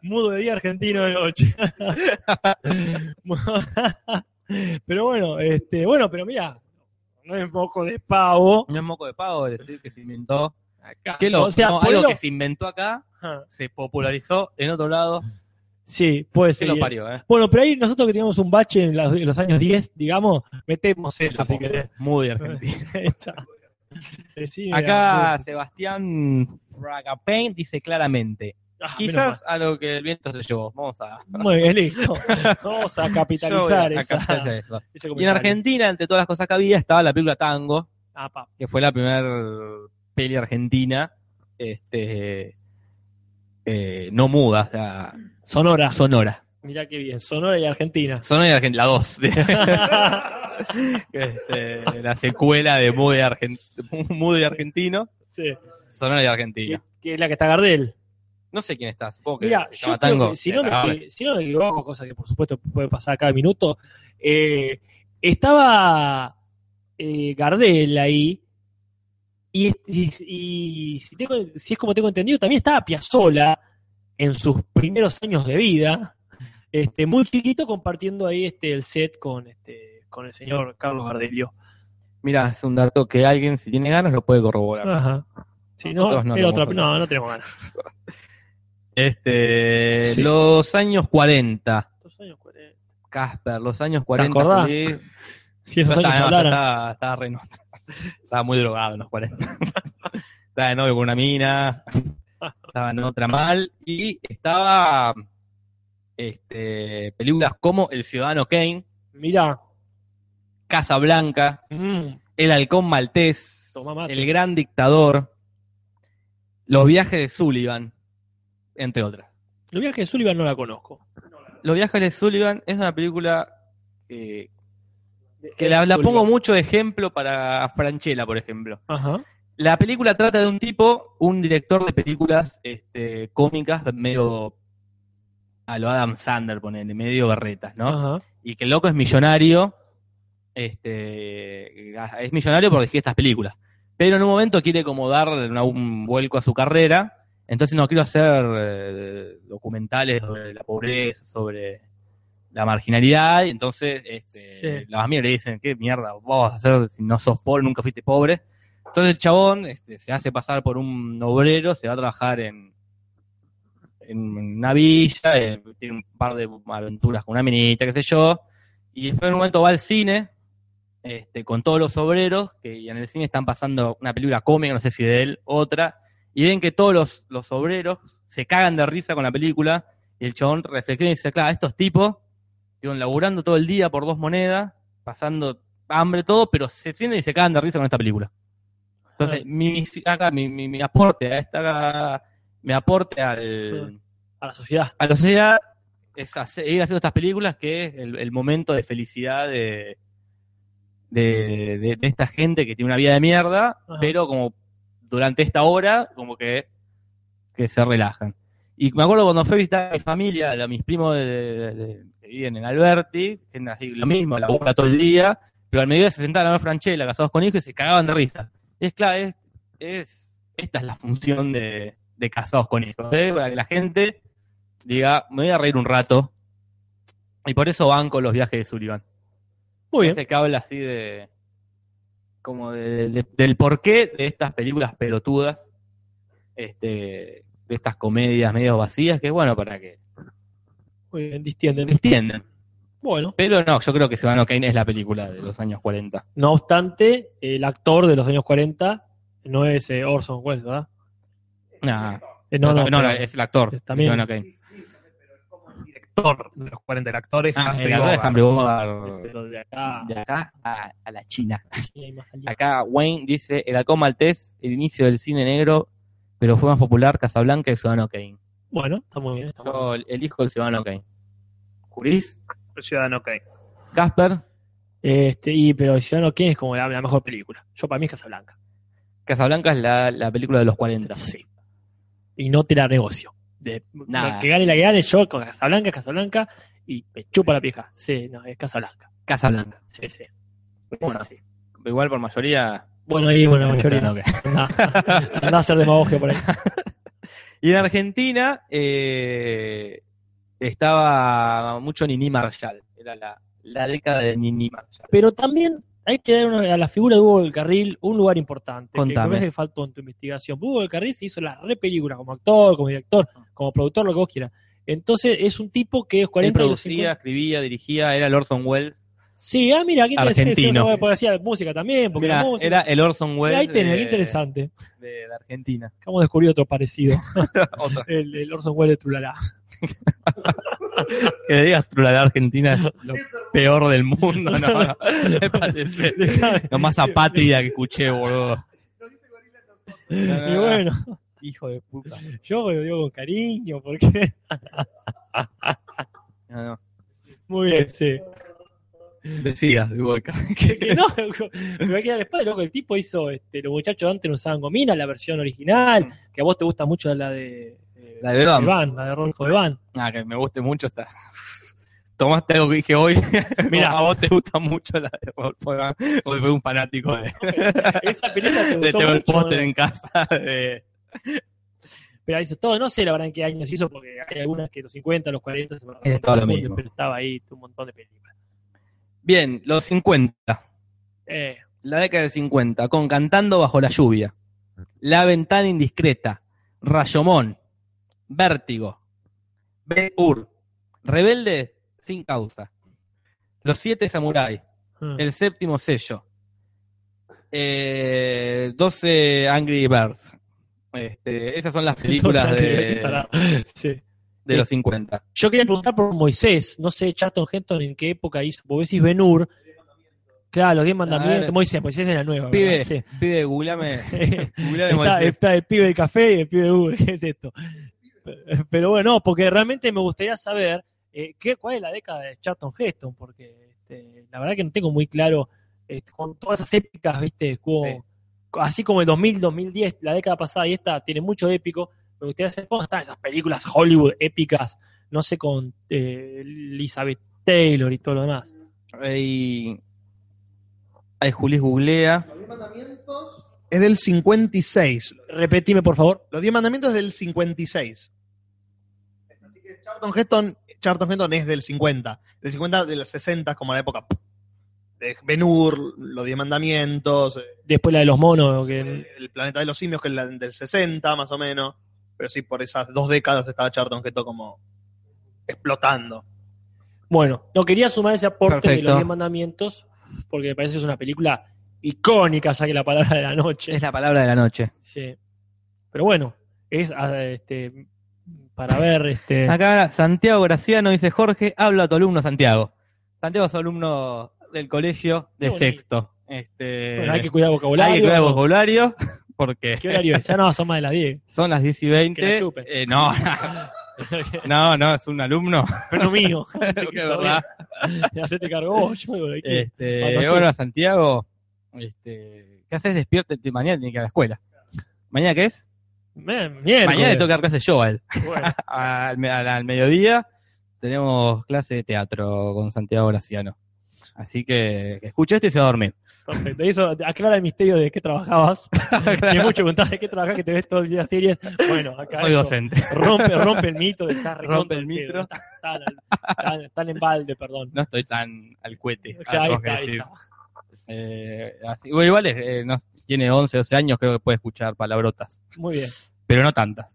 S2: Mudo de día argentino de noche. pero bueno, este, bueno, pero mira, no es moco de pavo.
S1: No es moco de pavo decir que se inventó.
S2: Acá.
S1: Qué loco,
S2: O sea,
S1: ¿no?
S2: fue
S1: algo
S2: lo-
S1: que se inventó acá
S2: Ajá.
S1: se popularizó en otro lado.
S2: Sí, puede
S1: Se
S2: ser.
S1: lo parió, ¿eh?
S2: Bueno, pero ahí nosotros que teníamos un bache en, las- en los años 10, digamos, metemos eso si
S1: Tampoco.
S2: querés.
S1: Muy argentino.
S2: Ahí está. Decime,
S1: Acá
S2: ah,
S1: Sebastián Ragapain dice claramente:
S2: Ah, menos mal.
S1: quizás a lo que el viento se llevó. Vamos a.
S2: Muy bien, listo. Vamos a
S1: yo voy a-
S2: capitalizar
S1: a
S2: esa-
S1: capitalizar eso. Y en
S2: ese comentario.
S1: Argentina, entre todas las cosas que había, estaba la película Tango,
S2: Ah, pa.
S1: que fue la primera peli argentina este, eh, no muda, o sea,
S2: Sonora.
S1: sonora.
S2: Mirá qué bien. Sonora y Argentina.
S1: Sonora y Argentina, la 2. Este, la secuela de Mude, Argen- Mude Argentino,
S2: Sí.
S1: Sonora y
S2: Que,
S1: Argentina.
S2: que es la que está Gardel.
S1: No sé quién está, supongo que
S2: Mira,
S1: se
S2: yo
S1: llama
S2: creo
S1: Tango.
S2: que, si
S1: Eh,
S2: no,
S1: ah,
S2: me, si no me equivoco, cosa que por supuesto puede pasar a cada minuto, eh, estaba eh, Gardel ahí. Y, es- y- y si, tengo- si es como tengo entendido, también estaba Piazzola en sus primeros años de vida, este, muy chiquito, compartiendo ahí este, el set con, este, con el señor Carlos Gardelio.
S1: Mira, es un dato que alguien, si tiene ganas, lo puede corroborar.
S2: Ajá. Si no,
S1: Nosotros no
S2: era
S1: lo
S2: otra-
S1: vamos a
S2: no, no tenemos ganas.
S1: Este,
S2: Sí.
S1: Los años 40,
S2: Estos años, ¿cuál es?
S1: Casper, los años 40.
S2: acordás?
S1: Juli.
S2: Si esos
S1: Ya estaba, no,
S2: años
S1: ya
S2: hablaran.
S1: estaba- estaba re nota. Estaba muy drogado en los 40. estaba de novio con una mina. Estaba en otra mal. Y estaba este, películas como El Ciudadano Kane,
S2: Mirá.
S1: Casa Blanca,
S2: Mm,
S1: El Halcón Maltés,
S2: Tomá mate.
S1: El Gran Dictador, Los Viajes de Sullivan, entre otras.
S2: Los viajes de Sullivan no la conozco.
S1: Los Viajes de Sullivan es una película eh, que la, la pongo mucho de ejemplo para Franchella, por ejemplo.
S2: Ajá.
S1: La película trata de un tipo, un director de películas este, cómicas, medio a lo Adam Sander, ponele, medio berretas, ¿no?
S2: Ajá.
S1: Y que el loco es millonario, este, es millonario por dirigir estas películas. Pero en un momento quiere como darle una- un vuelco a su carrera, entonces no quiero hacer eh, documentales sobre la pobreza, sobre la marginalidad, y entonces este,
S2: Sí.
S1: la familia le dicen, qué mierda, vos vas a hacer si no sos pobre, nunca fuiste pobre. Entonces el chabón este, se hace pasar por un obrero, se va a trabajar en, en una villa, eh, tiene un par de aventuras con una minita, qué sé yo, y después en un momento va al cine este, con todos los obreros, que y en el cine están pasando una película cómica, no sé si de él, otra, y ven que todos los, los obreros se cagan de risa con la película, y el chabón reflexiona y dice, claro, estos tipos, iban laburando todo el día por dos monedas, pasando hambre, todo, pero se sienten y se cagan de risa con esta película. Entonces, mi, misi- acá, mi, mi- mi aporte a esta, mi aporte al,
S2: a la sociedad.
S1: a la sociedad es hacer- ir haciendo estas películas que es el, el momento de felicidad de, de, de- de esta gente que tiene una vida de mierda,
S2: Ajá.
S1: pero como durante esta hora, como que, que se relajan. Y me acuerdo cuando fui a visitar a mi familia, a mis primos de- de- de- que viven en Alberti, que es así, lo mismo, la boca todo el día, pero al mediodía se sentaban a ver Franchella, casados con hijos, y se cagaban de risa. Es claro, es, es- esta es la función de, de casados con hijos, ¿eh? para que la gente diga, me voy a reír un rato. Y por eso van con los viajes de Sullivan.
S2: Muy bien.
S1: Ese que habla así de. como de- de- del porqué de estas películas pelotudas, este, de estas comedias medio vacías, que es bueno para que
S2: Muy bien, distienden.
S1: entiendan.
S2: Bueno,
S1: Pero no, yo creo que Ciudadano Kane es la película de los años 40.
S2: no obstante, el actor de los años 40 no es eh, Orson Welles, ¿verdad?
S1: Nah,
S2: Eh, no, no, pero-
S1: es el actor.
S2: también.
S1: Ciudadano Kane.
S3: Actor de los 40, el actor es
S1: Ah,
S3: Humphrey
S1: el actor es
S3: Bogart.
S1: Humphrey Bogart.
S2: pero de acá
S1: De acá a- a la China.
S2: y hay más allá.
S1: Ah. Acá Wayne dice, el halcón maltés, el inicio del cine negro, pero fue más popular Casablanca y Ciudadano Kane.
S2: Bueno, está muy bien. está muy bien.
S1: Yo elijo el Ciudadano Kane. ¿Juris?
S3: El ciudadano Kane.
S1: ¿Casper?
S2: Este, y, pero el Ciudadano Kane es como la, la mejor película. Yo para mí es Casablanca.
S1: Casablanca es la, la película de los 40.
S2: Sí. Y no te la negocio. De,
S1: Nada.
S2: Que gane la que gane, yo con Casablanca, es Casablanca, y me chupa la pija. Sí, no, es Casablanca.
S1: Casablanca.
S2: Sí, sí.
S1: Bueno, sí. Igual por mayoría...
S2: Bueno, ahí, bueno, la mayoría.
S1: Ciudadano Kane.
S2: Andá, andá a hacer demagogia por ahí.
S1: Y en Argentina eh, estaba mucho Nini Marshall. Era la, la década de Nini Marshall.
S2: Pero también hay que dar una- a la figura de Hugo del Carril un lugar importante.
S1: Contame.
S2: Que me parece que faltó en tu investigación. Hugo del Carril se hizo las re películas como actor, como director, como productor, lo que vos quieras. Entonces es un tipo que es
S1: Él
S2: 40 y los
S1: producía, escribía, dirigía, era el Orson Welles.
S2: 50. Sí, ah, mira, qué interesante.
S1: Argentino.
S2: Yo no- Porque hacía música también, porque
S1: Era,
S2: era música.
S1: era el Orson Welles
S2: Ahí tenés, qué
S1: de-
S2: interesante.
S1: de- de Argentina.
S2: Acabamos de descubrir otro parecido.
S1: Otra.
S2: el, el Orson Welles de Trulalá.
S1: que le digas la de Argentina es lo peor del mundo, no, no. Me parece lo más apátrida que escuché, boludo.
S2: Y bueno,
S1: hijo de puta.
S2: yo lo digo con cariño, porque.
S1: No, no.
S2: Muy bien, sí.
S1: Decías, Boca.
S2: que no, me va a quedar la espada, loco. El tipo hizo, este, los muchachos antes no usaban gomina, la versión original, que a vos te gusta mucho la de eh,
S1: La de Bam.
S2: Van, la de Rolfo de Van.
S1: Ah, que me guste mucho esta. Tomaste algo que dije hoy. Mira, a vos te gusta mucho la de Rodolfo Iván. Hoy fue un fanático de,
S2: Esa película te
S1: de
S2: gustó
S1: Tevel
S2: mucho,
S1: Potter
S2: ¿no?
S1: en casa. de-
S2: pero hizo todo, no sé la verdad en qué años hizo, porque hay algunas que los 50, los 40 se me
S1: Es todo lo mismo.
S2: pero estaba ahí un montón de películas.
S1: Bien, los 50.
S2: Eh,
S1: La década del 50, con Cantando bajo la lluvia, La ventana indiscreta, Rayomón, Vértigo, Ben-Hur, Rebelde sin causa, Los siete samuráis,
S2: ah,
S1: El séptimo sello, eh, 12 Angry Birds. Este, esas son las películas
S2: entonces,
S1: de,
S2: pará, sí.
S1: de los 50.
S2: Yo quería preguntar por Moisés, no sé Charlton Heston en qué época hizo, vos decís Benur. Claro, los 10 mandamientos,
S1: ver.
S2: Moisés, Moisés es la nueva.
S1: Pibe,
S2: ¿verdad? Sí.
S1: pibe, googlame. googlame
S2: está,
S1: Moisés.
S2: está el pibe del café y el pibe de Google, ¿qué es esto? Pero bueno, no, porque realmente me gustaría saber eh, qué, cuál es la década de Charlton Heston, porque este, la verdad que no tengo muy claro eh, con todas esas épicas, ¿viste? Como-
S1: Sí.
S2: Así como el 2000, 2010, la década pasada y esta tiene mucho de épico, me gustaría saber cómo están esas películas Hollywood épicas, no sé, con eh, Elizabeth Taylor y todo lo demás.
S1: Ahí, ahí Julis googlea.
S3: Los diez mandamientos es del 56.
S2: Repetime, por favor.
S3: Los diez mandamientos es del 56. Así que Charlton Heston, Charlton Heston es del 50. Del 50 de los 60, como la época de Ben Hur, los diez mandamientos,
S2: Después la de los monos, que
S3: eh, el planeta de los simios, que es la del 60, más o menos. Pero sí, por esas dos décadas estaba Charlton Heston como explotando.
S2: Bueno, no quería sumar ese aporte de
S1: Perfecto.
S2: los 10 mandamientos, porque me parece que es una película icónica, ya que la palabra de la noche.
S1: Es la palabra de la noche.
S2: Sí. Pero bueno, es ah, este, para ver, este,
S1: Acá Santiago Graciano dice, Jorge, habla a tu alumno Santiago. Santiago es alumno del colegio de
S2: Qué bonito.
S1: sexto. Este,
S2: bueno, hay que cuidar
S1: eh,
S2: el
S1: hay
S2: vocabulario.
S1: que cuidar el vocabulario. porque
S2: ¿Qué horario es? Ya no, son más de las 10.
S1: son las 10 y 20.
S2: Que la chupen.
S1: Eh, no, no, no, es un alumno.
S2: Pero mío.
S1: que es verdad.
S2: Hacete cargo vos, yo me voy aquí.
S1: Este,
S2: Fantasía.
S1: bueno, Santiago, este, ¿qué haces despierto? Mañana tiene que ir a la escuela. ¿Mañana qué es?
S2: Man, miércoles.
S1: Mañana le toca clase yo a él.
S2: Bueno,
S1: Al, me- al- al mediodía tenemos clase de teatro con Santiago Graciano. Así que, que escuche esto y se va a dormir.
S2: perfecto. Y Eso aclara el misterio de qué trabajabas. Que es mucho contar de qué trabajas, que te ves todo el día series. Bueno, acá
S1: Soy
S2: eso
S1: docente.
S2: rompe, rompe el mito de estar
S1: Rompe
S2: recontra
S1: el mito.
S2: pedo, no estás Tan, al- tan- tan en balde, perdón.
S1: No estoy tan al cuete.
S2: O sea, ahí
S1: tengo que
S2: está, ahí
S1: decir.
S2: está.
S1: Eh, así- bueno, igual es, eh, no- tiene 11, 12 años, creo que puede escuchar palabrotas,
S2: Muy bien.
S1: pero no tantas.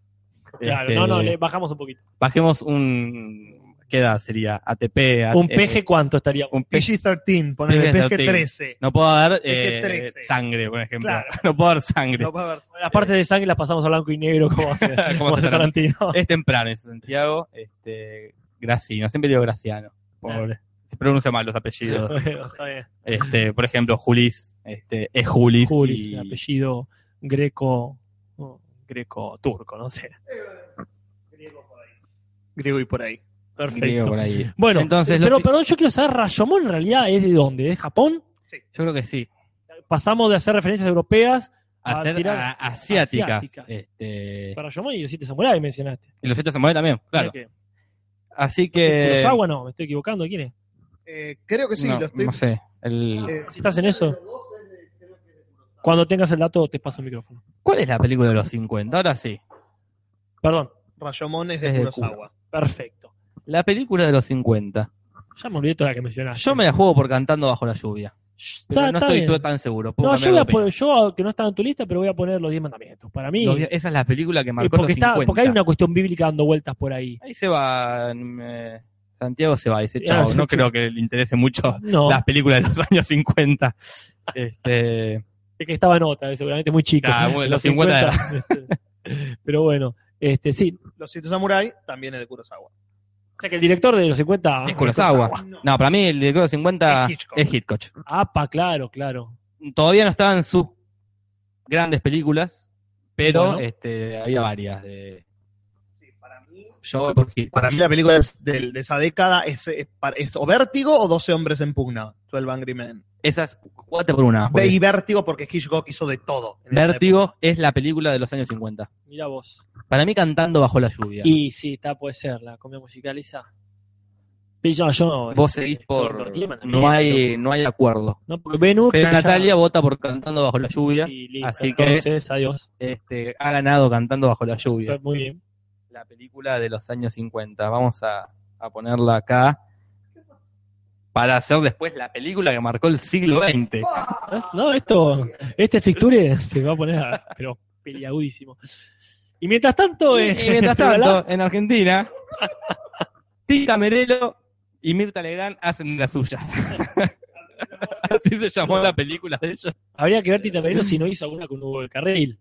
S2: Claro,
S1: Este,
S2: no, no, le bajamos un poquito.
S1: Bajemos un... ¿Qué edad sería? ATP. a-
S2: ¿Un
S1: eh,
S2: peje cuánto estaría?
S1: un peje.
S3: PG-13, ponele
S1: PG-13.
S3: PG-13.
S1: No puedo dar
S3: Peje
S1: eh,
S3: 13.
S1: sangre, por ejemplo.
S3: Claro.
S1: No puedo dar sangre.
S3: No puede haber-
S2: Las partes de sangre las pasamos a blanco y negro, como hace,
S1: Como
S2: como hace
S1: hace Tarantino.
S2: Tarantino.
S1: Es temprano en Santiago. Este, Gracino, siempre digo Graciano. Pobre. Se pronuncia mal los apellidos.
S2: Está bien.
S1: este, por ejemplo, Julis. Este, es Julis.
S2: Julis,
S1: y-
S2: apellido greco no, greco turco, no sé.
S3: Griego y por ahí.
S1: digo
S2: Perfecto.
S1: por ahí.
S2: Bueno,
S1: Entonces,
S2: pero
S1: los-
S2: perdón, yo quiero saber, Rayomón en realidad es de dónde, ¿es Japón?
S1: Yo creo que sí.
S2: Pasamos de hacer referencias europeas a
S1: Hacer
S2: tirar
S1: a- asiáticas.
S2: asiáticas.
S1: Este,
S2: para Rayomón y los siete samuráis mencionaste.
S1: y los hechos Samuel también, claro.
S2: Mira que-
S1: Así que.
S2: Kurosawa no, me estoy equivocando, ¿quién es?
S3: Eh, creo que sí,
S1: no,
S3: lo estoy.
S1: no sé. El-
S3: eh,
S2: Si estás en eso. Cuando tengas el dato te paso el micrófono.
S1: ¿Cuál es la película de los 50? Ahora sí.
S2: Perdón,
S3: Rayomón es
S1: Es
S3: de
S1: de
S3: Kurosawa.
S2: perfecto.
S1: La película de los 50.
S2: Ya me olvidé toda la que mencionaste.
S1: Yo me la juego por cantando bajo la lluvia. Pero
S2: Está-
S1: no
S2: está
S1: estoy
S2: bien.
S1: tan seguro. puedo
S2: No,
S1: cambiar
S2: yo, voy
S1: de
S2: a
S1: opinión.
S2: poner- yo, que no estaba en tu lista, pero voy a poner los 10 mandamientos. Para mí, eh,
S1: Los diez- esa es la película que marcó
S2: porque,
S1: los
S2: está,
S1: 50.
S2: porque hay una cuestión bíblica dando vueltas por ahí.
S1: Ahí se va. eh, Santiago se va, dice,
S2: Ya,
S1: chao,
S2: sí,
S1: no
S2: sí.
S1: creo que le interese mucho
S2: No,
S1: las películas de los años 50. Este,
S2: es que estaba en otra, eh, seguramente muy chico.
S1: Nah, bueno, los 50
S2: este, pero bueno, este sí.
S3: Los Siete Samurai también es de Kurosawa.
S2: O sea que el director de los 50.
S1: es Kurosawa. No, para mí el de los 50
S3: Es
S1: es
S3: Hitchcock.
S1: Hitchcock.
S2: Apa, claro, claro.
S1: Todavía no estaban sus grandes películas, pero
S2: Bueno.
S1: este, había varias. De,
S3: para mí.
S1: yo voy por Hitchcock.
S3: Para mí la película es del- de, esa década es, es par- es o Vértigo o 12 hombres en pugna, 12 Angry Men.
S1: Esas cuatro por una.
S3: Ve-
S1: porque
S3: Y Vértigo porque Hitchcock hizo de todo. en esa
S1: Vértigo es la película de los años 50.
S2: Mira vos.
S1: Para mí cantando bajo la lluvia.
S2: Y sí, está, puede ser, la comida musical esa. Pero yo- yo-
S1: Vos seguís
S2: los-
S1: por
S2: los 10 mandamientos.
S1: no hay no hay acuerdo.
S2: No, porque Venus.
S1: Pero Natalia vota por cantando bajo la lluvia.
S2: así
S1: así
S2: que.
S1: que-
S2: Entonces, adiós.
S1: Este, ha ganado cantando bajo la lluvia.
S2: Muy bien.
S1: La película de los años 50. Vamos a, a ponerla acá para hacer después la película que marcó el siglo XX.
S2: Ah, No, esto, este fixture se va a poner a- pero peliagudísimo. Y mientras tanto,
S1: Y,
S2: eh,
S1: y mientras
S2: Froilán,
S1: tanto, en Argentina, Tita Merelo y Mirta Legrand hacen las suyas. Así se llamó la película de ellos.
S2: habría que ver Tita Merino si no hizo alguna con Hugo del Carril.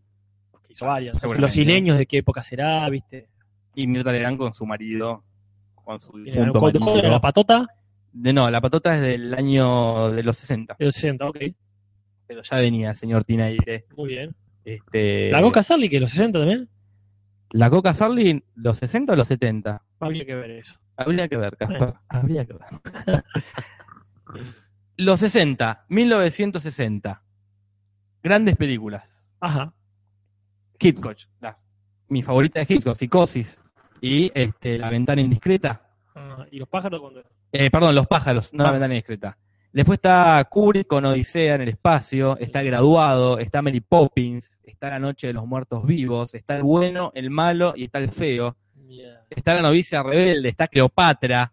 S2: Porque hizo varias.
S1: Seguramente.
S2: Los isleños de qué época será, ¿viste?
S1: Y Mirta Legrand con su marido, con su
S2: Mira,
S1: difunto
S2: ¿cuánto- cuánto era la
S1: marido.
S2: patota?
S1: De- no, la patota es del año de los 60,
S2: El 60, ok.
S1: pero ya venía el señor Tinaire.
S2: Muy bien.
S1: Este,
S2: La Coca Sarli, que los 60 también.
S1: ¿La Coca Sarli, los 60 o los 70?
S2: Habría que ver eso.
S1: Habría que ver, Caspar. Habría que ver. los 60, 1960. Grandes películas.
S2: Ajá.
S1: Hitchcock, la- mi favorita de Hitchcock, Psicosis. Y este, La Ventana Indiscreta.
S2: Ah, ¿Y los pájaros cuando
S1: Eh, perdón, Los Pájaros,
S2: Ah.
S1: no La Ventana Indiscreta. Después está Kubrick con Odisea en el espacio, está Graduado, está Mary Poppins, está La Noche de los Muertos Vivos, está el bueno, el malo y está el feo.
S2: Mira.
S1: Está la novicia rebelde, está Cleopatra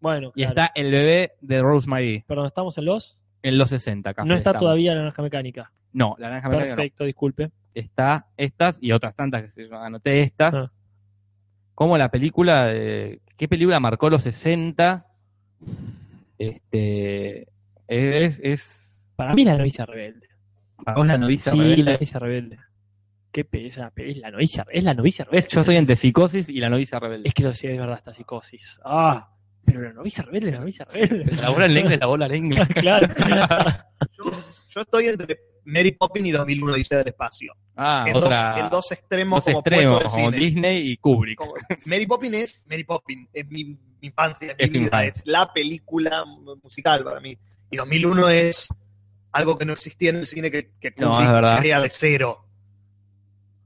S2: Bueno,
S1: y
S2: claro.
S1: está el bebé de Rosemary
S2: Perdón, estamos en los.
S1: en los 60. acá.
S2: No está
S1: Estamos.
S2: todavía la naranja mecánica.
S1: No, la naranja mecánica no.
S2: Perfecto, disculpe.
S1: Está estas y otras tantas que se- anoté estas.
S2: Ah.
S1: Como la película de- ¿Qué película marcó los 60? Este. Es. es
S2: Para mí la novicia rebelde.
S4: Ah.
S1: para vos la novicia
S2: Sí,
S1: rebelde.
S2: la novicia rebelde. Qué pesa, pe- es la novicia, es la novicia rebelde.
S1: Yo estoy entre psicosis y la novicia rebelde.
S2: Es que lo sé, es verdad, esta psicosis. Ah, pero la novicia rebelde, es la novicia rebelde.
S1: La bola en la inglés, la bola en la inglés.
S2: claro.
S3: época. Yo, yo estoy entre Mary Poppins y 2001 Odisea del Espacio.
S4: Ah,
S3: en,
S4: otra.
S3: dos, en dos extremos
S4: dos
S3: como
S4: extremos,
S3: puestos del
S4: como
S3: cine.
S4: Disney y Kubrick.
S3: Como- Mary Poppins es Mary Poppins, es mi, mi infancia, es,
S4: Es
S3: mi
S4: tu
S3: vida,
S4: infancia.
S3: es la película musical para mí. Y 2001 es algo que no existía en el cine que, que
S4: No,
S3: Kubrick
S4: es verdad.
S3: crea de cero.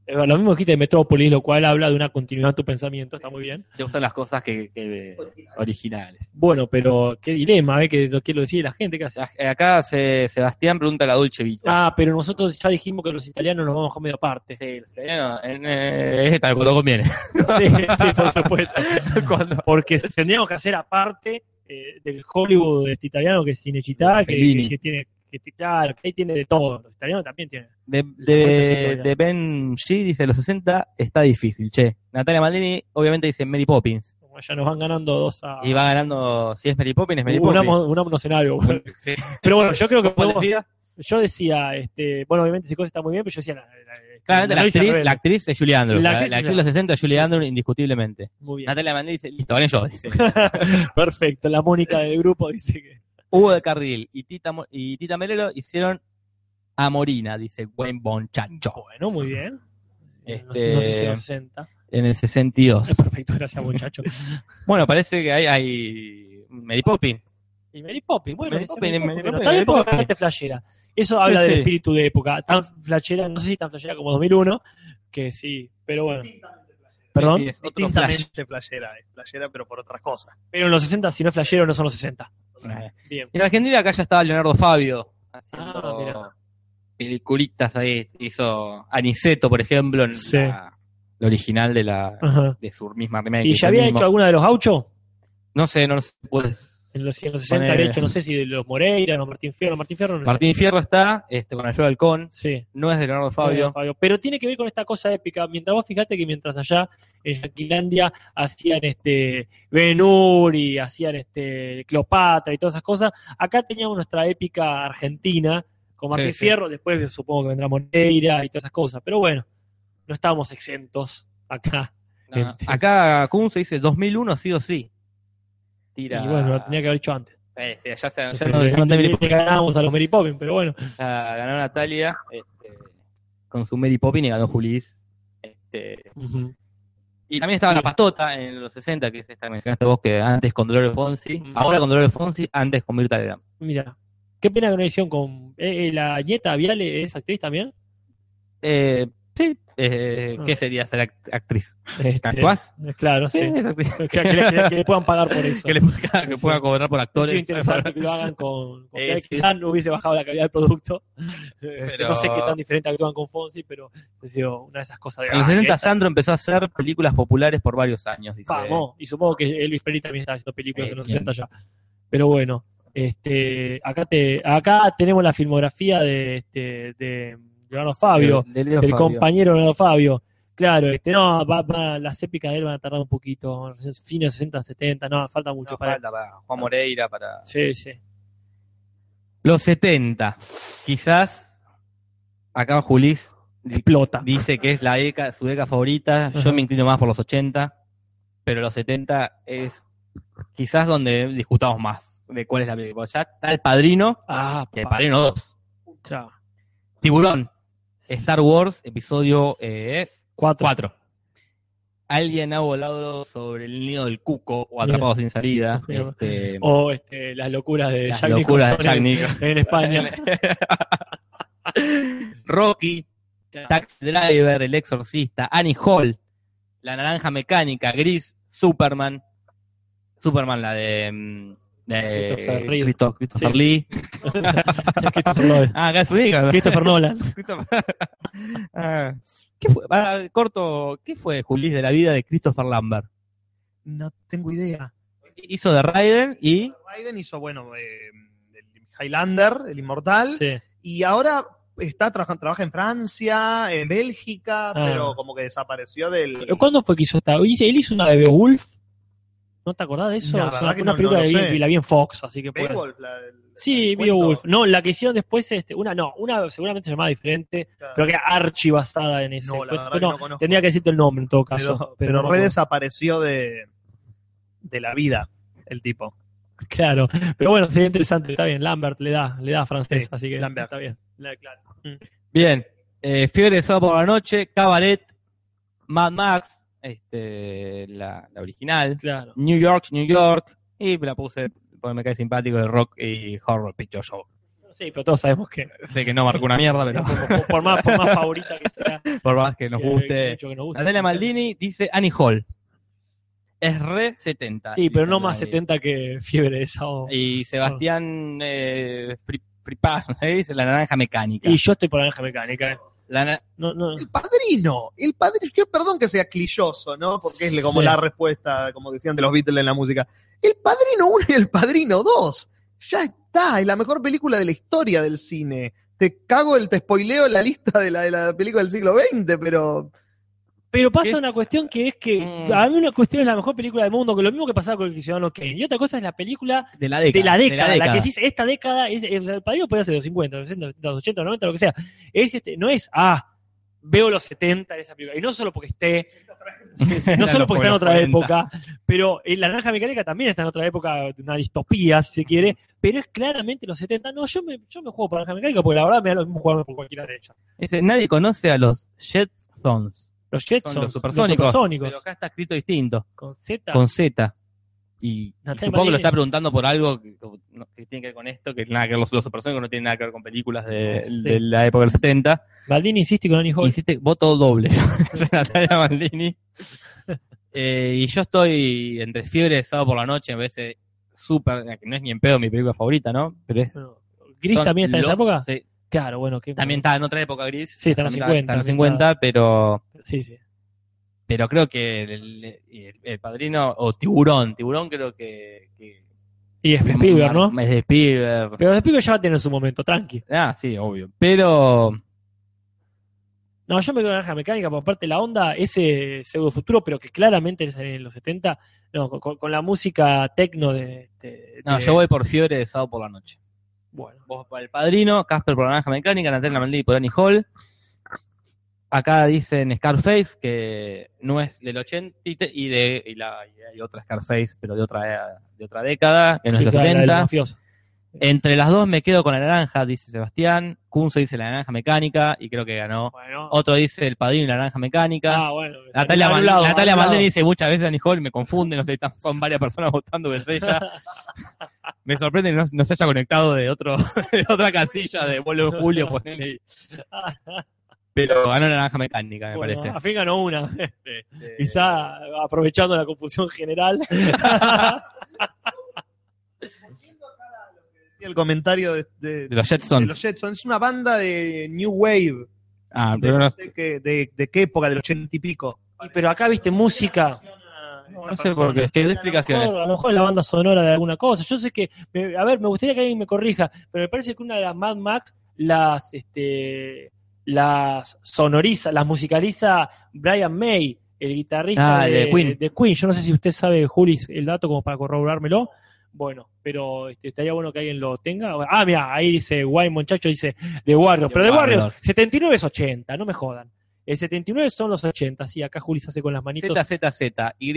S2: Eh, Lo mismo que dijiste de Metrópolis, lo cual habla de una continuidad en tu pensamiento, está muy bien.
S4: Te gustan las cosas que, que- originales.
S2: Bueno, pero qué dilema, ¿eh? Que lo quiero decir la gente que hace.
S4: Ya- eh, Acá se- Sebastián pregunta a la Dolce Vita.
S2: Ah, pero nosotros ya dijimos que los italianos nos vamos a comer aparte.
S4: Sí, los italianos, en, eh, esta, cuando conviene.
S2: Sí, sí, por supuesto.
S4: Cuando-
S2: Porque tendríamos que hacer aparte eh, del Hollywood este italiano que es Cinecittà, que,
S4: Fellini.
S2: que- que tiene, que ti- claro, que ahí tiene de todo. Los italianos también tienen.
S4: De,
S2: de- de
S4: Ben G dice, los 60 está difícil, che. Natalia Maldini obviamente dice Mary Poppins.
S2: Como ya nos van ganando dos a.
S4: Y va ganando, si es Mary Poppins, es Mary Poppins.
S2: unamos, unamos en algo. Pero bueno, yo creo que
S4: ¿Cómo
S2: podemos-
S4: decía?
S2: Yo decía, este, bueno, obviamente Psicosis está muy bien, pero yo decía. La, la- la-
S4: Claramente la,
S2: lo hice al
S4: actriz,
S2: revés.
S4: la actriz es Julie Andrews.
S2: La
S4: La,
S2: actriz
S4: la
S2: es
S4: actriz de los 60 es Julie Andrews, indiscutiblemente.
S2: Muy bien.
S4: Natalia Maldini dice, listo, gané yo. dice.
S2: Perfecto. La Mónica del grupo dice que.
S4: Hugo de Carril y Tita, Mo- y Tita Melero hicieron a Morina, dice Wayne Bonchancho,
S2: Bueno, muy bien.
S4: Este-
S2: No sé si los 60.
S4: en el 62.
S2: Perfecto, gracias, muchacho.
S4: Bueno, parece que hay, hay Mary Poppins.
S2: Y Mary Poppins, bueno,
S4: Mary
S2: dice
S4: Poppins,
S2: Mary
S4: Mary
S2: Poppins, pero
S4: Poppins,
S2: también
S4: Mary
S2: porque
S4: Poppins.
S2: bastante flashera. Eso habla del
S4: sí.
S2: espíritu de época, tan flashera, no sé si tan flashera como 2001, que sí, pero bueno. Perdón,
S4: Sí, es otro flash.
S3: Distintamente playera, es playera pero por otras cosas.
S2: pero en los 60, si no es flashero, no son los 60. Bien.
S4: En Argentina acá ya estaba Leonardo Fabio
S2: Ah,
S4: haciendo
S2: mirá.
S4: peliculitas ahí. Hizo Aniceto, por ejemplo, en
S2: Sí.
S4: la, la original de la
S2: Ajá.
S4: de su misma remake.
S2: ¿Y
S4: es el
S2: ya había
S4: mismo.
S2: hecho alguna de los gauchos?
S4: No sé, no lo sé. pues,
S2: En los, en los 60
S4: Ponele.
S2: había hecho, no sé si de los Moreira, los Martín Fierro, Martín Fierro. no.
S4: Martín Fierro está este, con ayuda del Halcón.
S2: Sí.
S4: No es de Leonardo
S2: Fabio.
S4: Fabio.
S2: Pero tiene que ver con esta cosa épica. Mientras vos fijate que mientras allá en Yaquilandia hacían este Benur y hacían este Cleopatra y todas esas cosas, acá teníamos nuestra épica argentina con Martín
S4: Sí, sí.
S2: Fierro, después supongo que vendrá Moreira y todas esas cosas, pero bueno, no estábamos exentos acá. Este,
S4: No, acá Kun se dice 2001 sí o sí. Tira.
S2: Y bueno, lo tenía que haber dicho antes.
S4: Eh, sí, ya, se- ya
S2: Pero
S4: no- ya no te-
S2: le ganábamos a los Mary Poppins, pero bueno.
S4: ya ganó Natalia este, con su Mary Poppins y ganó Julis. Este,
S2: Ujú.
S4: Y también estaba la patota en los 60, que es esta que mencionaste vos, que antes con Dolores Fonsi, ahora con Dolores Fonsi, antes con Mirta Legrand.
S2: Mira, qué pena que no hicieron con... eh, eh, ¿La nieta Viale es actriz también?
S4: Eh, sí, eh, ¿qué sería ser act- actriz?
S2: Este,
S4: ¿Actuás?
S2: Claro,
S4: Sí,
S2: sí.
S4: es actriz.
S2: que, que- que- que le puedan pagar por eso.
S4: Que le pueda, que
S2: Sí.
S4: pueda cobrar por
S2: Hubiera sido
S4: actores.
S2: interesante que lo hagan con. con
S4: Eh,
S2: Fede,
S4: sí.
S2: Quizás no hubiese bajado la calidad del producto. Eh,
S4: Pero-
S2: No sé qué tan diferente actúan con Fonsi, pero ha sido una de esas cosas de.
S4: En los
S2: "Ah,
S4: 60
S2: que-
S4: Sandro empezó a hacer películas populares por varios años, dice.
S2: Vamos. Y supongo que Elvis Presley también está haciendo películas
S4: Eh,
S2: en los
S4: bien.
S2: 60 ya. Pero bueno, este, acá, te, acá tenemos la filmografía de, este, de Leonardo Fabio,
S4: De- de Leo
S2: del
S4: Fabio.
S2: compañero Leonardo Fabio. Claro, este, no, va- va- las épicas de él van a tardar un poquito. Fines 60, 70, no, falta mucho
S4: No,
S2: para.
S4: falta para Juan Moreira, para...
S2: Sí, sí.
S4: Los 70, quizás, acá Julis di-
S2: Explota.
S4: dice que es la década, su década favorita.
S2: Ajá.
S4: Yo me inclino más por los 80, pero los 70 es quizás donde discutamos más de cuál es la película. Ya está El Padrino,
S2: Ah,
S4: que El
S2: papá,
S4: Padrino 2.
S2: claro.
S4: Tiburón, Star Wars, episodio eh,
S2: Cuatro.
S4: 4. Alguien ha volado sobre el nido del cuco o atrapado sin salida.
S2: Mira.
S4: Este,
S2: O este, las locuras de
S4: las
S2: Jack
S4: locuras
S2: Nicholson
S4: de Jack
S2: en-
S4: Nicholson.
S2: en España.
S4: Rocky, Taxi Driver, El Exorcista, Annie Hall, La Naranja Mecánica, Gris, Superman, Superman, la de. mm, de
S2: Christopher Reeve.
S4: Christo- Christopher
S2: Sí.
S4: Lee.
S2: Christopher Nolan.
S4: Ah, acá es su hija.
S2: Christopher Nolan.
S4: Christopher- Ah, ¿Qué fue? Para, corto, ¿qué fue Julis de la vida de Christopher Lambert?
S3: No tengo idea.
S4: Hizo de Raiden y.
S3: Biden hizo, bueno, eh, el Highlander, el Inmortal,
S2: Sí.
S3: y ahora está trabajando, trabaja en Francia, en Bélgica, pero como que desapareció del...
S2: Ah. ¿Cuándo fue que hizo esta? Hice- Él hizo una de Beowulf. ¿No te acordás de eso?
S3: La
S2: Es
S3: verdad
S2: una,
S3: que
S2: una
S3: no-
S2: película
S3: no lo
S2: que vi-
S3: sé.
S2: vi- la vi en Fox, así que puede-
S3: Beowulf, la del-
S2: Sí,
S3: el cuento.
S2: Beowulf. No, la que hicieron después, este, una no, una seguramente llamada diferente,
S3: Claro.
S2: pero que era archi basada en ese.
S3: No, la
S2: cuento.
S3: verdad que
S2: No,
S3: no conozco.
S2: tendría que decirte el nombre en todo caso.
S3: Pero,
S2: pero no
S3: pero
S2: me
S3: re
S2: acuerdo.
S3: desapareció de, de la vida el tipo.
S2: Claro, pero bueno, sería interesante, está bien. Lambert le da, le da francés,
S3: Sí,
S2: así que
S3: Lambert.
S2: está bien. La, claro.
S4: Bien, eh, Fiebre de Sábado por la Noche, Cabaret, Mad Max, este, la, la original,
S2: claro.
S4: New York, New York, y la puse porque me cae simpático de rock y horror picture show.
S2: Sí, pero todos sabemos que
S4: Sé que no marcó una mierda, pero
S2: por, por- por más, por más favorita que sea,
S4: por más que nos
S2: que- que
S4: guste.
S2: mucho que nos guste.
S4: Natalia Maldini dice Annie Hall. Es re 70.
S2: Sí, pero
S4: dice
S2: no más
S4: Maldini.
S2: 70 que fiebre de sábado.
S4: Y Sebastián eh, Fri- Fripá, ¿eh? dice la naranja mecánica.
S2: Y yo estoy por la naranja mecánica. eh.
S4: La na-
S2: No, no.
S3: El padrino, el padrino, que perdón que sea clilloso, ¿no? Porque es como
S2: Sí.
S3: la respuesta, como decían de los Beatles en la música. El padrino 1 y el padrino 2. Ya está, es la mejor película de la historia del cine. Te cago el, te spoileo la lista de la, de la película del siglo XX, pero.
S2: Pero pasa
S4: ¿Qué?
S2: una cuestión que es que
S4: Mm.
S2: a mí una cuestión es la mejor película del mundo, que lo mismo que pasaba con el Ciudadano Kane. Y otra cosa es la película
S4: de la
S2: de
S4: década.
S2: la década, la, que
S4: década.
S2: decís, esta década, es, es- el padrino puede ser los 50, los 60, los 80, los 90, lo que sea. Es este, no es, ah, veo los 70 de esa película. Y no solo porque esté Sí, sí, no
S4: Eran
S2: solo
S4: los
S2: porque está en otra
S4: 40.
S2: época, pero eh, la naranja mecánica también está en otra época, una distopía, si se quiere, pero es claramente los 70. No, yo me, yo me juego por la naranja mecánica porque la verdad me da lo mismo jugarme por cualquiera de ellas.
S4: Dice, nadie conoce a los Jetsons.
S2: Los Jetsons,
S4: Son los supersónicos.
S2: los supersónicos,
S4: Pero acá está escrito distinto,
S2: con Z.
S4: con Z. Y
S2: Natalia
S4: supongo que lo
S2: Maldini.
S4: está preguntando por algo que, que no- que tiene que ver con esto, que nada que ver los, los supersónicos no tienen nada que ver con películas de,
S2: Sí.
S4: de la época de los 70.
S2: Baldini insiste con Annie Hall.
S4: Hiciste voto doble. Natalia Maldini. Eh, y yo estoy entre fiebre de sábado por la noche, me parece súper, que no es ni en pedo mi película favorita, ¿no? Pero es,
S2: Gris
S4: son
S2: también está en esa
S4: lo-
S2: época.
S4: sí,
S2: Claro, bueno, que
S4: también está en otra época gris.
S2: Sí, está en los
S4: También Está en los
S2: 50,
S4: 50, pero
S2: Sí, sí.
S4: pero creo que el, el- el padrino o tiburón tiburón creo que, que
S2: Y es Spielberg, ¿no?
S4: es de Spielberg
S2: Pero Spielberg ya va a tener su momento, tranqui.
S4: ah sí obvio pero
S2: No, yo me quedo con la naranja mecánica, por parte la onda, ese pseudo futuro, pero que claramente es en los 70, no, con, con la música tecno de, de-
S4: no
S2: de-
S4: yo voy por fiebre de sábado por la noche
S2: Bueno,
S4: eh, vos por el padrino Casper por la naranja mecánica Natalia Maldini por Annie Hall acá dicen Scarface que no es del 80 y te- y de y la- y hay otra Scarface pero de otra de otra década que no es de los
S2: la- la del
S4: 70
S2: mafioso.
S4: Entre las dos me quedo con la naranja, dice Sebastián. Kunze dice la naranja mecánica y creo que ganó.
S2: Bueno.
S4: Otro dice el padrino y la naranja mecánica.
S2: Ah, bueno.
S4: Natalia, Mal-
S2: Anulado,
S4: Natalia
S2: anulado.
S4: Maldini dice muchas veces Annie Hall me confunde, no sé, tan- son varias personas votando desde ella. me sorprende que no, no se haya conectado de otro de otra casilla de vuelo de julio, ponele. y- Pero ganó la naranja mecánica, me
S2: Bueno, ah,
S4: parece.
S2: al fin ganó una. este, Quizá aprovechando la confusión general.
S3: Sí, El comentario de, de-
S4: De los
S3: de
S4: Jetsons.
S3: los Jetsons es una banda de New Wave.
S4: Ah,
S3: De,
S4: pero
S3: no
S4: no,
S3: sé qué- de- de qué época, del ochenta y pico.
S2: Y pero acá viste música.
S4: no sé por qué. ¿Qué
S2: A lo
S4: explicaciones?
S2: mejor- a lo mejor es la banda sonora de alguna cosa. Yo sé que, me- a ver, me gustaría que alguien me corrija, pero me parece que una de las Mad Max las, este, las sonoriza, las musicaliza Brian May, el guitarrista
S4: Ah,
S2: de,
S4: de Queen.
S2: de Queen. Yo no sé si usted sabe, Julis, el dato como para corroborármelo. Bueno, pero este, estaría bueno que alguien lo tenga. Ah, mira, ahí dice Guay Monchacho, dice de Warriors.
S4: The
S2: Pero de Warriors,
S4: Warriors.
S2: 79 es 80, no me jodan. El 79 son los 80, sí, acá Julis hace con las manitos
S4: ZZZ. Y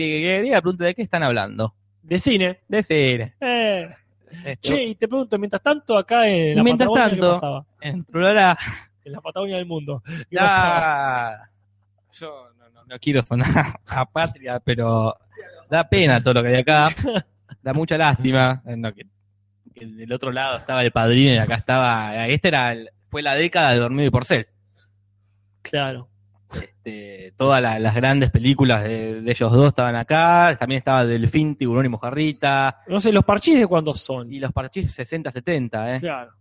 S4: la pregunta de qué están hablando.
S2: de cine.
S4: De cine.
S2: Eh.
S4: Este,
S2: Che, y te pregunto, mientras tanto, acá en la
S4: Mientras
S2: Patagonia, ¿qué
S4: tanto,
S2: pasaba?
S4: en Trulala,
S2: En la Patagonia del mundo. ¿Qué pasaba?
S4: da- Yo no, no- no quiero sonar a patria, pero da pena todo lo que hay acá. Da mucha lástima. eh, no, que, que del otro lado estaba el padrino y acá estaba. Esta era el- fue la década de Dormido y Porcel.
S2: Claro.
S4: Este, todas la- las grandes películas de, de ellos dos estaban acá. También estaba Delfín, Tiburón y Mojarrita.
S2: No sé, los parchís de cuándo son.
S4: Y los parchís 60-70, ¿eh?
S2: Claro.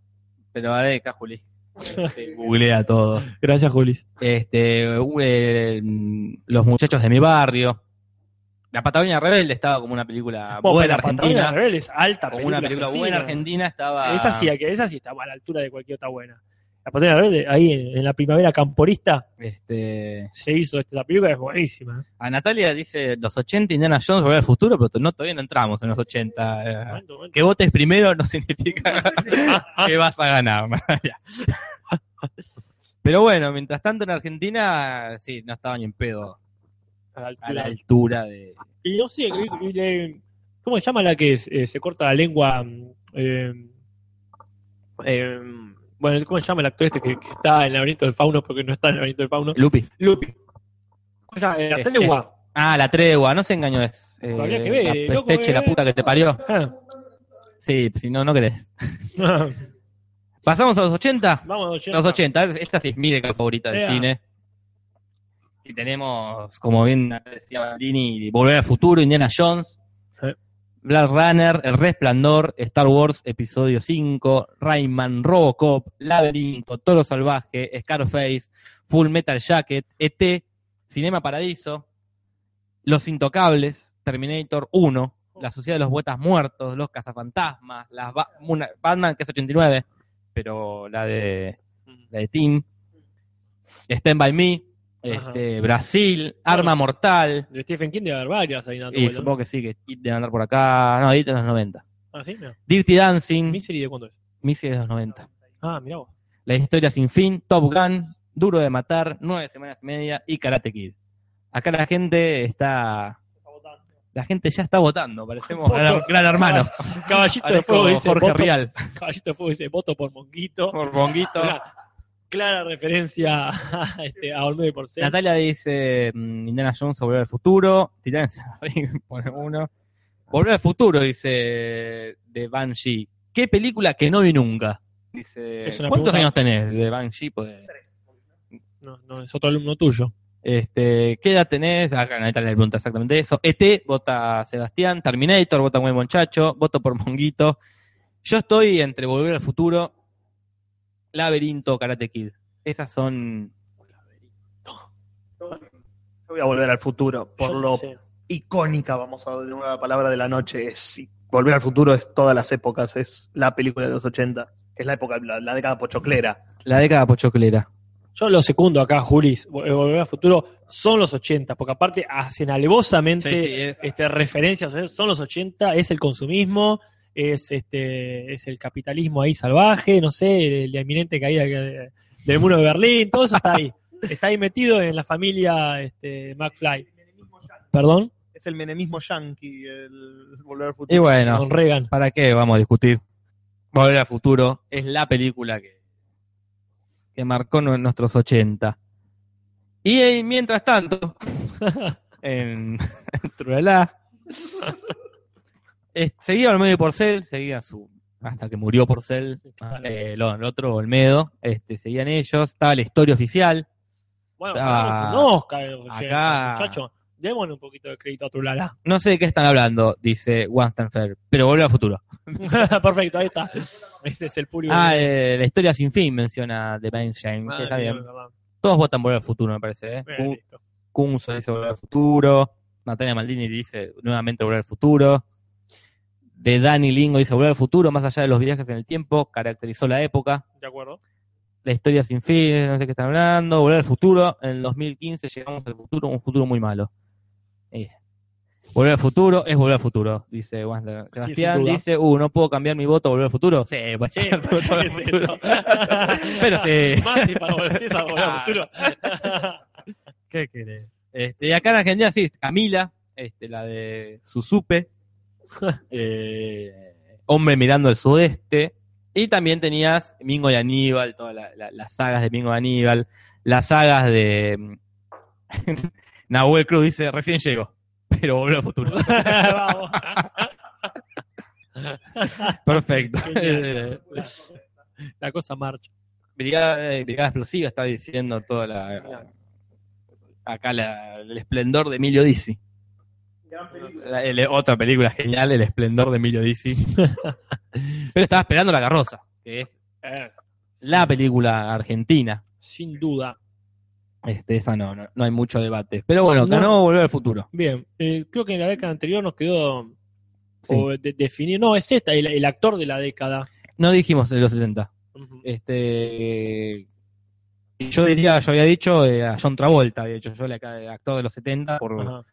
S4: Pero a ver, acá, Juli. Se Googlea todo.
S2: Gracias, Julis.
S4: este, u- eh, los muchachos de mi barrio. La Patagonia Rebelde estaba como una película
S2: Bueno,
S4: buena
S2: la Patagonia
S4: argentina.
S2: Rebelde es alta
S4: Como una película buena
S2: argentina.
S4: argentina estaba.
S2: Esa sí, que esa sí está a la altura de cualquier otra buena. La Patagonia Rebelde, ahí en, en la primavera camporista,
S4: Este,
S2: se hizo esta película, es buenísima. ¿eh?
S4: a Natalia dice los 80 Indiana Jones volver al futuro, pero no, todavía no entramos en los 80. eh.
S2: Momento, momento.
S4: Que votes primero no significa que vas a ganar. Mariah. pero bueno, mientras tanto en Argentina, sí, no estaba ni en pedo
S2: A la
S4: a la
S2: altura.
S4: altura de.
S2: Y no sé, y- y le- ¿cómo se llama la que es, eh, se corta la lengua? mm, eh, eh, Bueno, ¿cómo se llama el actor este que, que está en el laberinto del fauno? Porque no está en el laberinto del fauno.
S4: Lupi.
S2: Lupi. ¿Cómo se llama? Eh, La
S4: Este.
S2: tregua.
S4: Ah, la tregua, no se engañó es. Eh,
S2: Habría que ver,
S4: la
S2: eh, loco,
S4: pesteche,
S2: eh.
S4: la puta que te parió.
S2: Ah.
S4: Sí, si no, no querés. ¿Pasamos a los 80?
S2: Vamos, a los
S4: Los
S2: 80.
S4: 80, esta sí es mi década favorita del
S2: Ea.
S4: cine. Y tenemos, como bien decía Bandini, Volver al Futuro, Indiana Jones,
S2: Eh.
S4: Blade Runner, El Resplandor, Star Wars Episodio 5, Rayman, Robocop, Laberinto, Toro Salvaje, Scarface, Full Metal Jacket, ET, Cinema Paradiso, Los Intocables, Terminator 1, La Sociedad de los Buetas Muertos, Los Cazafantasmas, las Ba- una- Batman, que es 89, pero la de
S2: Mm,
S4: la de Tim, Stand By Me,
S2: Ajá.
S4: este, Brasil, Arma Mortal,
S2: De Stephen King debe haber varias ahí dando
S4: y
S2: vueltas, ¿no?
S4: supongo que sí, que It debe andar por acá, no, It es de los 90.
S2: Ah, sí, mira.
S4: Dirty Dancing,
S2: ¿Misery de cuánto es?
S4: Missy es de los 90.
S2: Ah, mirá vos.
S4: La historia sin fin, Top Gun, Duro de Matar, Nueve Semanas y Media y Karate Kid. Acá la gente está... La gente ya está votando, parecemos
S2: Voto.
S4: gran, gran hermano.
S2: Caballito
S4: Ahora
S2: de
S4: es como
S2: fuego dice.
S4: Jorge
S2: voto-
S4: Rial.
S2: Caballito de fuego dice voto por Monguito.
S4: Por Bonguito.
S2: Mirá, clara referencia a, este, a Olmedo y Porcel.
S4: Natalia dice mm, Indiana Jones sobre el futuro. Titanes en el ring, pone uno. Volver al futuro, dice de Banshee. ¿Qué película que no vi nunca? Dice,
S2: Es una
S4: ¿cuántos
S2: pregunta-
S4: años tenés de Banshee? Pues,
S2: No, no, es otro alumno tuyo.
S4: este, ¿Qué edad tenés? Acá Natalia le pregunta exactamente eso. ET, vota Sebastián. Terminator, vota Buen Monchacho. Voto por Monguito. Yo estoy entre Volver al futuro, Laberinto, Karate Kid. Esas son
S3: Yo voy a volver al futuro. Por
S2: Yo-
S3: lo
S2: sí.
S3: icónica, vamos a ver una palabra de la noche. Es, y volver al futuro es todas las épocas. Es la película de los 80. Es la época, la, la década pochoclera.
S4: la década pochoclera.
S2: Yo lo secundo acá, Julis. Vol- Volver al futuro son los 80, porque aparte hacen alevosamente
S4: Sí, sí, es-
S2: este, referencias. ¿eh? Son los 80, es el consumismo, es este es el capitalismo ahí salvaje, no sé, la inminente caída que- del muro de Berlín, todo eso está ahí. Está ahí metido en la familia este, McFly. ¿Perdón?
S3: Es el menemismo yankee, el volver al futuro.
S4: Y bueno.
S2: Con Reagan.
S4: ¿Para qué vamos a discutir? Volver al futuro es la película que, que marcó nu- nuestros 80. Y eh, mientras tanto, en Truelá, es- seguía Olmedo y Porcel, seguía su. hasta que murió Porcel,
S2: Claro.
S4: eh, lo- el otro Olmedo, este, seguían ellos, estaba la historia oficial.
S2: Bueno,
S4: Ah,
S2: ganamos un Oscar, eh,
S4: acá-
S2: muchacho. Démosle un poquito de crédito a Trulala.
S4: No sé de qué están hablando, dice Winston Fair, pero volver al futuro.
S2: Perfecto, ahí está. Este es el público.
S4: Ah, eh, la historia sin fin menciona de Benjamin,
S2: Ah,
S4: que está bien. Todos votan por el futuro, me parece. ¿eh? Kun- Kunzo dice volver al futuro. Natalia Maldini dice nuevamente volver al futuro. De Dani Lingo dice volver al futuro, más allá de los viajes en el tiempo, caracterizó la época.
S2: De acuerdo.
S4: La historia sin fin, no sé qué están hablando. Volver al futuro, en el 2015 llegamos al futuro, un futuro muy malo. Eh. Volver al futuro es volver al futuro, dice Wanda. Sebastián
S2: duda.
S4: dice, uh, no puedo cambiar mi voto, a volver al futuro. Sí, voy a
S2: Sí,
S4: cambiar mi voto a volver al futuro. Pero sí. Ah.
S2: Más si para vos, sí, esa volver al futuro.
S4: ¿Qué querés? Este, y acá en Argentina sí, Camila, este, la de Susupe, eh, Hombre mirando al sudeste, y también tenías Mingo y Aníbal, todas la- la- las sagas de Mingo y Aníbal, las sagas de mm, Nahuel Cruz dice, recién llegó, pero volvió al futuro.
S2: Vamos.
S4: Perfecto. Eh,
S2: Genial. La cosa marcha.
S4: Brigada, eh, Brigada Explosiva está diciendo toda la... Acá la- el esplendor de Emilio Dizzi. La- el- otra película genial, El esplendor de Emilio Dizzy. Pero estaba esperando La Carroza, que es
S2: Eh,
S4: la película argentina.
S2: sin duda.
S4: Este, esa no, no, no hay mucho debate. Pero bueno,
S2: No.
S4: ganó Volver al Futuro.
S2: Bien, eh, creo que en la década anterior nos quedó
S4: Sí.
S2: o de- definir. No, es esta, el, el actor de la década.
S4: No dijimos de los 70.
S2: Ujú.
S4: Este, yo diría, yo había dicho eh, a John Travolta, había dicho yo el ac- actor de los 70 por
S2: Ajá.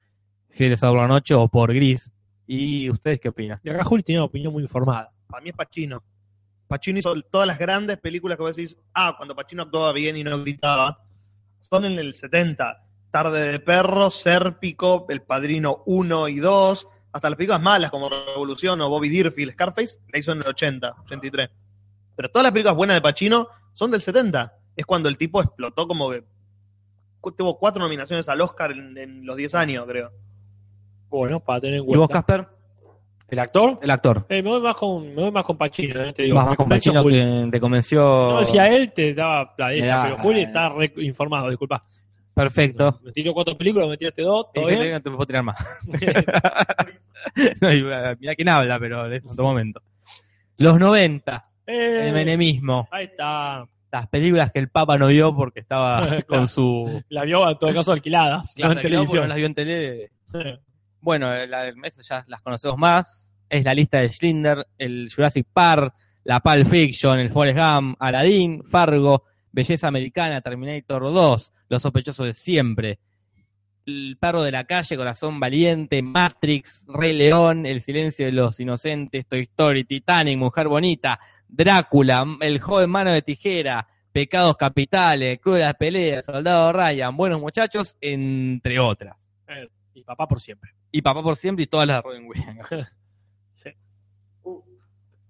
S4: Fieles a la Noche o por Gris. ¿Y ustedes qué opinan?
S2: Y acá Juli tiene una opinión muy informada.
S3: Para mí es Pacino. Pacino hizo todas las grandes películas que vos decís, ah, cuando Pacino actuaba bien y no gritaba, son en el 70. Tarde de Perro, Sérpico, El Padrino 1 y 2, hasta las películas malas como Revolución o Bobby Deerfield, Scarface, la hizo en el 80, 83. Pero todas las películas buenas de Pacino son del 70. Es cuando el tipo explotó como que cu- tuvo cuatro nominaciones al Oscar en, en los 10 años, creo.
S2: Bueno, para tener en
S4: ¿Y vos,
S2: cuenta.
S4: Casper?
S2: ¿El actor?
S4: El actor.
S2: Eh, me, voy más con, me voy más con Pacino, eh, te digo.
S4: Más más con Pacino
S2: Wilson.
S4: que te convenció.
S2: No, si a él te daba la
S4: Me
S2: derecha,
S4: da-
S2: pero Juli está re informado, disculpa.
S4: Perfecto.
S2: Me tiró cuatro películas, me tiraste dos,
S4: Y
S2: todo
S4: yo te
S2: bien.
S4: digo, no te puedo tirar más. No, y, uh, mirá quién habla, pero es otro momento. Los 90,
S2: Eh,
S4: el menemismo.
S2: ahí está.
S4: Las películas que el Papa no vio porque estaba
S2: Claro.
S4: con su.
S2: Las vio en todo caso alquiladas, no en
S4: Claro, porque no
S2: televisión.
S4: las vio en tele. Bueno, eh, la, esas ya las conocemos más. Es la lista de Schindler, el Jurassic Park, la Pulp Fiction, el Forrest Gump, Aladdin, Fargo, Belleza Americana, Terminator 2, Los Sospechosos de Siempre, El Perro de la Calle, Corazón Valiente, Matrix, Rey León, El Silencio de los Inocentes, Toy Story, Titanic, Mujer Bonita, Drácula, El Joven Mano de Tijera, Pecados Capitales, Club de las Peleas, Soldado Ryan, Buenos Muchachos, entre otras
S2: Y papá por siempre.
S4: y Papá por siempre y todas las de Robin Williams.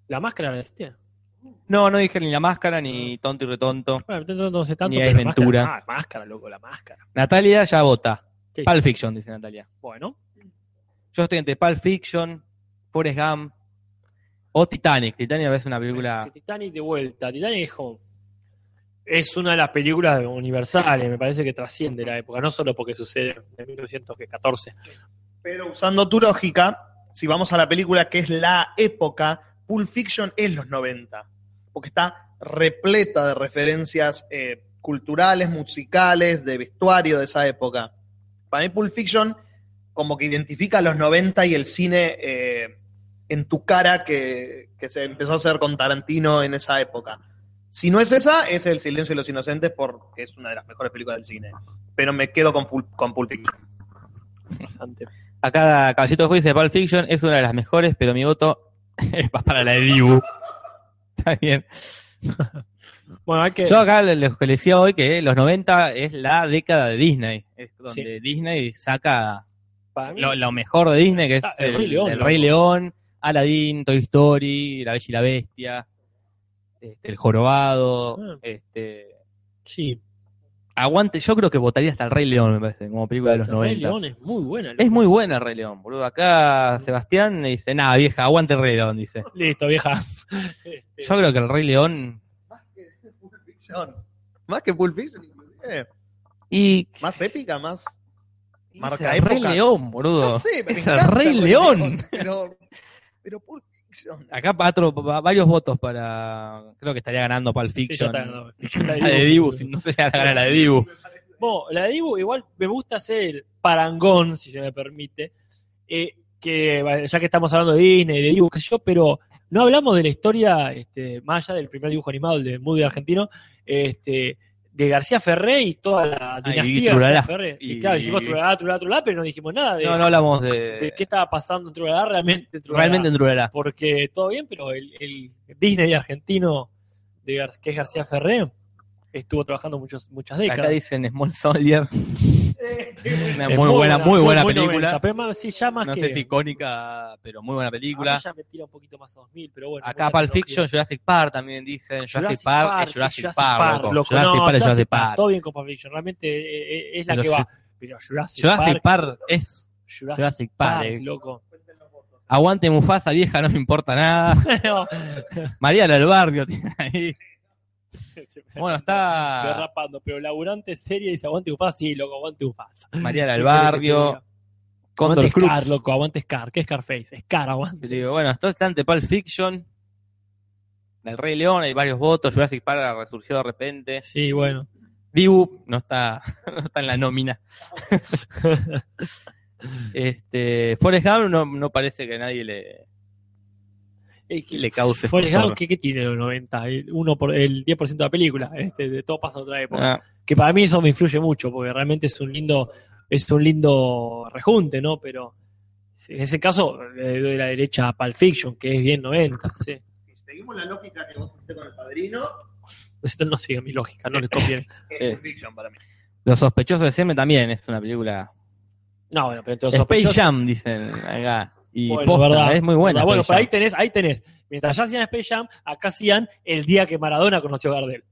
S2: ¿La máscara la viste?
S4: No, no dije ni la máscara, ni tonto y retonto.
S2: Bueno, entonces no sé tanto.
S4: Ni
S2: pero
S4: Ace
S2: la máscara-
S4: Ventura.
S2: Ah, máscara, loco, la máscara.
S4: Natalia ya vota.
S2: ¿Qué?
S4: Pulp Fiction, dice Natalia.
S2: Bueno,
S4: Yo estoy entre Pulp Fiction, Forrest Gump o Titanic. Titanic a veces es una película.
S2: Titanic de vuelta. Titanic es como- Es una de las películas universales, me parece que trasciende la época, no solo porque sucede en 1914.
S3: Pero usando tu lógica, si vamos a la película que es la época, Pulp Fiction es los 90. Porque está repleta de referencias eh, culturales, musicales, de vestuario de esa época. Para mí, Pulp Fiction como que identifica los 90 y el cine eh, en tu cara que, que se empezó a hacer con Tarantino en esa época. Si no es esa, es El Silencio de los Inocentes, porque es una de las mejores películas del cine. Pero me quedo con, Pul- con Pulp Fiction.
S2: Bastante.
S4: Acá Caballito de Fuego dice Pulp Fiction es una de las mejores, pero mi voto va para la de Dibu. Está bien.
S2: Bueno, hay que.
S4: Yo acá le- les les decía hoy que los 90 es la década de Disney. Es donde Disney saca
S2: para mí-
S4: lo, lo mejor de Disney, que es
S2: Está Ah, el
S4: el, el
S2: Rey
S4: Rey
S2: León,
S4: León,
S2: loco.
S4: Aladdin, Toy Story, La Bella y la Bestia, este, El Jorobado.
S2: Ah.
S4: Este,
S2: sí,
S4: aguante, yo creo que votaría hasta El Rey León, me parece, como película de los
S2: El Rey
S4: 90.
S2: León es muy buena. loco.
S4: Es muy buena El Rey León, boludo. Acá Sebastián le dice, nada, vieja, aguante El Rey León, dice.
S2: Listo, vieja. Este,
S4: Yo creo que El Rey León...
S3: Más que Pulp Fiction. Más que Pulp Fiction, inclusive.
S4: Y...
S3: Más épica, más. Marca
S4: el Rey
S3: épocas.
S4: León, boludo.
S3: No sé, me
S4: es
S3: encanta
S4: el Rey León.
S3: Pero, pero Pulp Fiction.
S4: Acá patro- va- varios votos para... Creo que estaría ganando Pulp
S2: sí, ya
S4: Fiction.
S2: está, no, ya está
S4: la de Dibu, si no se le gana la de Dibu.
S2: Bueno, la de Dibu igual me gusta hacer el parangón, si se me permite, eh, que bueno, ya que estamos hablando de Disney, de Dibu, qué sé yo, pero no hablamos de la historia este, maya del primer dibujo animado, el de Moody argentino, este, de García Ferré y toda la
S4: y
S2: dinastía de
S4: Trulalá.
S2: García Ferré. Y,
S4: Y-
S2: claro, dijimos Trulalá, Trulalá, Trulalá, pero no dijimos nada de,
S4: No, no hablamos de...
S2: de qué estaba pasando en Trulalá realmente. en Trulalá
S4: Realmente en Trulalá.
S2: porque todo bien, pero el, el Disney argentino de Gar- que es García Ferré estuvo trabajando muchos, muchas
S4: Acá
S2: décadas.
S4: dice Small Soldier. Una
S3: Eh,
S2: Es
S4: muy buena, muy buena película.
S2: 90, pero más- sí, ya más
S4: No
S2: que-
S4: sé si icónica, pero muy buena
S2: a mí
S4: película.
S2: ya me tira un poquito más a 2000, pero bueno.
S4: Acá
S2: buena
S4: Pulp Fiction,
S2: trilogía.
S4: Jurassic Park también dicen. Jurassic
S2: Jurassic
S4: Park
S2: Park,
S4: es Jurassic
S2: Jurassic
S4: Park, loco.
S2: loco.
S4: Jurassic
S2: No,
S4: Park es Jurassic Park.
S2: Todo bien con Pulp Fiction, realmente eh, eh, es la
S4: Pero
S2: que
S4: Ju-
S2: va. Pero Jurassic,
S4: Jurassic
S2: Park,
S4: Park es
S2: Jurassic
S4: Jurassic
S2: Park,
S4: Park. eh.
S2: loco.
S4: Aguante Mufasa, vieja, no me importa nada. María la del barrio tiene ahí. Bueno, está
S2: Derrapando, pero laburante serie dice aguante Ufaz, sí, loco, aguante Ufaz.
S4: María la del barrio, Condor
S2: Aguante Scar,
S4: Cruz.
S2: loco, aguante Scar. ¿Qué es Scarface? Scar, aguante.
S4: Yo digo, bueno, esto está ante Pulp Fiction. Del Rey León hay varios votos. Jurassic Park resurgió de repente.
S2: Sí, bueno.
S4: Dibu no está, no está en la nómina. Este, Forrest Gump no, no parece que nadie le,
S2: Es que-
S4: le cause
S2: Forrest
S4: escozor.
S2: Gump, ¿qué, qué tiene los 90? El, uno por, el 10% de la película. Este, de todo pasa a otra época.
S4: Ah,
S2: Que para mí eso me influye mucho, porque realmente es un lindo, es un lindo rejunte, ¿no? Pero en ese caso le doy la derecha a Pulp Fiction, que es bien 90, sí.
S3: Si seguimos la lógica que vos hiciste con el padrino,
S2: Pues Esto no sigue mi lógica, no les copien.
S3: es
S4: Eh.
S3: Pulp Fiction para mí.
S4: Los sospechosos de siempre también es una película.
S2: No, bueno, pero entre los
S4: Space
S2: sospechosos-
S4: Jam dicen acá. Y
S2: Bueno,
S4: posta,
S2: verdad,
S4: es muy buena.
S2: verdad. Bueno,
S4: Space
S2: pero ahí
S4: Jam.
S2: tenés, ahí tenés. Mientras ya hacían Space Jam, acá hacían el día que Maradona conoció a Gardel.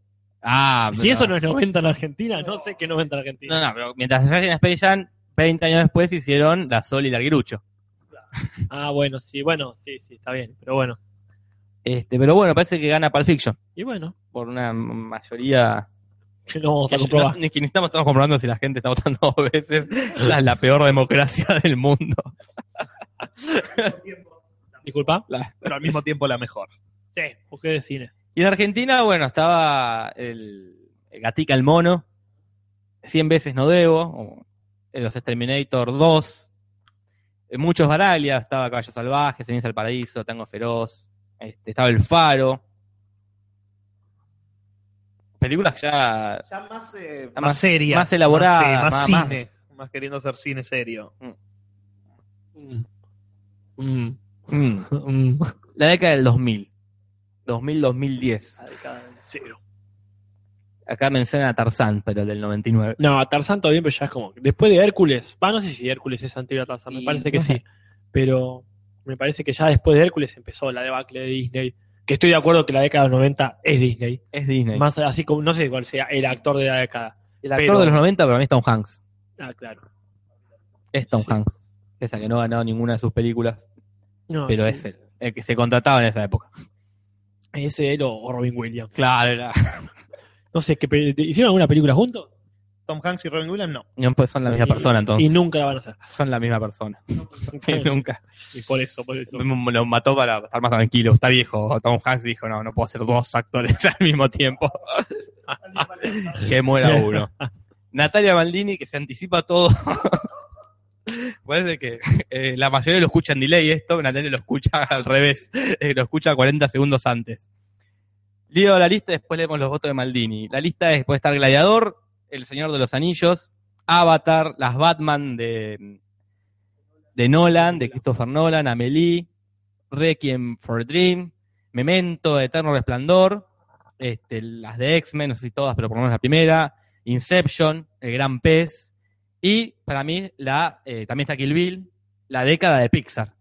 S4: Ah,
S2: Si
S4: pero-
S2: eso no es 90 en Argentina, no sé qué 90 en Argentina.
S4: No, no, pero mientras se hacen Space Jam, 20 años después hicieron La Sol y Larguirucho.
S2: Ah, bueno, sí, bueno, sí, sí, está bien, pero bueno.
S4: Este, pero bueno, parece que gana Pulp Fiction
S2: Y bueno,
S4: por una mayoría.
S2: que no vamos a
S4: No,
S2: comprobar.
S4: ni que ni estamos, estamos comprobando si la gente está votando dos veces. La, la peor democracia del mundo.
S2: Disculpa.
S3: pero al mismo tiempo la mejor.
S2: Sí, busqué de cine.
S4: Y en Argentina, bueno, estaba el, el Gatica el Mono, 100 veces no debo, o, eh, los Exterminator 2, eh, muchos Baraglia, estaba Caballo Salvaje, Ceniza al Paraíso, Tango Feroz, este, estaba El Faro. Películas ya...
S3: Ya más, eh,
S4: Más-
S3: más, seria.
S4: más elaborada,
S3: eh, Más,
S4: más-
S3: cine. Más, queriendo hacer cine serio.
S2: Mm. Mm.
S4: mm,
S2: Mm.
S4: la década del 2000, 2000-2010.
S2: La década del cero.
S4: Acá menciona a Tarzán, pero del 99.
S2: No, Tarzán todavía, pero ya es como. Después de Hércules, va, no sé si Hércules es anterior a Tarzán, me
S4: Y
S2: parece que
S4: no sé.
S2: sí. Pero me parece que ya después de Hércules empezó la debacle de Disney. Que estoy de acuerdo que la década de los 90 es Disney.
S4: Es Disney.
S2: Más así como, no sé cuál sea el actor de la década.
S4: el actor
S2: pero-
S4: de los 90 para mí es Tom Hanks.
S2: Ah, claro.
S4: Es Tom
S2: Sí.
S4: Hanks. Esa que no ha ganado ninguna de sus películas.
S2: No,
S4: pero
S2: sí.
S4: es el, el que se contrataba en esa época.
S2: Ese él o, o Robin Williams.
S4: Claro,
S2: No sé, ¿qué pe- ¿hicieron alguna película juntos?
S3: Tom Hanks y Robin Williams, no.
S4: pues son la misma
S2: Y-
S4: persona, entonces.
S2: Y nunca la van a hacer.
S4: son la misma persona. Sí, nunca.
S2: Y por eso, por eso.
S4: Lo mató para estar más tranquilo. Está viejo. Tom Hanks dijo, no, no puedo ser dos actores al mismo tiempo. que muera uno. Natalia Maldini, que se anticipa todo. Parece que eh, la mayoría lo escucha en delay esto, Natalia lo escucha al revés, eh, lo escucha 40 segundos antes. Leo la lista, después leemos los votos de Maldini. La lista es, puede estar Gladiador, El Señor de los Anillos, Avatar, las Batman de, de Nolan, de Christopher Nolan, Amelie, Requiem for a Dream, Memento, Eterno Resplandor, este, las de X-Men, no sé si todas, pero por lo menos la primera, Inception, El Gran Pez, y para mí la, eh, también está Kill Bill, la década de Pixar.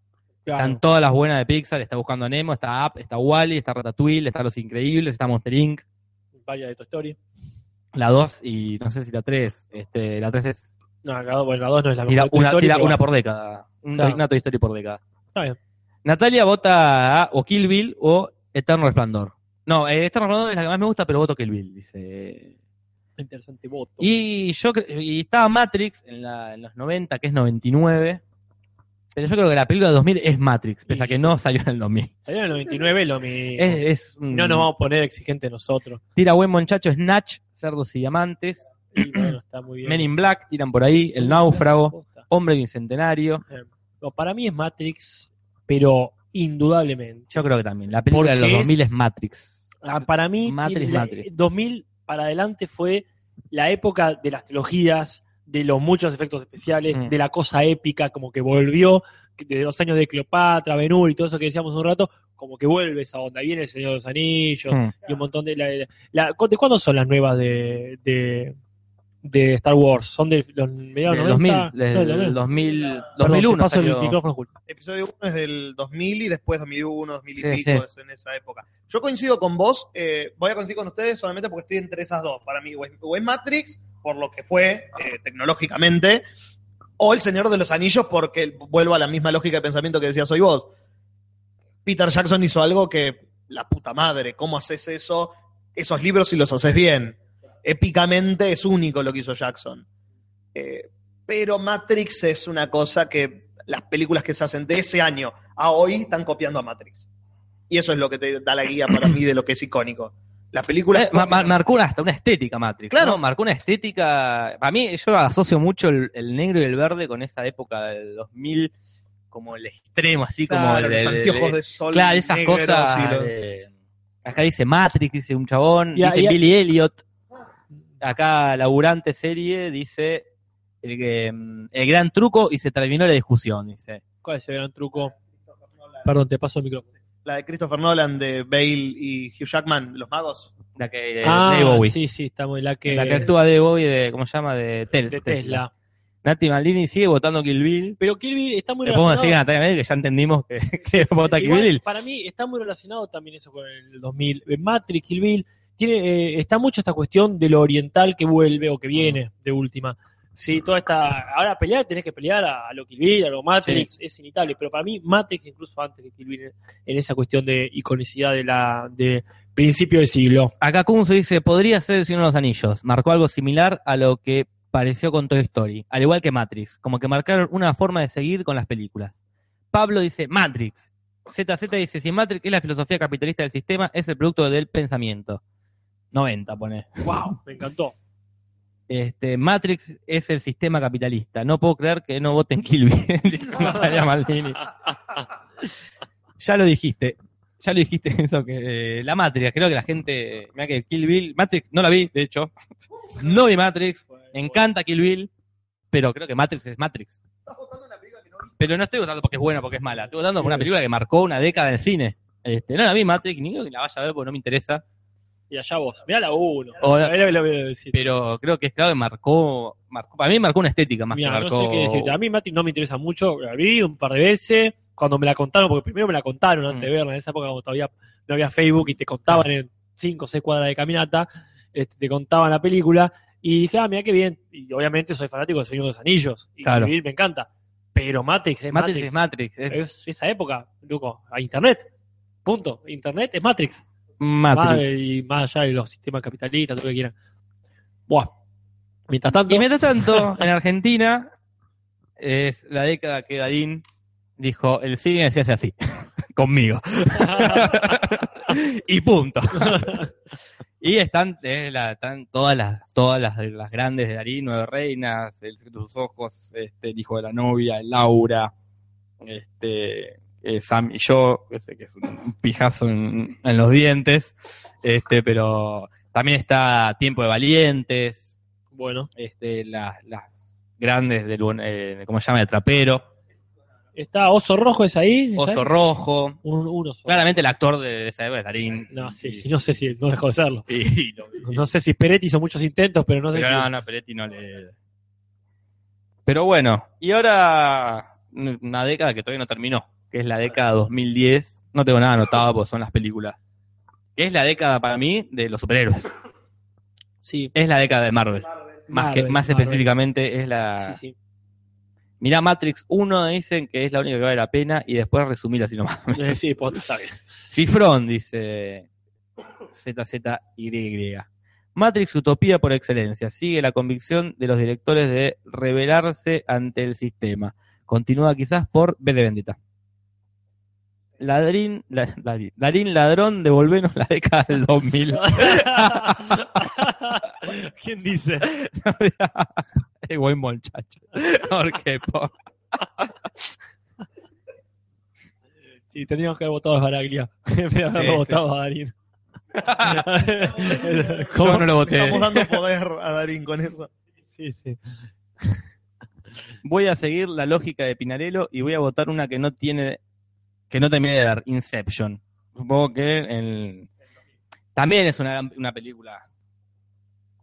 S2: Claro.
S4: Están todas las buenas de Pixar, está Buscando a Nemo, está Up, está Wally, está Ratatouille, está Los Increíbles, está Monster Inc.,
S2: Varias de Toy Story.
S4: la 2 y no sé si la 3, este, la 3 es
S2: No, la dos- bueno, la 2 no es la mejor.
S4: Tira
S2: de Toy
S4: una,
S2: Story,
S4: tira
S2: pero
S4: una
S2: bueno.
S4: por década. Un
S2: Claro.
S4: una Toy Story por década.
S2: Está bien.
S4: Natalia vota a, o Kill Bill o Eterno Resplandor. No, eh, Eterno Resplandor es la que más me gusta, pero voto Kill Bill, dice.
S2: Interesante voto.
S4: Y yo cre- y estaba Matrix en, la- en los 90, que es 99. Pero yo creo que la película de 2000 es Matrix, pese a que no salió en el 2000.
S2: Salió en el 99 lo mismo.
S4: Es, es un-
S2: No nos vamos a poner exigentes nosotros.
S4: Tira buen muchacho, Snatch, Cerdos y Diamantes,
S2: Y bueno, está muy bien.
S4: Men in Black, tiran por ahí, El Náufrago, Hombre Bicentenario.
S2: No, para mí es Matrix, pero indudablemente.
S4: Yo creo que también. La película de los
S2: Porque es-
S4: 2000 es Matrix.
S2: Ah, Para mí,
S4: Matrix,
S2: la-
S4: Matrix.
S2: 2000 para adelante fue la época de las trilogías, de los muchos efectos especiales,
S4: Mm.
S2: de la cosa épica, como que volvió, que de los años de Cleopatra, Benur y todo eso que decíamos un rato, como que vuelve esa onda. Viene el Señor de los Anillos,
S4: Mm.
S2: y un montón de la, de la- ¿de cuándo son las nuevas de, de, de Star Wars? ¿Son de los mediados
S4: Del
S2: 90?
S4: 2000, del
S2: Son de los 90.
S4: 2000,
S2: Perdón, te
S4: 2001
S2: paso
S4: salió.
S2: el micrófono, Julio.
S3: Episodio 1 es del 2000 y después 2001, 2000 y
S4: Sí,
S3: pico,
S4: sí.
S3: es en esa época. Yo coincido con vos, eh, voy a coincidir con ustedes solamente porque estoy entre esas dos. Para mí, o es, o es Matrix, por lo que fue eh, tecnológicamente, o El Señor de los Anillos, porque vuelvo a la misma lógica de pensamiento que decías hoy vos. Peter Jackson hizo algo que, la puta madre, ¿cómo haces eso? Esos libros si los haces bien. Épicamente es único lo que hizo Jackson. Eh, pero Matrix es una cosa que las películas que se hacen de ese año a hoy están copiando a Matrix. Y eso es lo que te da la guía para mí de lo que es icónico. Las películas.
S4: Eh, ma- ma- marcó una- hasta una estética Matrix.
S3: Claro.
S4: ¿no? Marcó una estética. Para mí, yo asocio mucho el, el negro y el verde con esa época del 2000, como el extremo, así como.
S3: Claro, los
S4: el de- de-
S3: anteojos de,
S4: de-
S3: sol.
S4: Claro, esas
S3: negros
S4: cosas.
S3: y los-
S4: de- acá dice Matrix, dice un chabón.
S2: Y a-
S4: dice
S2: y a-
S4: Billy Elliot. Acá, laburante serie, dice. El, que, mm, el gran truco y se terminó la discusión, dice.
S2: ¿Cuál es el gran truco? Perdón, te paso el micrófono.
S3: La de Christopher Nolan, de Bale y Hugh Jackman, Los Magos.
S4: La que,
S2: ah,
S4: de Eh, Bowie.
S2: sí, sí, está muy la que,
S4: la que actúa de Bowie de, ¿cómo se llama? De, Tel-
S2: Eh, de Tesla.
S4: Nati Maldini sigue votando Kill Bill.
S2: Pero Kill Bill está muy
S4: Le podemos decir
S2: relacionado.
S4: a Natalia Maldini que ya entendimos que, que vota Kill
S2: Igual,
S4: Bill.
S2: Para mí está muy relacionado también eso con el 2000. Eh, Matrix, Kill Bill, tiene, eh, está mucho esta cuestión de lo oriental que vuelve o que viene de última. Sí, toda esta. Ahora pelear, tenés que pelear a, a lo Kill Bill, a lo Matrix, es inevitable. Pero para mí, Matrix incluso antes que Kill Bill en, en esa cuestión de iconicidad de la de principio de siglo.
S4: Acá Kun se dice, podría ser el Señor de los Anillos. Marcó algo similar a lo que pareció con Toy Story, al igual que Matrix, como que marcaron una forma de seguir con las películas. Pablo dice, Matrix. ZZ dice, si Matrix es la filosofía capitalista del sistema, es el producto del pensamiento. 90, pone.
S2: ¡Wow! Me encantó.
S4: Este, Matrix es el sistema capitalista. No puedo creer que no voten Kilby. Natalia Maldini. ya lo dijiste. Ya lo dijiste eso que eh, la Matrix, creo que la gente, mira que Kill Bill, Matrix no la vi, de hecho. No vi Matrix, me encanta Kill Bill, pero creo que Matrix es Matrix. Pero no estoy votando porque es buena, porque es mala. Estoy votando por una película que marcó una década del cine. Este, no la vi Matrix, ni creo que la vaya a ver porque no me interesa.
S2: Y allá vos. Mirá la 1.
S4: O la- pero creo que es claro que marcó, marcó para mí marcó una estética más
S2: Mira,
S4: que
S2: no
S4: marcó
S2: sé qué decirte. A mí Matrix no me interesa mucho. La vi un par de veces. Cuando me la contaron, porque primero me la contaron
S4: Mm.
S2: antes de verla, en esa época cuando todavía no había Facebook y te contaban en 5 o 6 cuadras de caminata, este, te contaban la película. Y dije, ah, mira qué bien. Y obviamente soy fanático del Señor de los Anillos. Y
S4: Claro.
S2: vivir me encanta. Pero Matrix es
S4: Matrix,
S2: Matrix.
S4: es Matrix es
S2: Es esa época, loco. A Internet. Punto. Internet es Matrix.
S4: Matrix.
S2: Más- y más allá de los sistemas capitalistas, todo lo que quieran. Buah. Mientras tanto,
S4: Y mientras tanto, en Argentina es la década que Darín dijo el cine se hace así conmigo y punto. y están, eh, la- están todas las todas las, las grandes de Darín, Nueve Reinas, El secreto de sus ojos, este, el hijo de la novia, Laura, este eh, Sam y yo, que sé que es un pijazo en, en los dientes, este, pero también está Tiempo de Valientes,
S2: bueno,
S4: este, las, las grandes del buen- eh, ¿cómo se llama? de trapero,
S2: está Oso Rojo, es ahí. ¿es
S4: Oso
S2: ahí?
S4: Rojo,
S2: Un, un oso.
S4: claramente el actor de esa época, Darín.
S2: No, sí, sí, no sé si no dejó de serlo.
S4: Y- y lo-
S2: No sé si Peretti hizo muchos intentos, pero no sé
S4: pero
S2: si.
S4: no, no, Peretti no le. Pero bueno, y ahora n- una década que todavía no terminó, que es la década 2010. No tengo nada anotado porque son las películas. Que es la década para mí de los superhéroes.
S2: Sí,
S4: Es la década de Marvel. Más, que,
S2: Marvel,
S4: más
S2: Marvel.
S4: específicamente es la,
S2: sí, sí.
S4: Mirá Matrix 1, dicen que es la única que vale la pena y después resumir así nomás.
S2: Eh, sí, pues, está bien.
S4: Cifrón, dice ZZY. Matrix Utopía por excelencia. Sigue la convicción de los directores de rebelarse ante el sistema. Continúa quizás por B de Vendetta. Ladrín, la- ladrín, Darín Ladrón, devolvenos la década del 2000.
S2: ¿Quién dice?
S4: Es buen muchacho. Porque, po-
S2: Sí, tendríamos que haber votado a Baraglia. En vez de haber
S4: Sí, sí.
S2: votado a Darín.
S4: yo no lo
S3: Le
S4: voté.
S3: Estamos dando poder a Darín con eso.
S2: Sí, sí.
S4: voy a seguir la lógica de Pinarello y voy a votar una que no tiene que no termine de dar Inception supongo que el- también es una, una película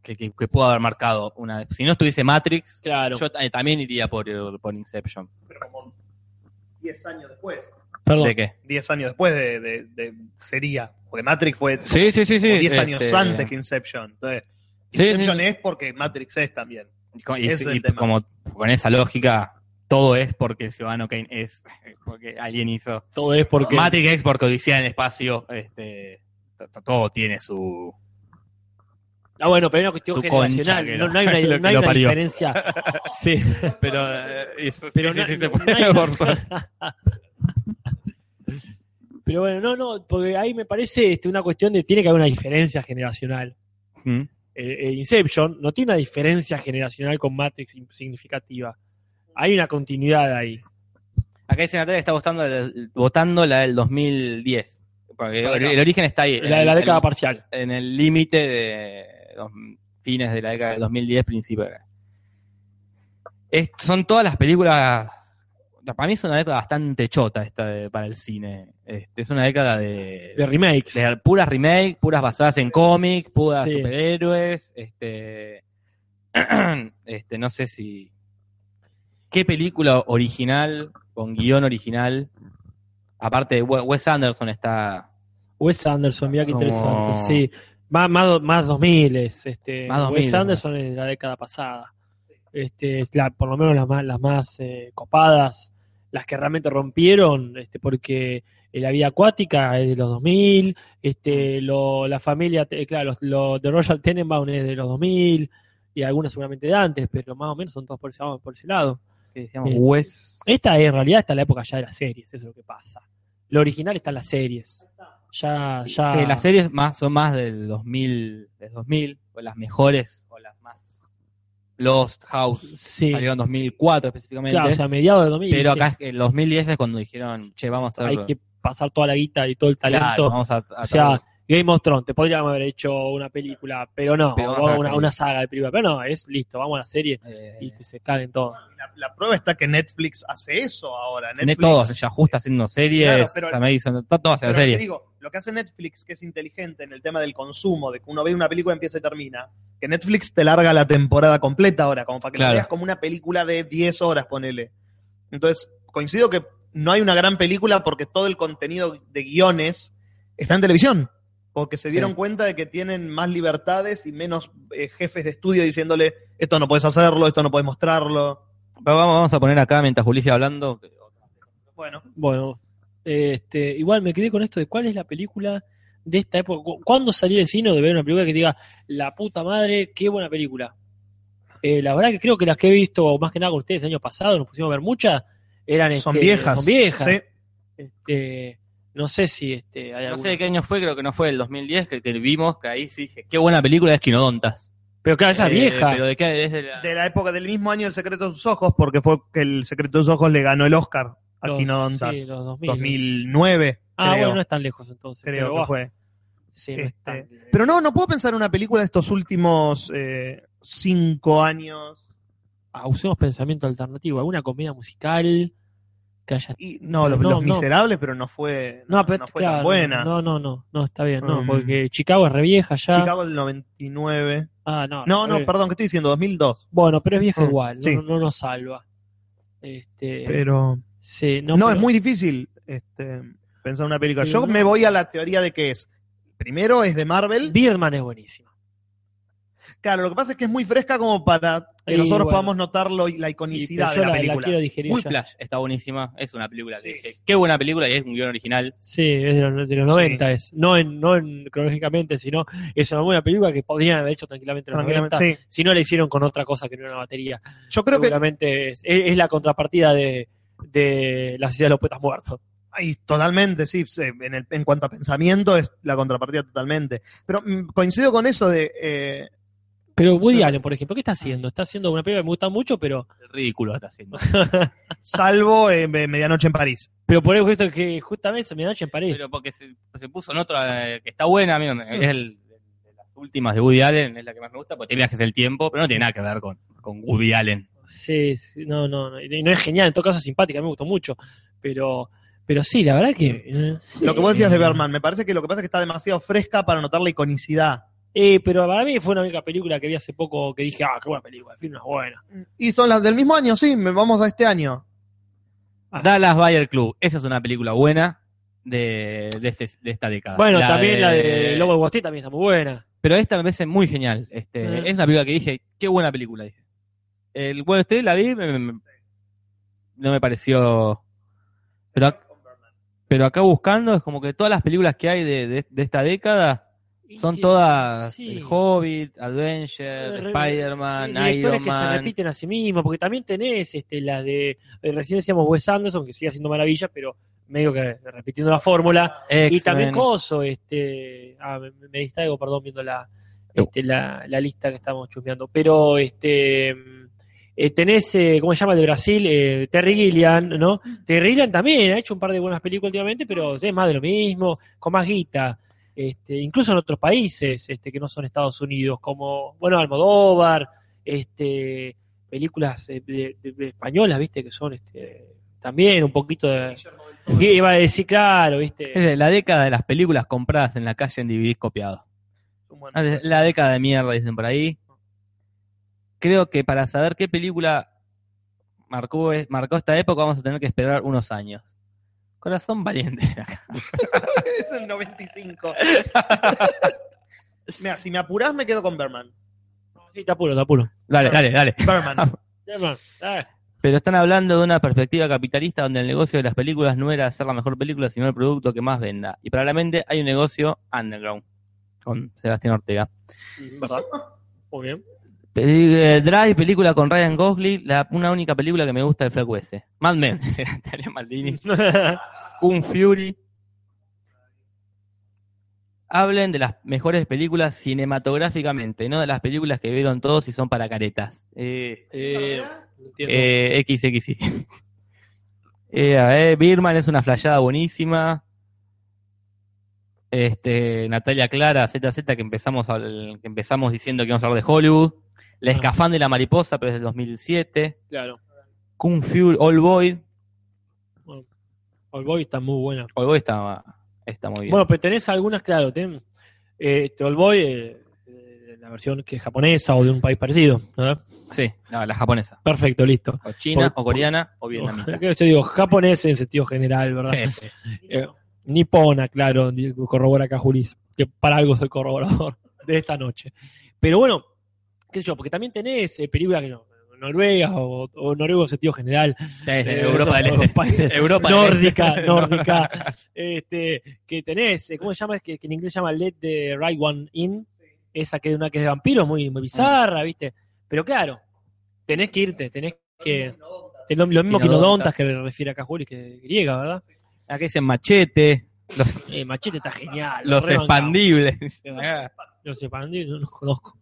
S4: que, que, que pudo haber marcado una si no estuviese Matrix
S2: Claro.
S4: yo ta- también iría por, por Inception
S3: Pero como 10 años después.
S2: Perdón.
S4: ¿de qué?
S3: 10 años después de, de- de- sería. Porque Matrix fue como
S4: sí, sí, sí, sí
S3: 10
S4: este,
S3: años antes que Inception. Entonces,
S4: Sí,
S3: Inception
S4: sí.
S3: es porque Matrix es también.
S4: y con- y-
S3: ese es el
S4: y
S3: tema.
S4: como con esa lógica todo es porque Ciudadano Kane es porque alguien hizo
S2: Todo es porque.
S4: Matrix es porque Odisea en el espacio, este, t- t- todo tiene su...
S2: Ah, bueno, pero hay una cuestión
S4: Su concha
S2: generacional.
S4: que
S2: No,
S4: lo-
S2: no hay una,
S4: lo que
S2: no hay
S4: lo
S2: una
S4: parió.
S2: diferencia. Sí.
S4: Pero, eh, eso,
S2: Ah, Pero
S4: sí,
S2: no-
S4: sí, sí,
S2: no- no hay
S4: se puede
S2: una-
S4: borrar.
S2: Pero bueno, no, no, porque ahí me parece este, una cuestión de tiene que haber una diferencia generacional.
S4: Mm.
S2: Eh, eh, Inception no tiene una diferencia generacional con Matrix in- significativa. Hay una continuidad ahí.
S4: Acá dice Natalia que está votando, la- votando la del 2010. Porque
S2: Para
S4: el,
S2: acá.
S4: el origen está ahí.
S2: La
S4: en
S2: de la
S4: el-
S2: década parcial.
S4: En el límite de los fines de la década del 2010, principio. de- Es- son todas las películas... Para mí es una década bastante chota esta de- para el cine. Este, es una década
S2: De remakes.
S4: de puras remake, puras basadas en cómics, puras
S2: Sí.
S4: superhéroes, este, este, no sé si qué película original con guión original, aparte de We- Wes Anderson está
S2: Wes Anderson, mira qué
S4: Como-
S2: interesante. Sí. Más, más, más 2000, este,
S4: Más
S2: Wes
S4: 2000,
S2: Anderson es de la década pasada. Este, es la- por lo menos las más, las más eh, copadas, las que realmente rompieron, este, porque eh, la vida acuática es de los 2000, este, lo, la familia, te- claro, los, lo, The Royal Tenenbaum es de los 2000, y algunas seguramente de antes, pero más o menos son todos por ese, por ese lado.
S4: que decíamos
S2: Eh,
S4: Wes.
S2: Esta en realidad está en la época ya de las series, eso es lo que pasa. Lo original está en las series. Ya, ya.
S4: Sí, las series más, son más del 2000, del 2000, o las mejores, o las más Lost House,
S2: Sí.
S4: salieron en 2004 específicamente.
S2: Claro, o sea, mediados de 2000.
S4: pero
S2: sí.
S4: acá es que el 2010 es cuando dijeron, che, vamos a hacer...
S2: hay que pasar toda la guita y todo el
S4: claro,
S2: talento.
S4: vamos a, a-
S2: o sea, Game of Thrones, te podríamos haber hecho una película, pero no,
S4: Pero
S2: o
S4: vamos a la
S2: una,
S4: serie.
S2: una saga de película, pero no, es listo, vamos a la serie
S4: eh,
S2: y que se caguen todos.
S3: La, la prueba está que Netflix hace eso ahora.
S4: Tenés
S3: Netflix,
S4: todos, ya justo haciendo series,
S3: Claro, pero-
S4: Sam Edison, está todo haciendo
S3: Pero te
S4: series.
S3: digo, lo que hace Netflix, que es inteligente en el tema del consumo, de que uno ve una película, empieza y termina, que Netflix te larga la temporada completa ahora, como para que la
S4: Claro.
S3: veas como una película de 10 horas, ponele. Entonces, coincido que no hay una gran película porque todo el contenido de guiones está en televisión. Porque se dieron
S4: Sí.
S3: cuenta de que tienen más libertades y menos eh, jefes de estudio diciéndole, esto no puedes hacerlo, esto no puedes mostrarlo.
S4: Pero vamos, vamos a poner acá, mientras Juli sigue hablando, que-
S3: Bueno,
S2: Bueno, este, igual me quedé con esto de cuál es la película de esta época. Cu- ¿Cuándo salí del cine de ver una película que diga, la puta madre, qué buena película? Eh, la verdad que creo que las que he visto, más que nada con ustedes el año pasado, nos pusimos a ver muchas, eran
S3: son
S2: este,
S3: viejas.
S2: Son viejas.
S3: Sí.
S2: Este, no sé si este, hay
S4: no
S2: alguna.
S4: sé de qué año fue, creo que no fue el 2010, que, que vimos, que ahí sí dije, qué buena película es Quinodontas.
S2: Pero claro, esa es
S4: Eh,
S2: vieja.
S4: Pero de qué, es de la-
S3: de la época del mismo año El secreto de sus ojos, porque fue que El secreto de sus ojos le ganó el Oscar a
S2: Los-
S3: Quinodontas.
S2: sí, los 2000.
S3: 2009,
S2: Ah,
S3: creo,
S2: bueno, no es tan lejos entonces.
S3: creo
S2: pero,
S3: que
S2: bah,
S3: fue.
S2: sí, no es
S3: Este,
S2: tan-
S3: Pero no, no puedo pensar en una película de estos últimos eh, cinco años.
S2: Ah, usemos pensamiento alternativo. ¿Alguna comedia musical que haya
S3: Y, no, los,
S2: No,
S3: Los
S2: no.
S3: miserables, pero no fue,
S2: No, pero
S3: fue
S2: claro,
S3: tan buena.
S2: No, no, no, no, está bien, no,
S3: Mm.
S2: porque Chicago es re vieja ya.
S3: Chicago del 99.
S2: Ah, no.
S3: No, no,
S2: eh,
S3: perdón, ¿qué estoy diciendo? 2002.
S2: Bueno, pero es vieja
S3: Mm,
S2: igual, no-
S3: sí.
S2: no, no nos salva. Este,
S3: Pero
S2: sí, no,
S3: no,
S2: pero-
S3: es muy difícil este, pensar en una película.
S2: Pero
S3: Yo
S2: no.
S3: me voy a la teoría de que es. Primero es de Marvel.
S2: Birdman es buenísima.
S3: Claro, lo que pasa es que es muy fresca como para que
S2: Y
S3: nosotros
S2: bueno.
S3: podamos notar lo- la
S2: Y-
S3: iconicidad
S2: pero yo
S3: de la,
S2: la, la
S3: película.
S2: quiero digerir ya.
S4: Whiplash está buenísima, es una película que
S3: Sí.
S4: dije, qué buena película y es un guión original.
S2: Sí, es de los, de los
S3: Sí.
S2: 90 es. No en, no en cronológicamente, sino es una buena película que podrían haber hecho tranquilamente en los
S3: Tranquilamente,
S2: 90,
S3: sí.
S2: si no la hicieron con otra cosa que no era una batería.
S3: Yo creo que
S2: Seguramente es, es- es la contrapartida de, de La Ciudad de los Poetas Muertos.
S3: Ay, totalmente, sí. sí, En, el- en cuanto a pensamiento, es la contrapartida totalmente. Pero mm, coincido con eso de. eh,
S2: Pero Woody Allen, por ejemplo, ¿qué está haciendo? Está haciendo una película que me gusta mucho, pero
S4: Ridículo está haciendo.
S3: salvo eh, me- Medianoche en París.
S2: Pero por eso es que justamente se me noche en París.
S4: Pero porque se, se puso en otra eh, que está buena, amigo, es el- de las últimas de Woody Allen, es la que más me gusta, porque tiene viajes del tiempo, pero no tiene nada que ver con, con Woody Allen.
S2: Sí, sí, no, no, no, y no es genial, en todo caso es simpática, me gustó mucho. Pero, pero sí, la verdad que. eh,
S3: Lo
S2: sí.
S3: que vos decías de Berman, me parece que lo que pasa es que está demasiado fresca para notar la iconicidad.
S2: Eh, pero para mí fue una única película que vi hace poco que dije, ah, qué buena película, el film es buena.
S3: Y son las del mismo año, sí, me- vamos a este año.
S2: Ah.
S4: Dallas Buyer Club, esa es una película buena de, de, este- de esta década.
S2: Bueno, también la de Lobo de Wall Street también está muy buena.
S4: Pero esta me parece muy genial. Este,
S2: Eh.
S4: Es una película que dije, qué buena película. Dije. El Wall Street la vi, me- me- me- no me pareció. Pero, ac- pero acá buscando, es como que todas las películas que hay de, de- de esta década son
S2: Y que-
S4: todas
S2: sí.
S4: El Hobbit, Adventure,
S2: Eh, re-
S4: Spider-Man,
S2: Y directores
S4: Iron
S2: que se
S4: Man.
S2: repiten a sí mismos, porque también tenés este, la de, eh, recién decíamos Wes Anderson, que sigue haciendo maravillas, pero medio que repitiendo la fórmula. Y
S4: X-Men.
S2: también Coso, este, ah, me, me distraigo, perdón, viendo la,
S4: Uh.
S2: este, la, la lista que estamos chusmeando. Pero este mm, eh, tenés, eh, ¿cómo se llama el de Brasil? Eh, Terry Gilliam, ¿no? Terry Gilliam también ha hecho un par de buenas películas últimamente, pero es más de lo mismo, con más guita. Este, incluso en otros países este, que no son Estados Unidos, como, bueno, Almodóvar, este, películas eh, de- de- de españolas, viste, que son este, también un poquito de... Que iba a decir, claro,
S4: Es
S2: viste.
S4: de la década de las películas compradas en la calle en DVDs copiados.
S3: Bueno,
S4: Ah, de- La década de mierda, dicen por ahí. Creo que para saber qué película marcó, marcó esta época vamos a tener que esperar unos años. Corazón valiente.
S3: es el 95. Mira, si me apurás, me quedo con Berman.
S2: Sí, te apuro, te apuro.
S4: Dale, dale, dale.
S3: Berman.
S2: Germán, dale.
S4: Pero están hablando de una perspectiva capitalista donde el negocio de las películas no era hacer la mejor película, sino el producto que más venda. Y paralelamente hay un negocio underground con Sebastián Ortega.
S2: Muy bien.
S4: Peli- eh, Drive, película con Ryan Gosling, la, una única película que me gusta del flaco ese. Mad Men, de Natalia Maldini. Un Fury. Hablen de las mejores películas cinematográficamente, no de las películas que vieron todos y son para caretas. Eh,
S2: Eh, no entiendo.
S4: eh, XXI. Eh, a ver, Birman es una flayada buenísima. Este, Natalia Clara, ZZ, que empezamos, al- que empezamos diciendo que íbamos a hablar de Hollywood. La
S2: Ah.
S4: Escafandra y la Mariposa, pero es del 2007.
S2: claro.
S4: Kung Fury, All Boy.
S2: All Boy está muy buena.
S4: All Boy está, está muy bien.
S2: Bueno, pero tenés algunas, claro. Ten, eh, este, All Boy, eh, eh, la versión que es japonesa o de un país parecido. ¿no?
S4: sí, no, la japonesa.
S2: Perfecto, listo.
S4: O china,
S2: Por-
S4: o coreana, o
S2: Creo
S4: vietnamita.
S2: que yo digo japonés en sentido general, ¿verdad?
S4: Sí, sí.
S2: Eh, nipona, claro, di- corrobora acá Julis, que para algo soy corroborador de esta noche. Pero bueno, qué sé yo, porque también tenés eh, películas que no, Noruega o, o Noruega en sentido general,
S4: Sí, sí,
S2: eh,
S4: Europa
S2: esos
S4: del Este.
S2: países
S4: Europa del
S2: nórdica,
S4: Este.
S2: nórdica, este, que tenés, eh, ¿cómo se llama? Es que, que en inglés se llama Let the Right One In, esa que es una que es de vampiros, muy, muy bizarra, ¿viste? Pero claro, tenés que irte, tenés que... es Lo, lo mismo que
S4: Quinodontas.
S2: Nodontas que refiere acá Juli, que es griega, ¿verdad?
S4: Acá dicen machete, los,
S2: Eh, Machete está genial.
S4: los
S2: re bancamos.
S4: expandibles. dicen acá.
S2: Los expandibles no los conozco.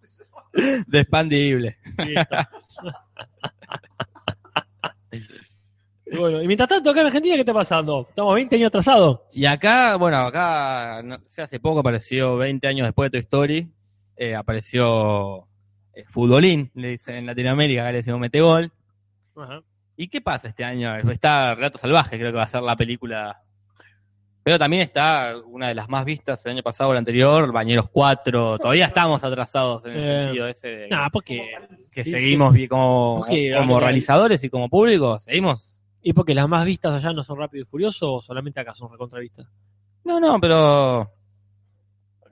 S4: De expandible.
S2: Listo. y bueno, y mientras tanto, acá en Argentina, ¿qué está pasando? Estamos 20 años atrasados.
S4: Y acá, bueno, acá no sé, hace poco apareció, 20 años después de Toy Story, eh, apareció eh, Futbolín, le dicen en Latinoamérica, acá le decimos Mete Gol.
S2: Ajá.
S4: ¿Y qué pasa este año? Está Relato Salvaje, creo que va a ser la película. Pero también está una de las más vistas el año pasado o el anterior, Bañeros 4. Todavía estamos atrasados en el
S2: Eh,
S4: sentido ese de
S2: Nah, porque.
S4: que
S2: sí,
S4: seguimos vi- como,
S2: Porque,
S4: como
S2: ahora-
S4: realizadores y como público, seguimos.
S2: ¿Y porque las más vistas allá no son rápido y furioso o solamente acá son recontravistas?
S4: No, no, pero.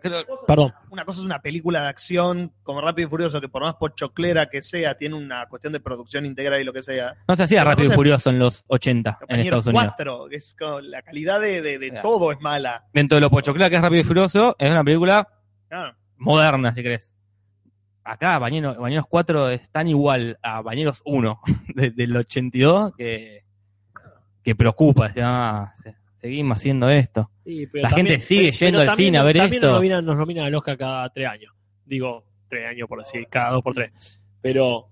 S4: creo-
S2: Perdón.
S3: Una cosa es una película de acción como Rápido y Furioso, que por más pochoclera que sea, tiene una cuestión de producción integral y lo que sea.
S4: No se hacía
S3: Pero
S4: Rápido y
S3: entonces-
S4: Furioso en los 80 en
S3: Compañero
S4: Estados Unidos.
S3: 4, que es como la calidad de, de- de
S4: Claro.
S3: todo es mala.
S4: Dentro de lo pochocla que es Rápido y Furioso, es una película
S3: Claro.
S4: moderna, si crees. Acá Bañero- Bañeros 4 es tan igual a Bañeros 1 de- del 82 que, que preocupa. decir, "Ah, se- seguimos haciendo esto.
S2: Sí, pero eh,
S4: La gente sigue
S2: pero
S4: yendo al
S2: también-
S4: cine a ver
S2: también
S4: esto.
S2: Nos nominan, nos nominan al Oscar cada tres años. Digo, tres años por decir, cada dos por tres. Pero,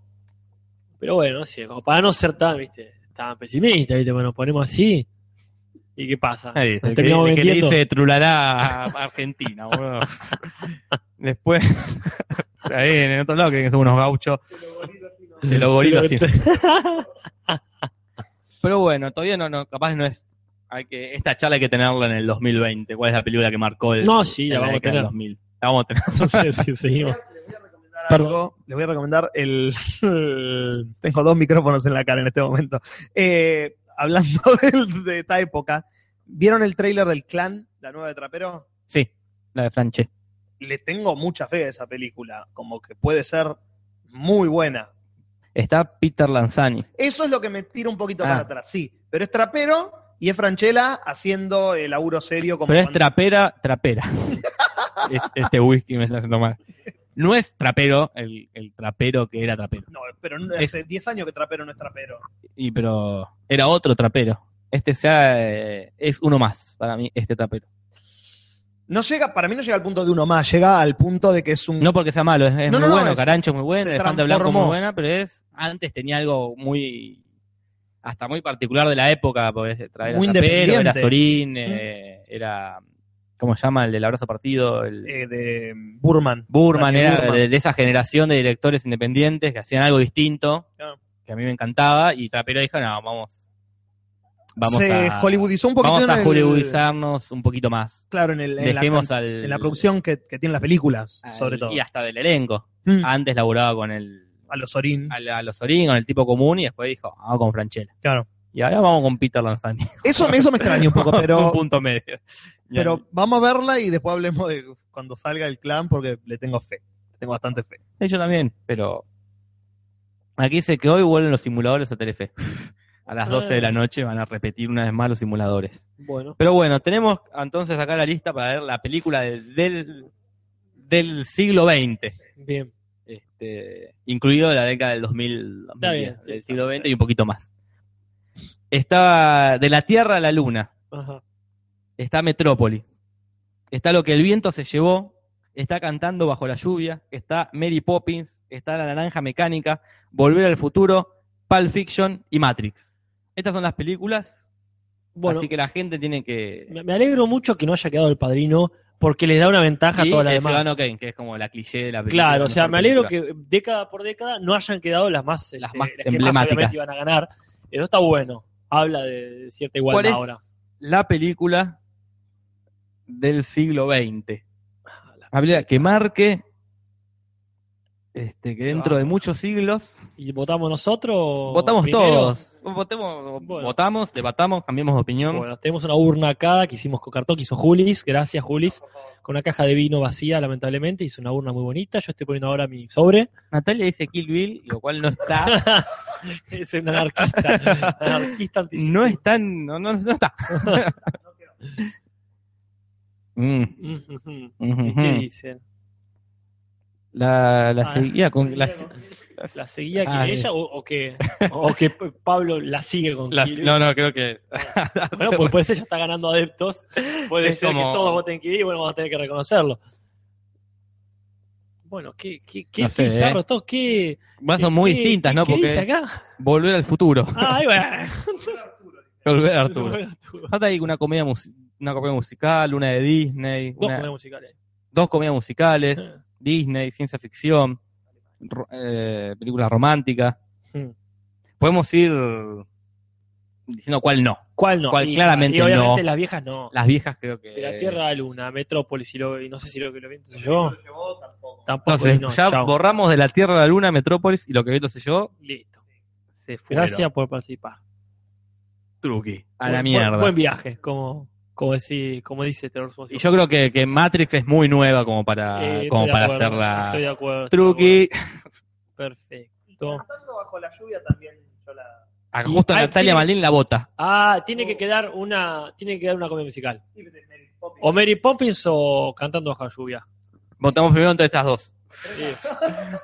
S2: pero bueno, no sé, como para no ser tan, viste, tan pesimista, viste, bueno, ponemos así. ¿Y qué pasa?
S4: Ahí,
S2: Nos
S4: el que,
S2: terminamos
S4: el que le
S2: vendiendo.
S4: dice trulará a Argentina, boludo. Después, ahí en otro lado creen que somos unos gauchos. De los gorilas, sí. Pero bueno, todavía no, no, capaz no es. Hay que, esta charla hay que tenerla en el 2020. ¿Cuál es la película que marcó el,
S2: No, sí,
S4: en
S2: la
S4: la
S2: vamos a
S4: década del
S2: tener.
S4: 2000? La vamos a tener.
S2: No sé si seguimos. Perdón.
S3: Algo, les voy a recomendar el, el- Tengo dos micrófonos en la cara en este momento. Eh, hablando del- de, esta época, ¿vieron el tráiler del Clan, la nueva de Trapero?
S4: Sí, la de Franche.
S3: Le tengo mucha fe a esa película, como que puede ser muy buena.
S4: Está Peter Lanzani.
S3: Eso es lo que me tira un poquito
S4: Ah.
S3: para atrás, sí. Pero es Trapero y es Franchella haciendo el laburo serio como
S4: Pero es
S3: cuando-
S4: trapera, trapera. Es- este whisky me está haciendo mal. No es trapero, el, el trapero que era trapero.
S3: No, pero no-
S4: Es-
S3: hace 10 años que Trapero no es Trapero.
S4: Y pero era otro trapero. Este ya eh, es uno más para mí, este trapero.
S3: No llega, para mí no llega al punto de uno más, llega al punto de que es un
S4: No porque sea malo, es, es
S3: No,
S4: muy
S3: no, no,
S4: bueno,
S3: es-
S4: Carancho es muy bueno,
S3: se
S4: Elefante Blanco es muy
S3: transformó.
S4: buena, pero es antes tenía algo muy hasta muy particular de la época, porque traer
S3: Muy
S4: a trapero, era
S3: independiente. Mm.
S4: Sorín, eh, era ¿cómo se llama? el del abrazo partido, el
S3: eh, de Burman.
S4: Burman,
S3: Daniel
S4: era
S3: Burman.
S4: De, de esa generación de directores independientes que hacían algo distinto,
S3: Claro.
S4: que a mí me encantaba, y Trapero dijo, no, vamos, vamos
S3: Se
S4: a
S3: hollywoodizó un poquito
S4: vamos
S3: en
S4: a
S3: el-
S4: hollywoodizarnos un poquito más.
S3: Claro, en, el, en la,
S4: Dejemos
S3: can-
S4: al-
S3: en la producción que, que tienen las películas,
S4: al-
S3: sobre todo.
S4: Y hasta del elenco.
S3: Mm,
S4: Antes laburaba con el
S3: a los Orín.
S4: a, la- a los Orín, con el tipo común, y después dijo, vamos con Franchella.
S3: Claro.
S4: Y ahora vamos con Peter Lanzani.
S3: Eso, me- eso me extraña un poco,
S4: un
S3: pero
S4: punto medio.
S3: Pero vamos a verla y después hablemos de cuando salga el clan porque le tengo fe. Le Tengo bastante fe.
S4: Eh, yo también, pero. Aquí dice que hoy vuelven los simuladores a Telefe. A las 12 de la noche van a repetir una vez más los simuladores.
S2: Bueno,
S4: Pero bueno, tenemos entonces acá la lista para ver la película de- del, del siglo XX.
S2: bien.
S4: este, incluido la década del 2000,
S2: Está bien,
S4: 2010,
S2: sí,
S4: del
S2: está
S4: siglo
S2: bien.
S4: XX y un poquito más. Está De la Tierra a la Luna,
S2: Ajá.
S4: está Metrópoli, está Lo que el viento se llevó, está Cantando bajo la lluvia, está Mary Poppins, está La Naranja Mecánica, Volver al Futuro, Pulp Fiction y Matrix. Estas son las películas,
S2: Bueno,
S4: así que la gente tiene que...
S2: me me alegro mucho que no haya quedado el padrino porque les da una ventaja
S4: Y
S2: a todas las
S4: el
S2: demás.
S4: Ciudadano Kane, que es como la cliché de la película.
S2: Claro, o sea,
S4: mejor
S2: me alegro
S4: película.
S2: que década por década no hayan quedado las más,
S4: Las
S2: este,
S4: más
S2: que
S4: emblemáticas.
S2: obviamente iban a ganar. Eso está bueno. Habla de, de cierta igualdad
S4: ¿Cuál es
S2: ahora.
S4: la película del siglo XX? Habría que marque este, que dentro de muchos siglos
S2: ¿Y votamos nosotros? o
S4: votamos
S2: primero?
S4: todos. Oh, Votemos,
S2: Bueno.
S4: Votamos, debatamos, cambiamos de opinión.
S2: Bueno, tenemos una urna acá que hicimos con cartón, que hizo Julis. Gracias, Julis. Con una caja de vino vacía, lamentablemente. Hizo una urna muy bonita. Yo estoy poniendo ahora mi sobre.
S4: Natalia dice Kill Bill, lo cual no está.
S2: es un anarquista. anarquista anti-
S4: no está. No, no, no está. Mm, mm,
S2: ¿Y
S4: mm,
S2: qué
S4: mm.
S2: dicen?
S4: La, la
S2: Ah.
S4: seguía con la-
S2: ¿La seguía que
S4: Ah,
S2: ella o, o que, o que Pablo la sigue con
S4: la-
S2: Kill Bill?
S4: No, no, creo que.
S2: Bueno, pues puede ser, ya está ganando adeptos. Puede
S4: Es
S2: ser
S4: como-
S2: que todos voten Kiri y bueno, vamos a tener que reconocerlo. Bueno, qué, qué, qué,
S4: No
S2: qué
S4: sé,
S2: bizarro
S4: ¿eh?
S2: todo, qué.
S4: Más son muy
S2: qué-
S4: distintas,
S2: qué-
S4: ¿no?
S2: ¿qué dice
S4: Porque
S2: acá?
S4: volver al futuro.
S2: Ah, ahí va.
S4: Volver a Arturo.
S2: Arturo.
S4: Falta ahí una comedia, mus- una comedia musical, una de Disney,
S2: Dos
S4: una-
S2: comedias musicales.
S4: dos comedias musicales,
S2: Ah.
S4: Disney, ciencia ficción, ro- eh, película romántica.
S2: Hmm.
S4: Podemos ir diciendo cuál no.
S2: ¿Cuál no?
S4: Cuál claramente
S2: y obviamente
S4: no.
S2: las viejas no.
S4: Las viejas creo que...
S2: De la Tierra a la Luna, Metrópolis y, lo, y no sé si lo que lo viento se llevó. Tampoco.
S4: Entonces,
S2: y no,
S4: ya
S2: chao.
S4: borramos de la Tierra a la Luna, Metrópolis y lo que Beto se llevó,
S2: Listo.
S4: se fueron.
S2: Gracias por participar.
S4: Truqui. A
S2: Buen-
S4: la
S2: buen-
S4: mierda.
S2: Buen, viaje, como, como, decí- como dice Terror
S4: y yo creo que, que Matrix es muy nueva como para,
S2: Eh, estoy
S4: como
S2: de
S4: para
S2: acuerdo, Estoy
S4: hacerla
S2: de acuerdo. estoy de acuerdo.
S4: truqui.
S2: Perfecto.
S3: Cantando bajo la lluvia también yo la...
S4: A Este. justo
S2: Ay,
S4: Natalia
S2: tiene-
S4: Malín la bota.
S2: Ah, tiene que quedar una, tiene que quedar una comedia musical. O
S3: O me-
S2: Mary Poppins o Cantando bajo la lluvia.
S4: Votamos primero entre estas dos.
S2: Sí.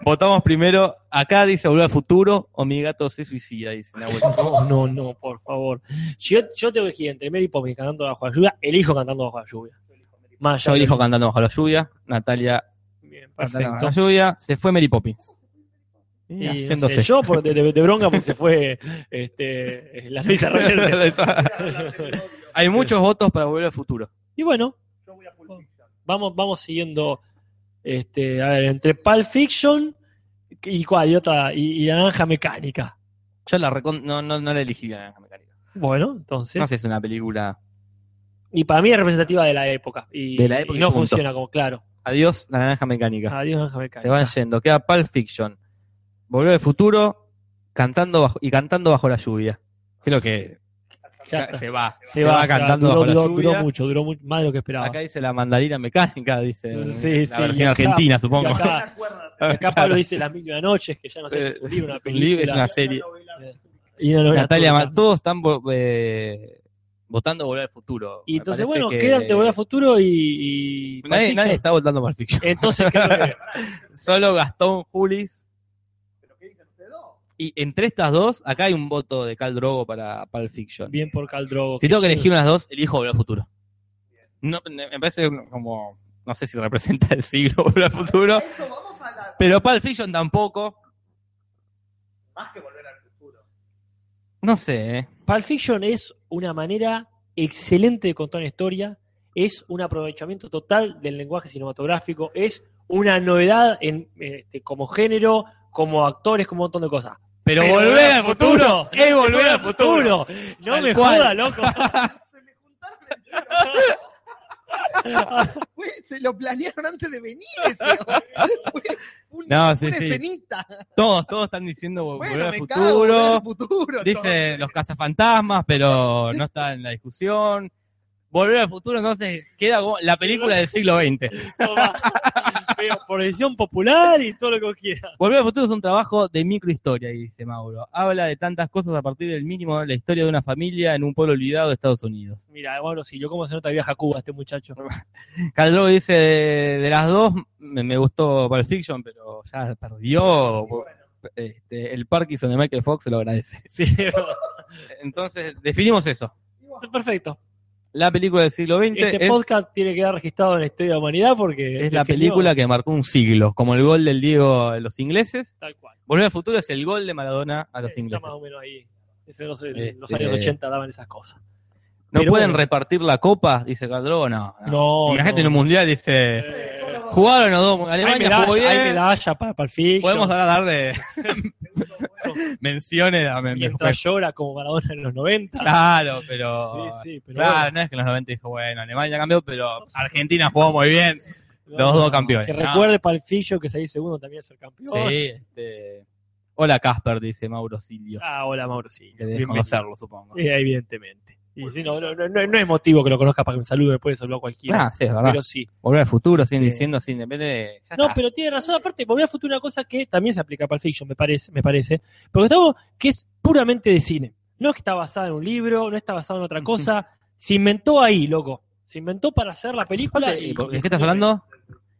S4: Votamos primero. Acá dice volver al futuro o mi gato se suicida, dice Nahuel.
S2: No, no, no, por favor. Yo, yo tengo que elegir entre Mary Poppins y Cantando bajo la lluvia, elijo Cantando bajo la lluvia. Más
S4: Yo
S2: allá
S4: elijo
S2: de-
S4: cantando bajo la lluvia. Natalia
S2: Bien,
S4: cantando bajo
S2: perfecto.
S4: la lluvia. Se fue Mary Poppins.
S2: Y, no sé,
S4: Haciéndose.
S2: yo por, de, de- de bronca porque se fue este, la risa rebelde.
S4: Hay muchos votos para volver al futuro.
S2: Y bueno,
S3: Yo voy a Pulp Fiction.
S2: vamos, vamos siguiendo. Este, a ver, entre Pulp Fiction y cuál, y otra, y, y la naranja mecánica.
S4: Yo la recon- no, no, no la elegí la naranja mecánica.
S2: Bueno, entonces.
S4: No sé si es una película.
S2: Y para mí es representativa de la época. Y,
S4: De la época
S2: y
S4: y
S2: no
S4: punto.
S2: funciona como, claro.
S4: Adiós, la naranja mecánica.
S2: Adiós, naranja
S4: Se van
S2: mecánica.
S4: yendo. Queda Pulp Fiction. Volver al futuro cantando bajo, y cantando bajo la lluvia. Creo que
S2: Ya está.
S4: se va.
S2: Se va, se va.
S4: cantando
S2: duró,
S4: bajo la
S2: duró-
S4: lluvia.
S2: duró mucho, duró mucho, más de lo que esperaba.
S4: Acá dice la mandarina mecánica, dice
S2: Sí,
S4: la
S2: sí, y
S4: versión
S2: acá-
S4: argentina, supongo.
S2: y acá-
S3: Una cuerda,
S2: Y acá Pablo dice las mil y una noches, que ya no sé si es un libro, una
S4: Es un libro, es
S2: película.
S4: una serie.
S3: una novela.
S2: y una novela
S4: Natalia,
S2: turca.
S4: Ma- todos están vo- eh, votando Volver al Futuro.
S2: Y
S4: Me
S2: entonces,
S4: parece
S2: bueno,
S4: que-
S2: quédate volver al futuro y. y
S4: Nadie,
S2: Pulp
S4: nadie
S2: Fiction.
S4: está votando Pulp Fiction.
S2: Entonces, creo que-
S4: Solo Gastón Julis.
S3: ¿Pero qué dicen ustedes dos?
S4: Y entre estas dos, acá hay un voto de Cal Drogo para Pulp Fiction.
S2: bien por Caldrogo.
S4: Si tengo que
S2: sí.
S4: elegir unas dos, elijo Volver al Futuro. No, me me parece como. No sé si representa el siglo Volver al Futuro.
S3: Eso, vamos a la...
S4: Pero Pulp Fiction tampoco.
S3: Más que volver al futuro.
S4: No sé, eh.
S2: Pulp Fiction es una manera excelente de contar una historia, es un aprovechamiento total del lenguaje cinematográfico, es una novedad en, este, como género, como actores, como un montón de cosas.
S4: Pero,
S2: Pero
S4: volver al futuro es volver al futuro.
S2: No
S4: Tal
S2: me
S4: cual.
S2: joda, loco.
S3: Se me juntaron el tiro. Fue- se lo planearon antes de venir ese. Fue un-
S4: No, sí,
S3: una
S4: sí.
S3: escenita.
S4: Todos, todos están diciendo vol-
S3: Bueno,
S4: volver al
S3: me cago, volver
S4: futuro.
S3: al futuro. todo.
S4: Dice los cazafantasmas, pero no está en la discusión. Volver al futuro, entonces queda como la película del siglo XX.
S2: Tomá. Pero por decisión popular y todo lo que quiera.
S4: Volver al futuro es un trabajo de microhistoria, dice Mauro. Habla de tantas cosas a partir del mínimo de la historia de una familia en un pueblo olvidado de Estados Unidos.
S2: Mira, bueno, si yo como se nota viaja a Cuba este muchacho.
S4: Caldro dice de, de las dos, me, me gustó Pulp Fiction, pero ya perdió. Este, el Parkinson de Michael Fox se lo agradece.
S2: Sí,
S4: Entonces, definimos eso.
S2: perfecto.
S4: La película del siglo XX
S2: Este
S4: es,
S2: podcast tiene que quedar registrado en la historia de la humanidad porque
S4: es la
S2: definió-
S4: película que marcó un siglo, como el gol del Diego a los ingleses.
S2: Tal cual.
S4: Volver al futuro es el gol de Maradona a los
S2: Eh, Está
S4: ingleses.
S2: más o menos ahí. Ese, no sé, los
S4: Este-
S2: años 80 daban esas cosas.
S4: ¿No
S2: Pero
S4: pueden
S2: bueno.
S4: repartir la copa? Dice Caldro, no. Ah. no.
S2: No.
S4: Imagínate en
S2: no.
S4: un mundial, dice.
S2: Eh,
S4: Jugaron los dos,
S2: hay
S4: Alemania jugó
S2: medalla,
S4: bien.
S2: hay medalla para, para el Fiction.
S4: Podemos ahora darle menciones a
S2: Mientras llora como Maradona en los 90.
S4: Claro, pero.
S2: sí, sí, pero
S4: claro,
S2: bueno.
S4: no es que en los 90 dijo, bueno, Alemania cambió, pero Argentina jugó muy bien. Los dos campeones.
S2: Que
S4: No.
S2: recuerde para el Fiction que salir segundo también es ser campeón.
S4: Sí, este. Hola Casper, dice Mauro Silvio.
S2: Ah, hola Mauro, sí.
S4: Que debes
S2: bienvenido.
S4: conocerlo, supongo.
S2: Eh, evidentemente. Y sí, no, no, no, no- no es motivo que lo conozca para que me salude, puede saludar a cualquiera.
S4: Ah, sí, es verdad.
S2: pero sí.
S4: Volver al futuro, siguen
S2: Sí.
S4: diciendo así, depende de. ya
S2: No,
S4: está.
S2: pero tiene razón. Aparte, volver al futuro una cosa que también se aplica para el fiction, me parece, me parece. Porque estamos que es puramente de cine. No es que está basada en un libro, no está basada en otra cosa. Se inventó ahí, loco. Se inventó para hacer la película.
S4: ¿Y
S2: y-
S4: por- ¿De qué estás hablando?
S2: Volver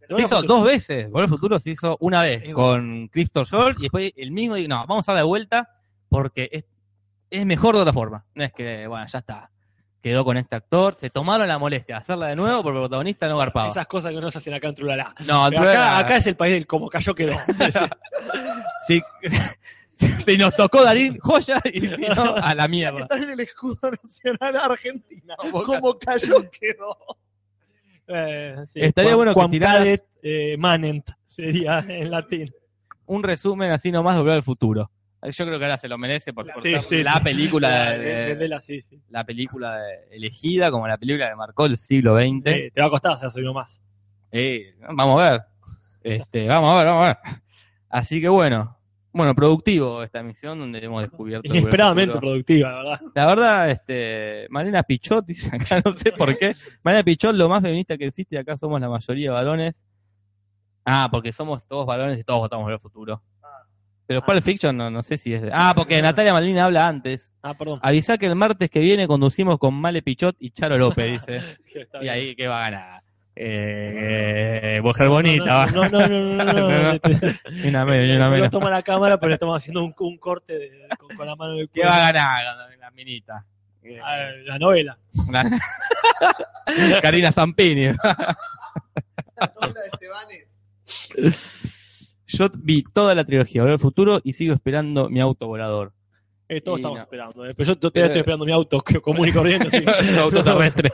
S4: Se
S2: al
S4: hizo
S2: futuro.
S4: dos veces. Volver al futuro se hizo una vez
S2: Es
S4: con Crystal Shore y después el mismo. dijo, No, vamos a dar la vuelta porque es, es mejor de otra forma. No es que, bueno, ya está. Quedó con este actor. Se tomaron la molestia de hacerla de nuevo porque el protagonista no garpaba.
S2: Esas cosas que no se hacen acá en Trulalá.
S4: No,
S2: Pero
S4: Trueba-
S2: acá, acá es el país del como cayó quedó.
S4: Si, si nos tocó Darín, joya y si no, a la mierda.
S3: Está en el escudo nacional Argentina.
S4: Boca.
S3: Como cayó quedó.
S2: Eh, sí.
S4: Estaría bueno que
S2: Juan
S4: tiraras-
S2: Padet, eh, Manent sería en latín.
S4: Un resumen así nomás de Volver al Futuro. Yo creo que ahora se lo merece por, por
S2: Sí,
S4: ser
S2: sí,
S4: la
S2: sí.
S4: película de-
S2: Eh, vendela, sí, sí.
S4: la película de- elegida como la película que marcó el siglo XX.
S2: Eh, te va a costar hacer uno más.
S4: Eh, vamos a ver. Este, vamos a ver, vamos a ver. Así que bueno, bueno, productivo esta misión donde hemos descubierto. el
S2: Inesperadamente
S4: futuro.
S2: productiva, la verdad.
S4: La verdad, este, Marina Pichot, dice acá, no sé por qué. Marina Pichot, lo más feminista que existe, acá somos la mayoría varones. Ah, porque somos todos varones y todos votamos por el futuro. Pero Pulp Fiction no, no sé si es. de- Ah, porque Natalia Madrina habla antes.
S2: Ah, perdón.
S4: Avisa que el martes que viene conducimos con Male Pichot y Charo López, dice.
S2: Está
S4: Ah, Y
S2: bien.
S4: ahí, ¿qué va a ganar? Eh, eh, mujer bonita, va.
S2: No, no, no, no, no, no, no, no.
S4: Y una menos, y una
S2: No
S4: menos.
S2: toma la cámara, pero estamos haciendo un, un corte de- con, con la mano del
S4: ¿Qué
S2: cuello.
S4: va a ganar la minita? Eh,
S2: A ver, La novela.
S4: una- Karina Zampini. Yo vi toda la trilogía, Volver al Futuro, y sigo esperando mi auto volador.
S2: Eh, todos
S4: Y
S2: estamos
S4: no.
S2: esperando. eh. Pero yo todavía estoy esperando mi auto que- común y corriente. así que-
S4: Su auto terrestre.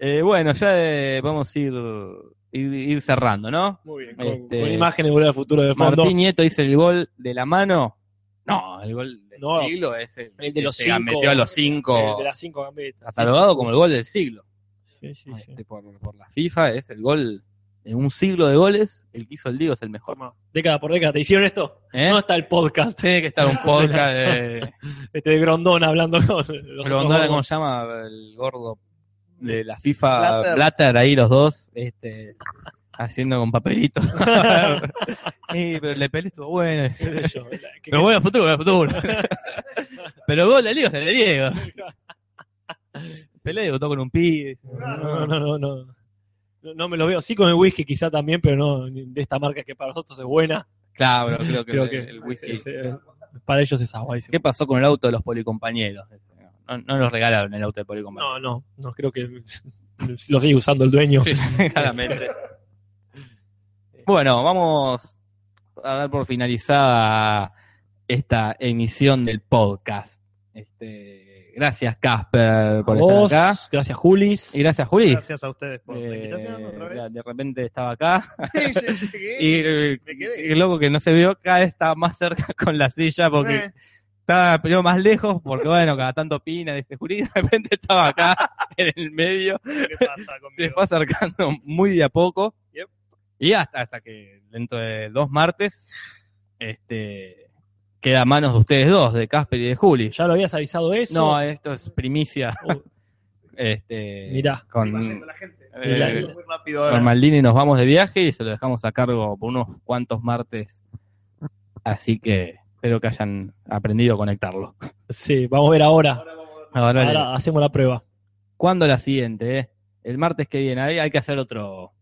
S4: Eh, bueno, ya eh, vamos a ir, ir, ir cerrando, ¿no?
S2: Muy bien. Con,
S4: Este-
S2: con imágenes de volver al futuro de fondo.
S4: Martín Nieto dice el gol de la mano. No, el gol del
S2: No.
S4: siglo es el,
S2: El de los
S4: que
S2: cinco.
S4: este, metió a los cinco.
S2: Eh, de las cinco gambetas.
S4: catalogado como el gol del siglo.
S2: Sí, sí, sí.
S4: Este, por, por la FIFA es el gol de un siglo de goles. El que hizo el Diego es el mejor.
S2: Toma, Década por década. ¿Te hicieron esto?
S4: ¿Eh?
S2: No está el podcast.
S4: Tiene que estar un podcast de.
S2: Este de Grondona hablando con los
S4: Pero
S2: otros
S4: Gondara, ¿cómo
S2: gordos.
S4: se llama? El gordo de la FIFA. Blatter,
S3: Blatter.
S4: ahí los dos. Este, haciendo con papelitos. Eh, pero el peli estuvo bueno. ese.
S2: Qué sé yo, la- que-
S4: Pero bueno, al futuro, al futuro. pero gol del Diego es el de Diego. Pelé debutó con un pibe.
S2: No, no, no, no. No, no me lo veo. Sí con el whisky quizá también, pero no ni- de esta marca que para nosotros es buena.
S4: Claro, creo que,
S2: Creo
S4: el,
S2: que
S4: el whisky.
S2: es, eh, para ellos es agua. dice.
S4: ¿Qué pasó con el auto de los policompañeros? No, no nos regalaron el auto de policompañeros.
S2: No, no, no creo que lo sigue usando el dueño.
S4: Sí, claramente. Bueno, vamos a dar por finalizada esta emisión del podcast. Este, gracias, Casper, por
S2: A vos,
S4: estar acá.
S2: Gracias, Julis.
S4: Y gracias, Juli.
S3: Gracias a ustedes por la
S4: Eh,
S3: invitación otra vez.
S4: de repente estaba acá
S3: Sí, llegué,
S4: y eh,
S3: me quedé.
S4: el loco que no se vio acá está más cerca con la silla porque
S3: Eh,
S4: estaba primero más lejos porque bueno, cada tanto opina, dice Juli, de repente estaba acá en el medio
S3: ¿Qué pasa
S4: se
S3: conmigo?
S4: fue acercando muy de a poco.
S3: Yep.
S4: Y hasta, hasta que dentro de dos martes, este, queda a manos de ustedes dos, de Casper y de Juli.
S2: ¿Ya lo habías avisado eso?
S4: No, eh, esto es primicia.
S2: Uh,
S4: Este,
S2: mirá.
S4: con,
S3: Va yendo la gente.
S4: eh,
S3: Va yendo muy rápido ahora.
S4: con Maldini nos vamos de viaje y se lo dejamos a cargo por unos cuantos martes. Así que espero que hayan aprendido a conectarlo.
S2: sí, vamos a ver ahora.
S3: Ahora vamos a ver.
S4: Ahora, le-
S2: Ahora hacemos la prueba.
S4: ¿Cuándo la siguiente? eh? El martes que viene. Ahí hay que hacer otro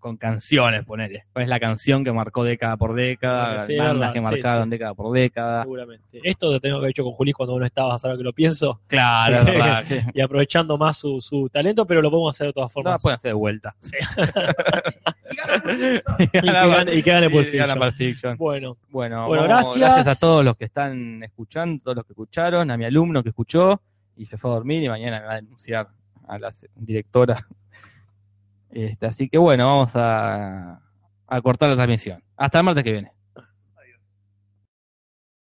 S4: con canciones, ponele. ¿Cuál es la canción que marcó década por década?
S2: Sí,
S4: bandas
S2: verdad,
S4: que
S2: sí,
S4: marcaron
S2: sí.
S4: década por década.
S2: Seguramente. Esto lo tengo que haber hecho con Juli cuando uno estaba, ahora que lo pienso,
S4: Claro, es verdad. sí.
S2: y aprovechando más su, su talento, pero lo podemos hacer de todas
S4: No la
S2: formas.
S4: pueden hacer de vuelta.
S3: Y gana por ciento.
S2: y, que gane, y que gane Pulp
S4: Y
S2: Fiction.
S4: gana Pulp Fiction.
S2: Bueno,
S4: Bueno,
S2: Bueno,
S4: vamos,
S2: gracias.
S4: a todos los que están escuchando, todos los que escucharon, a mi alumno que escuchó y se fue a dormir y mañana me va a denunciar a la se- directora. Este, así que bueno, vamos a, a cortar la transmisión. Hasta el martes que viene.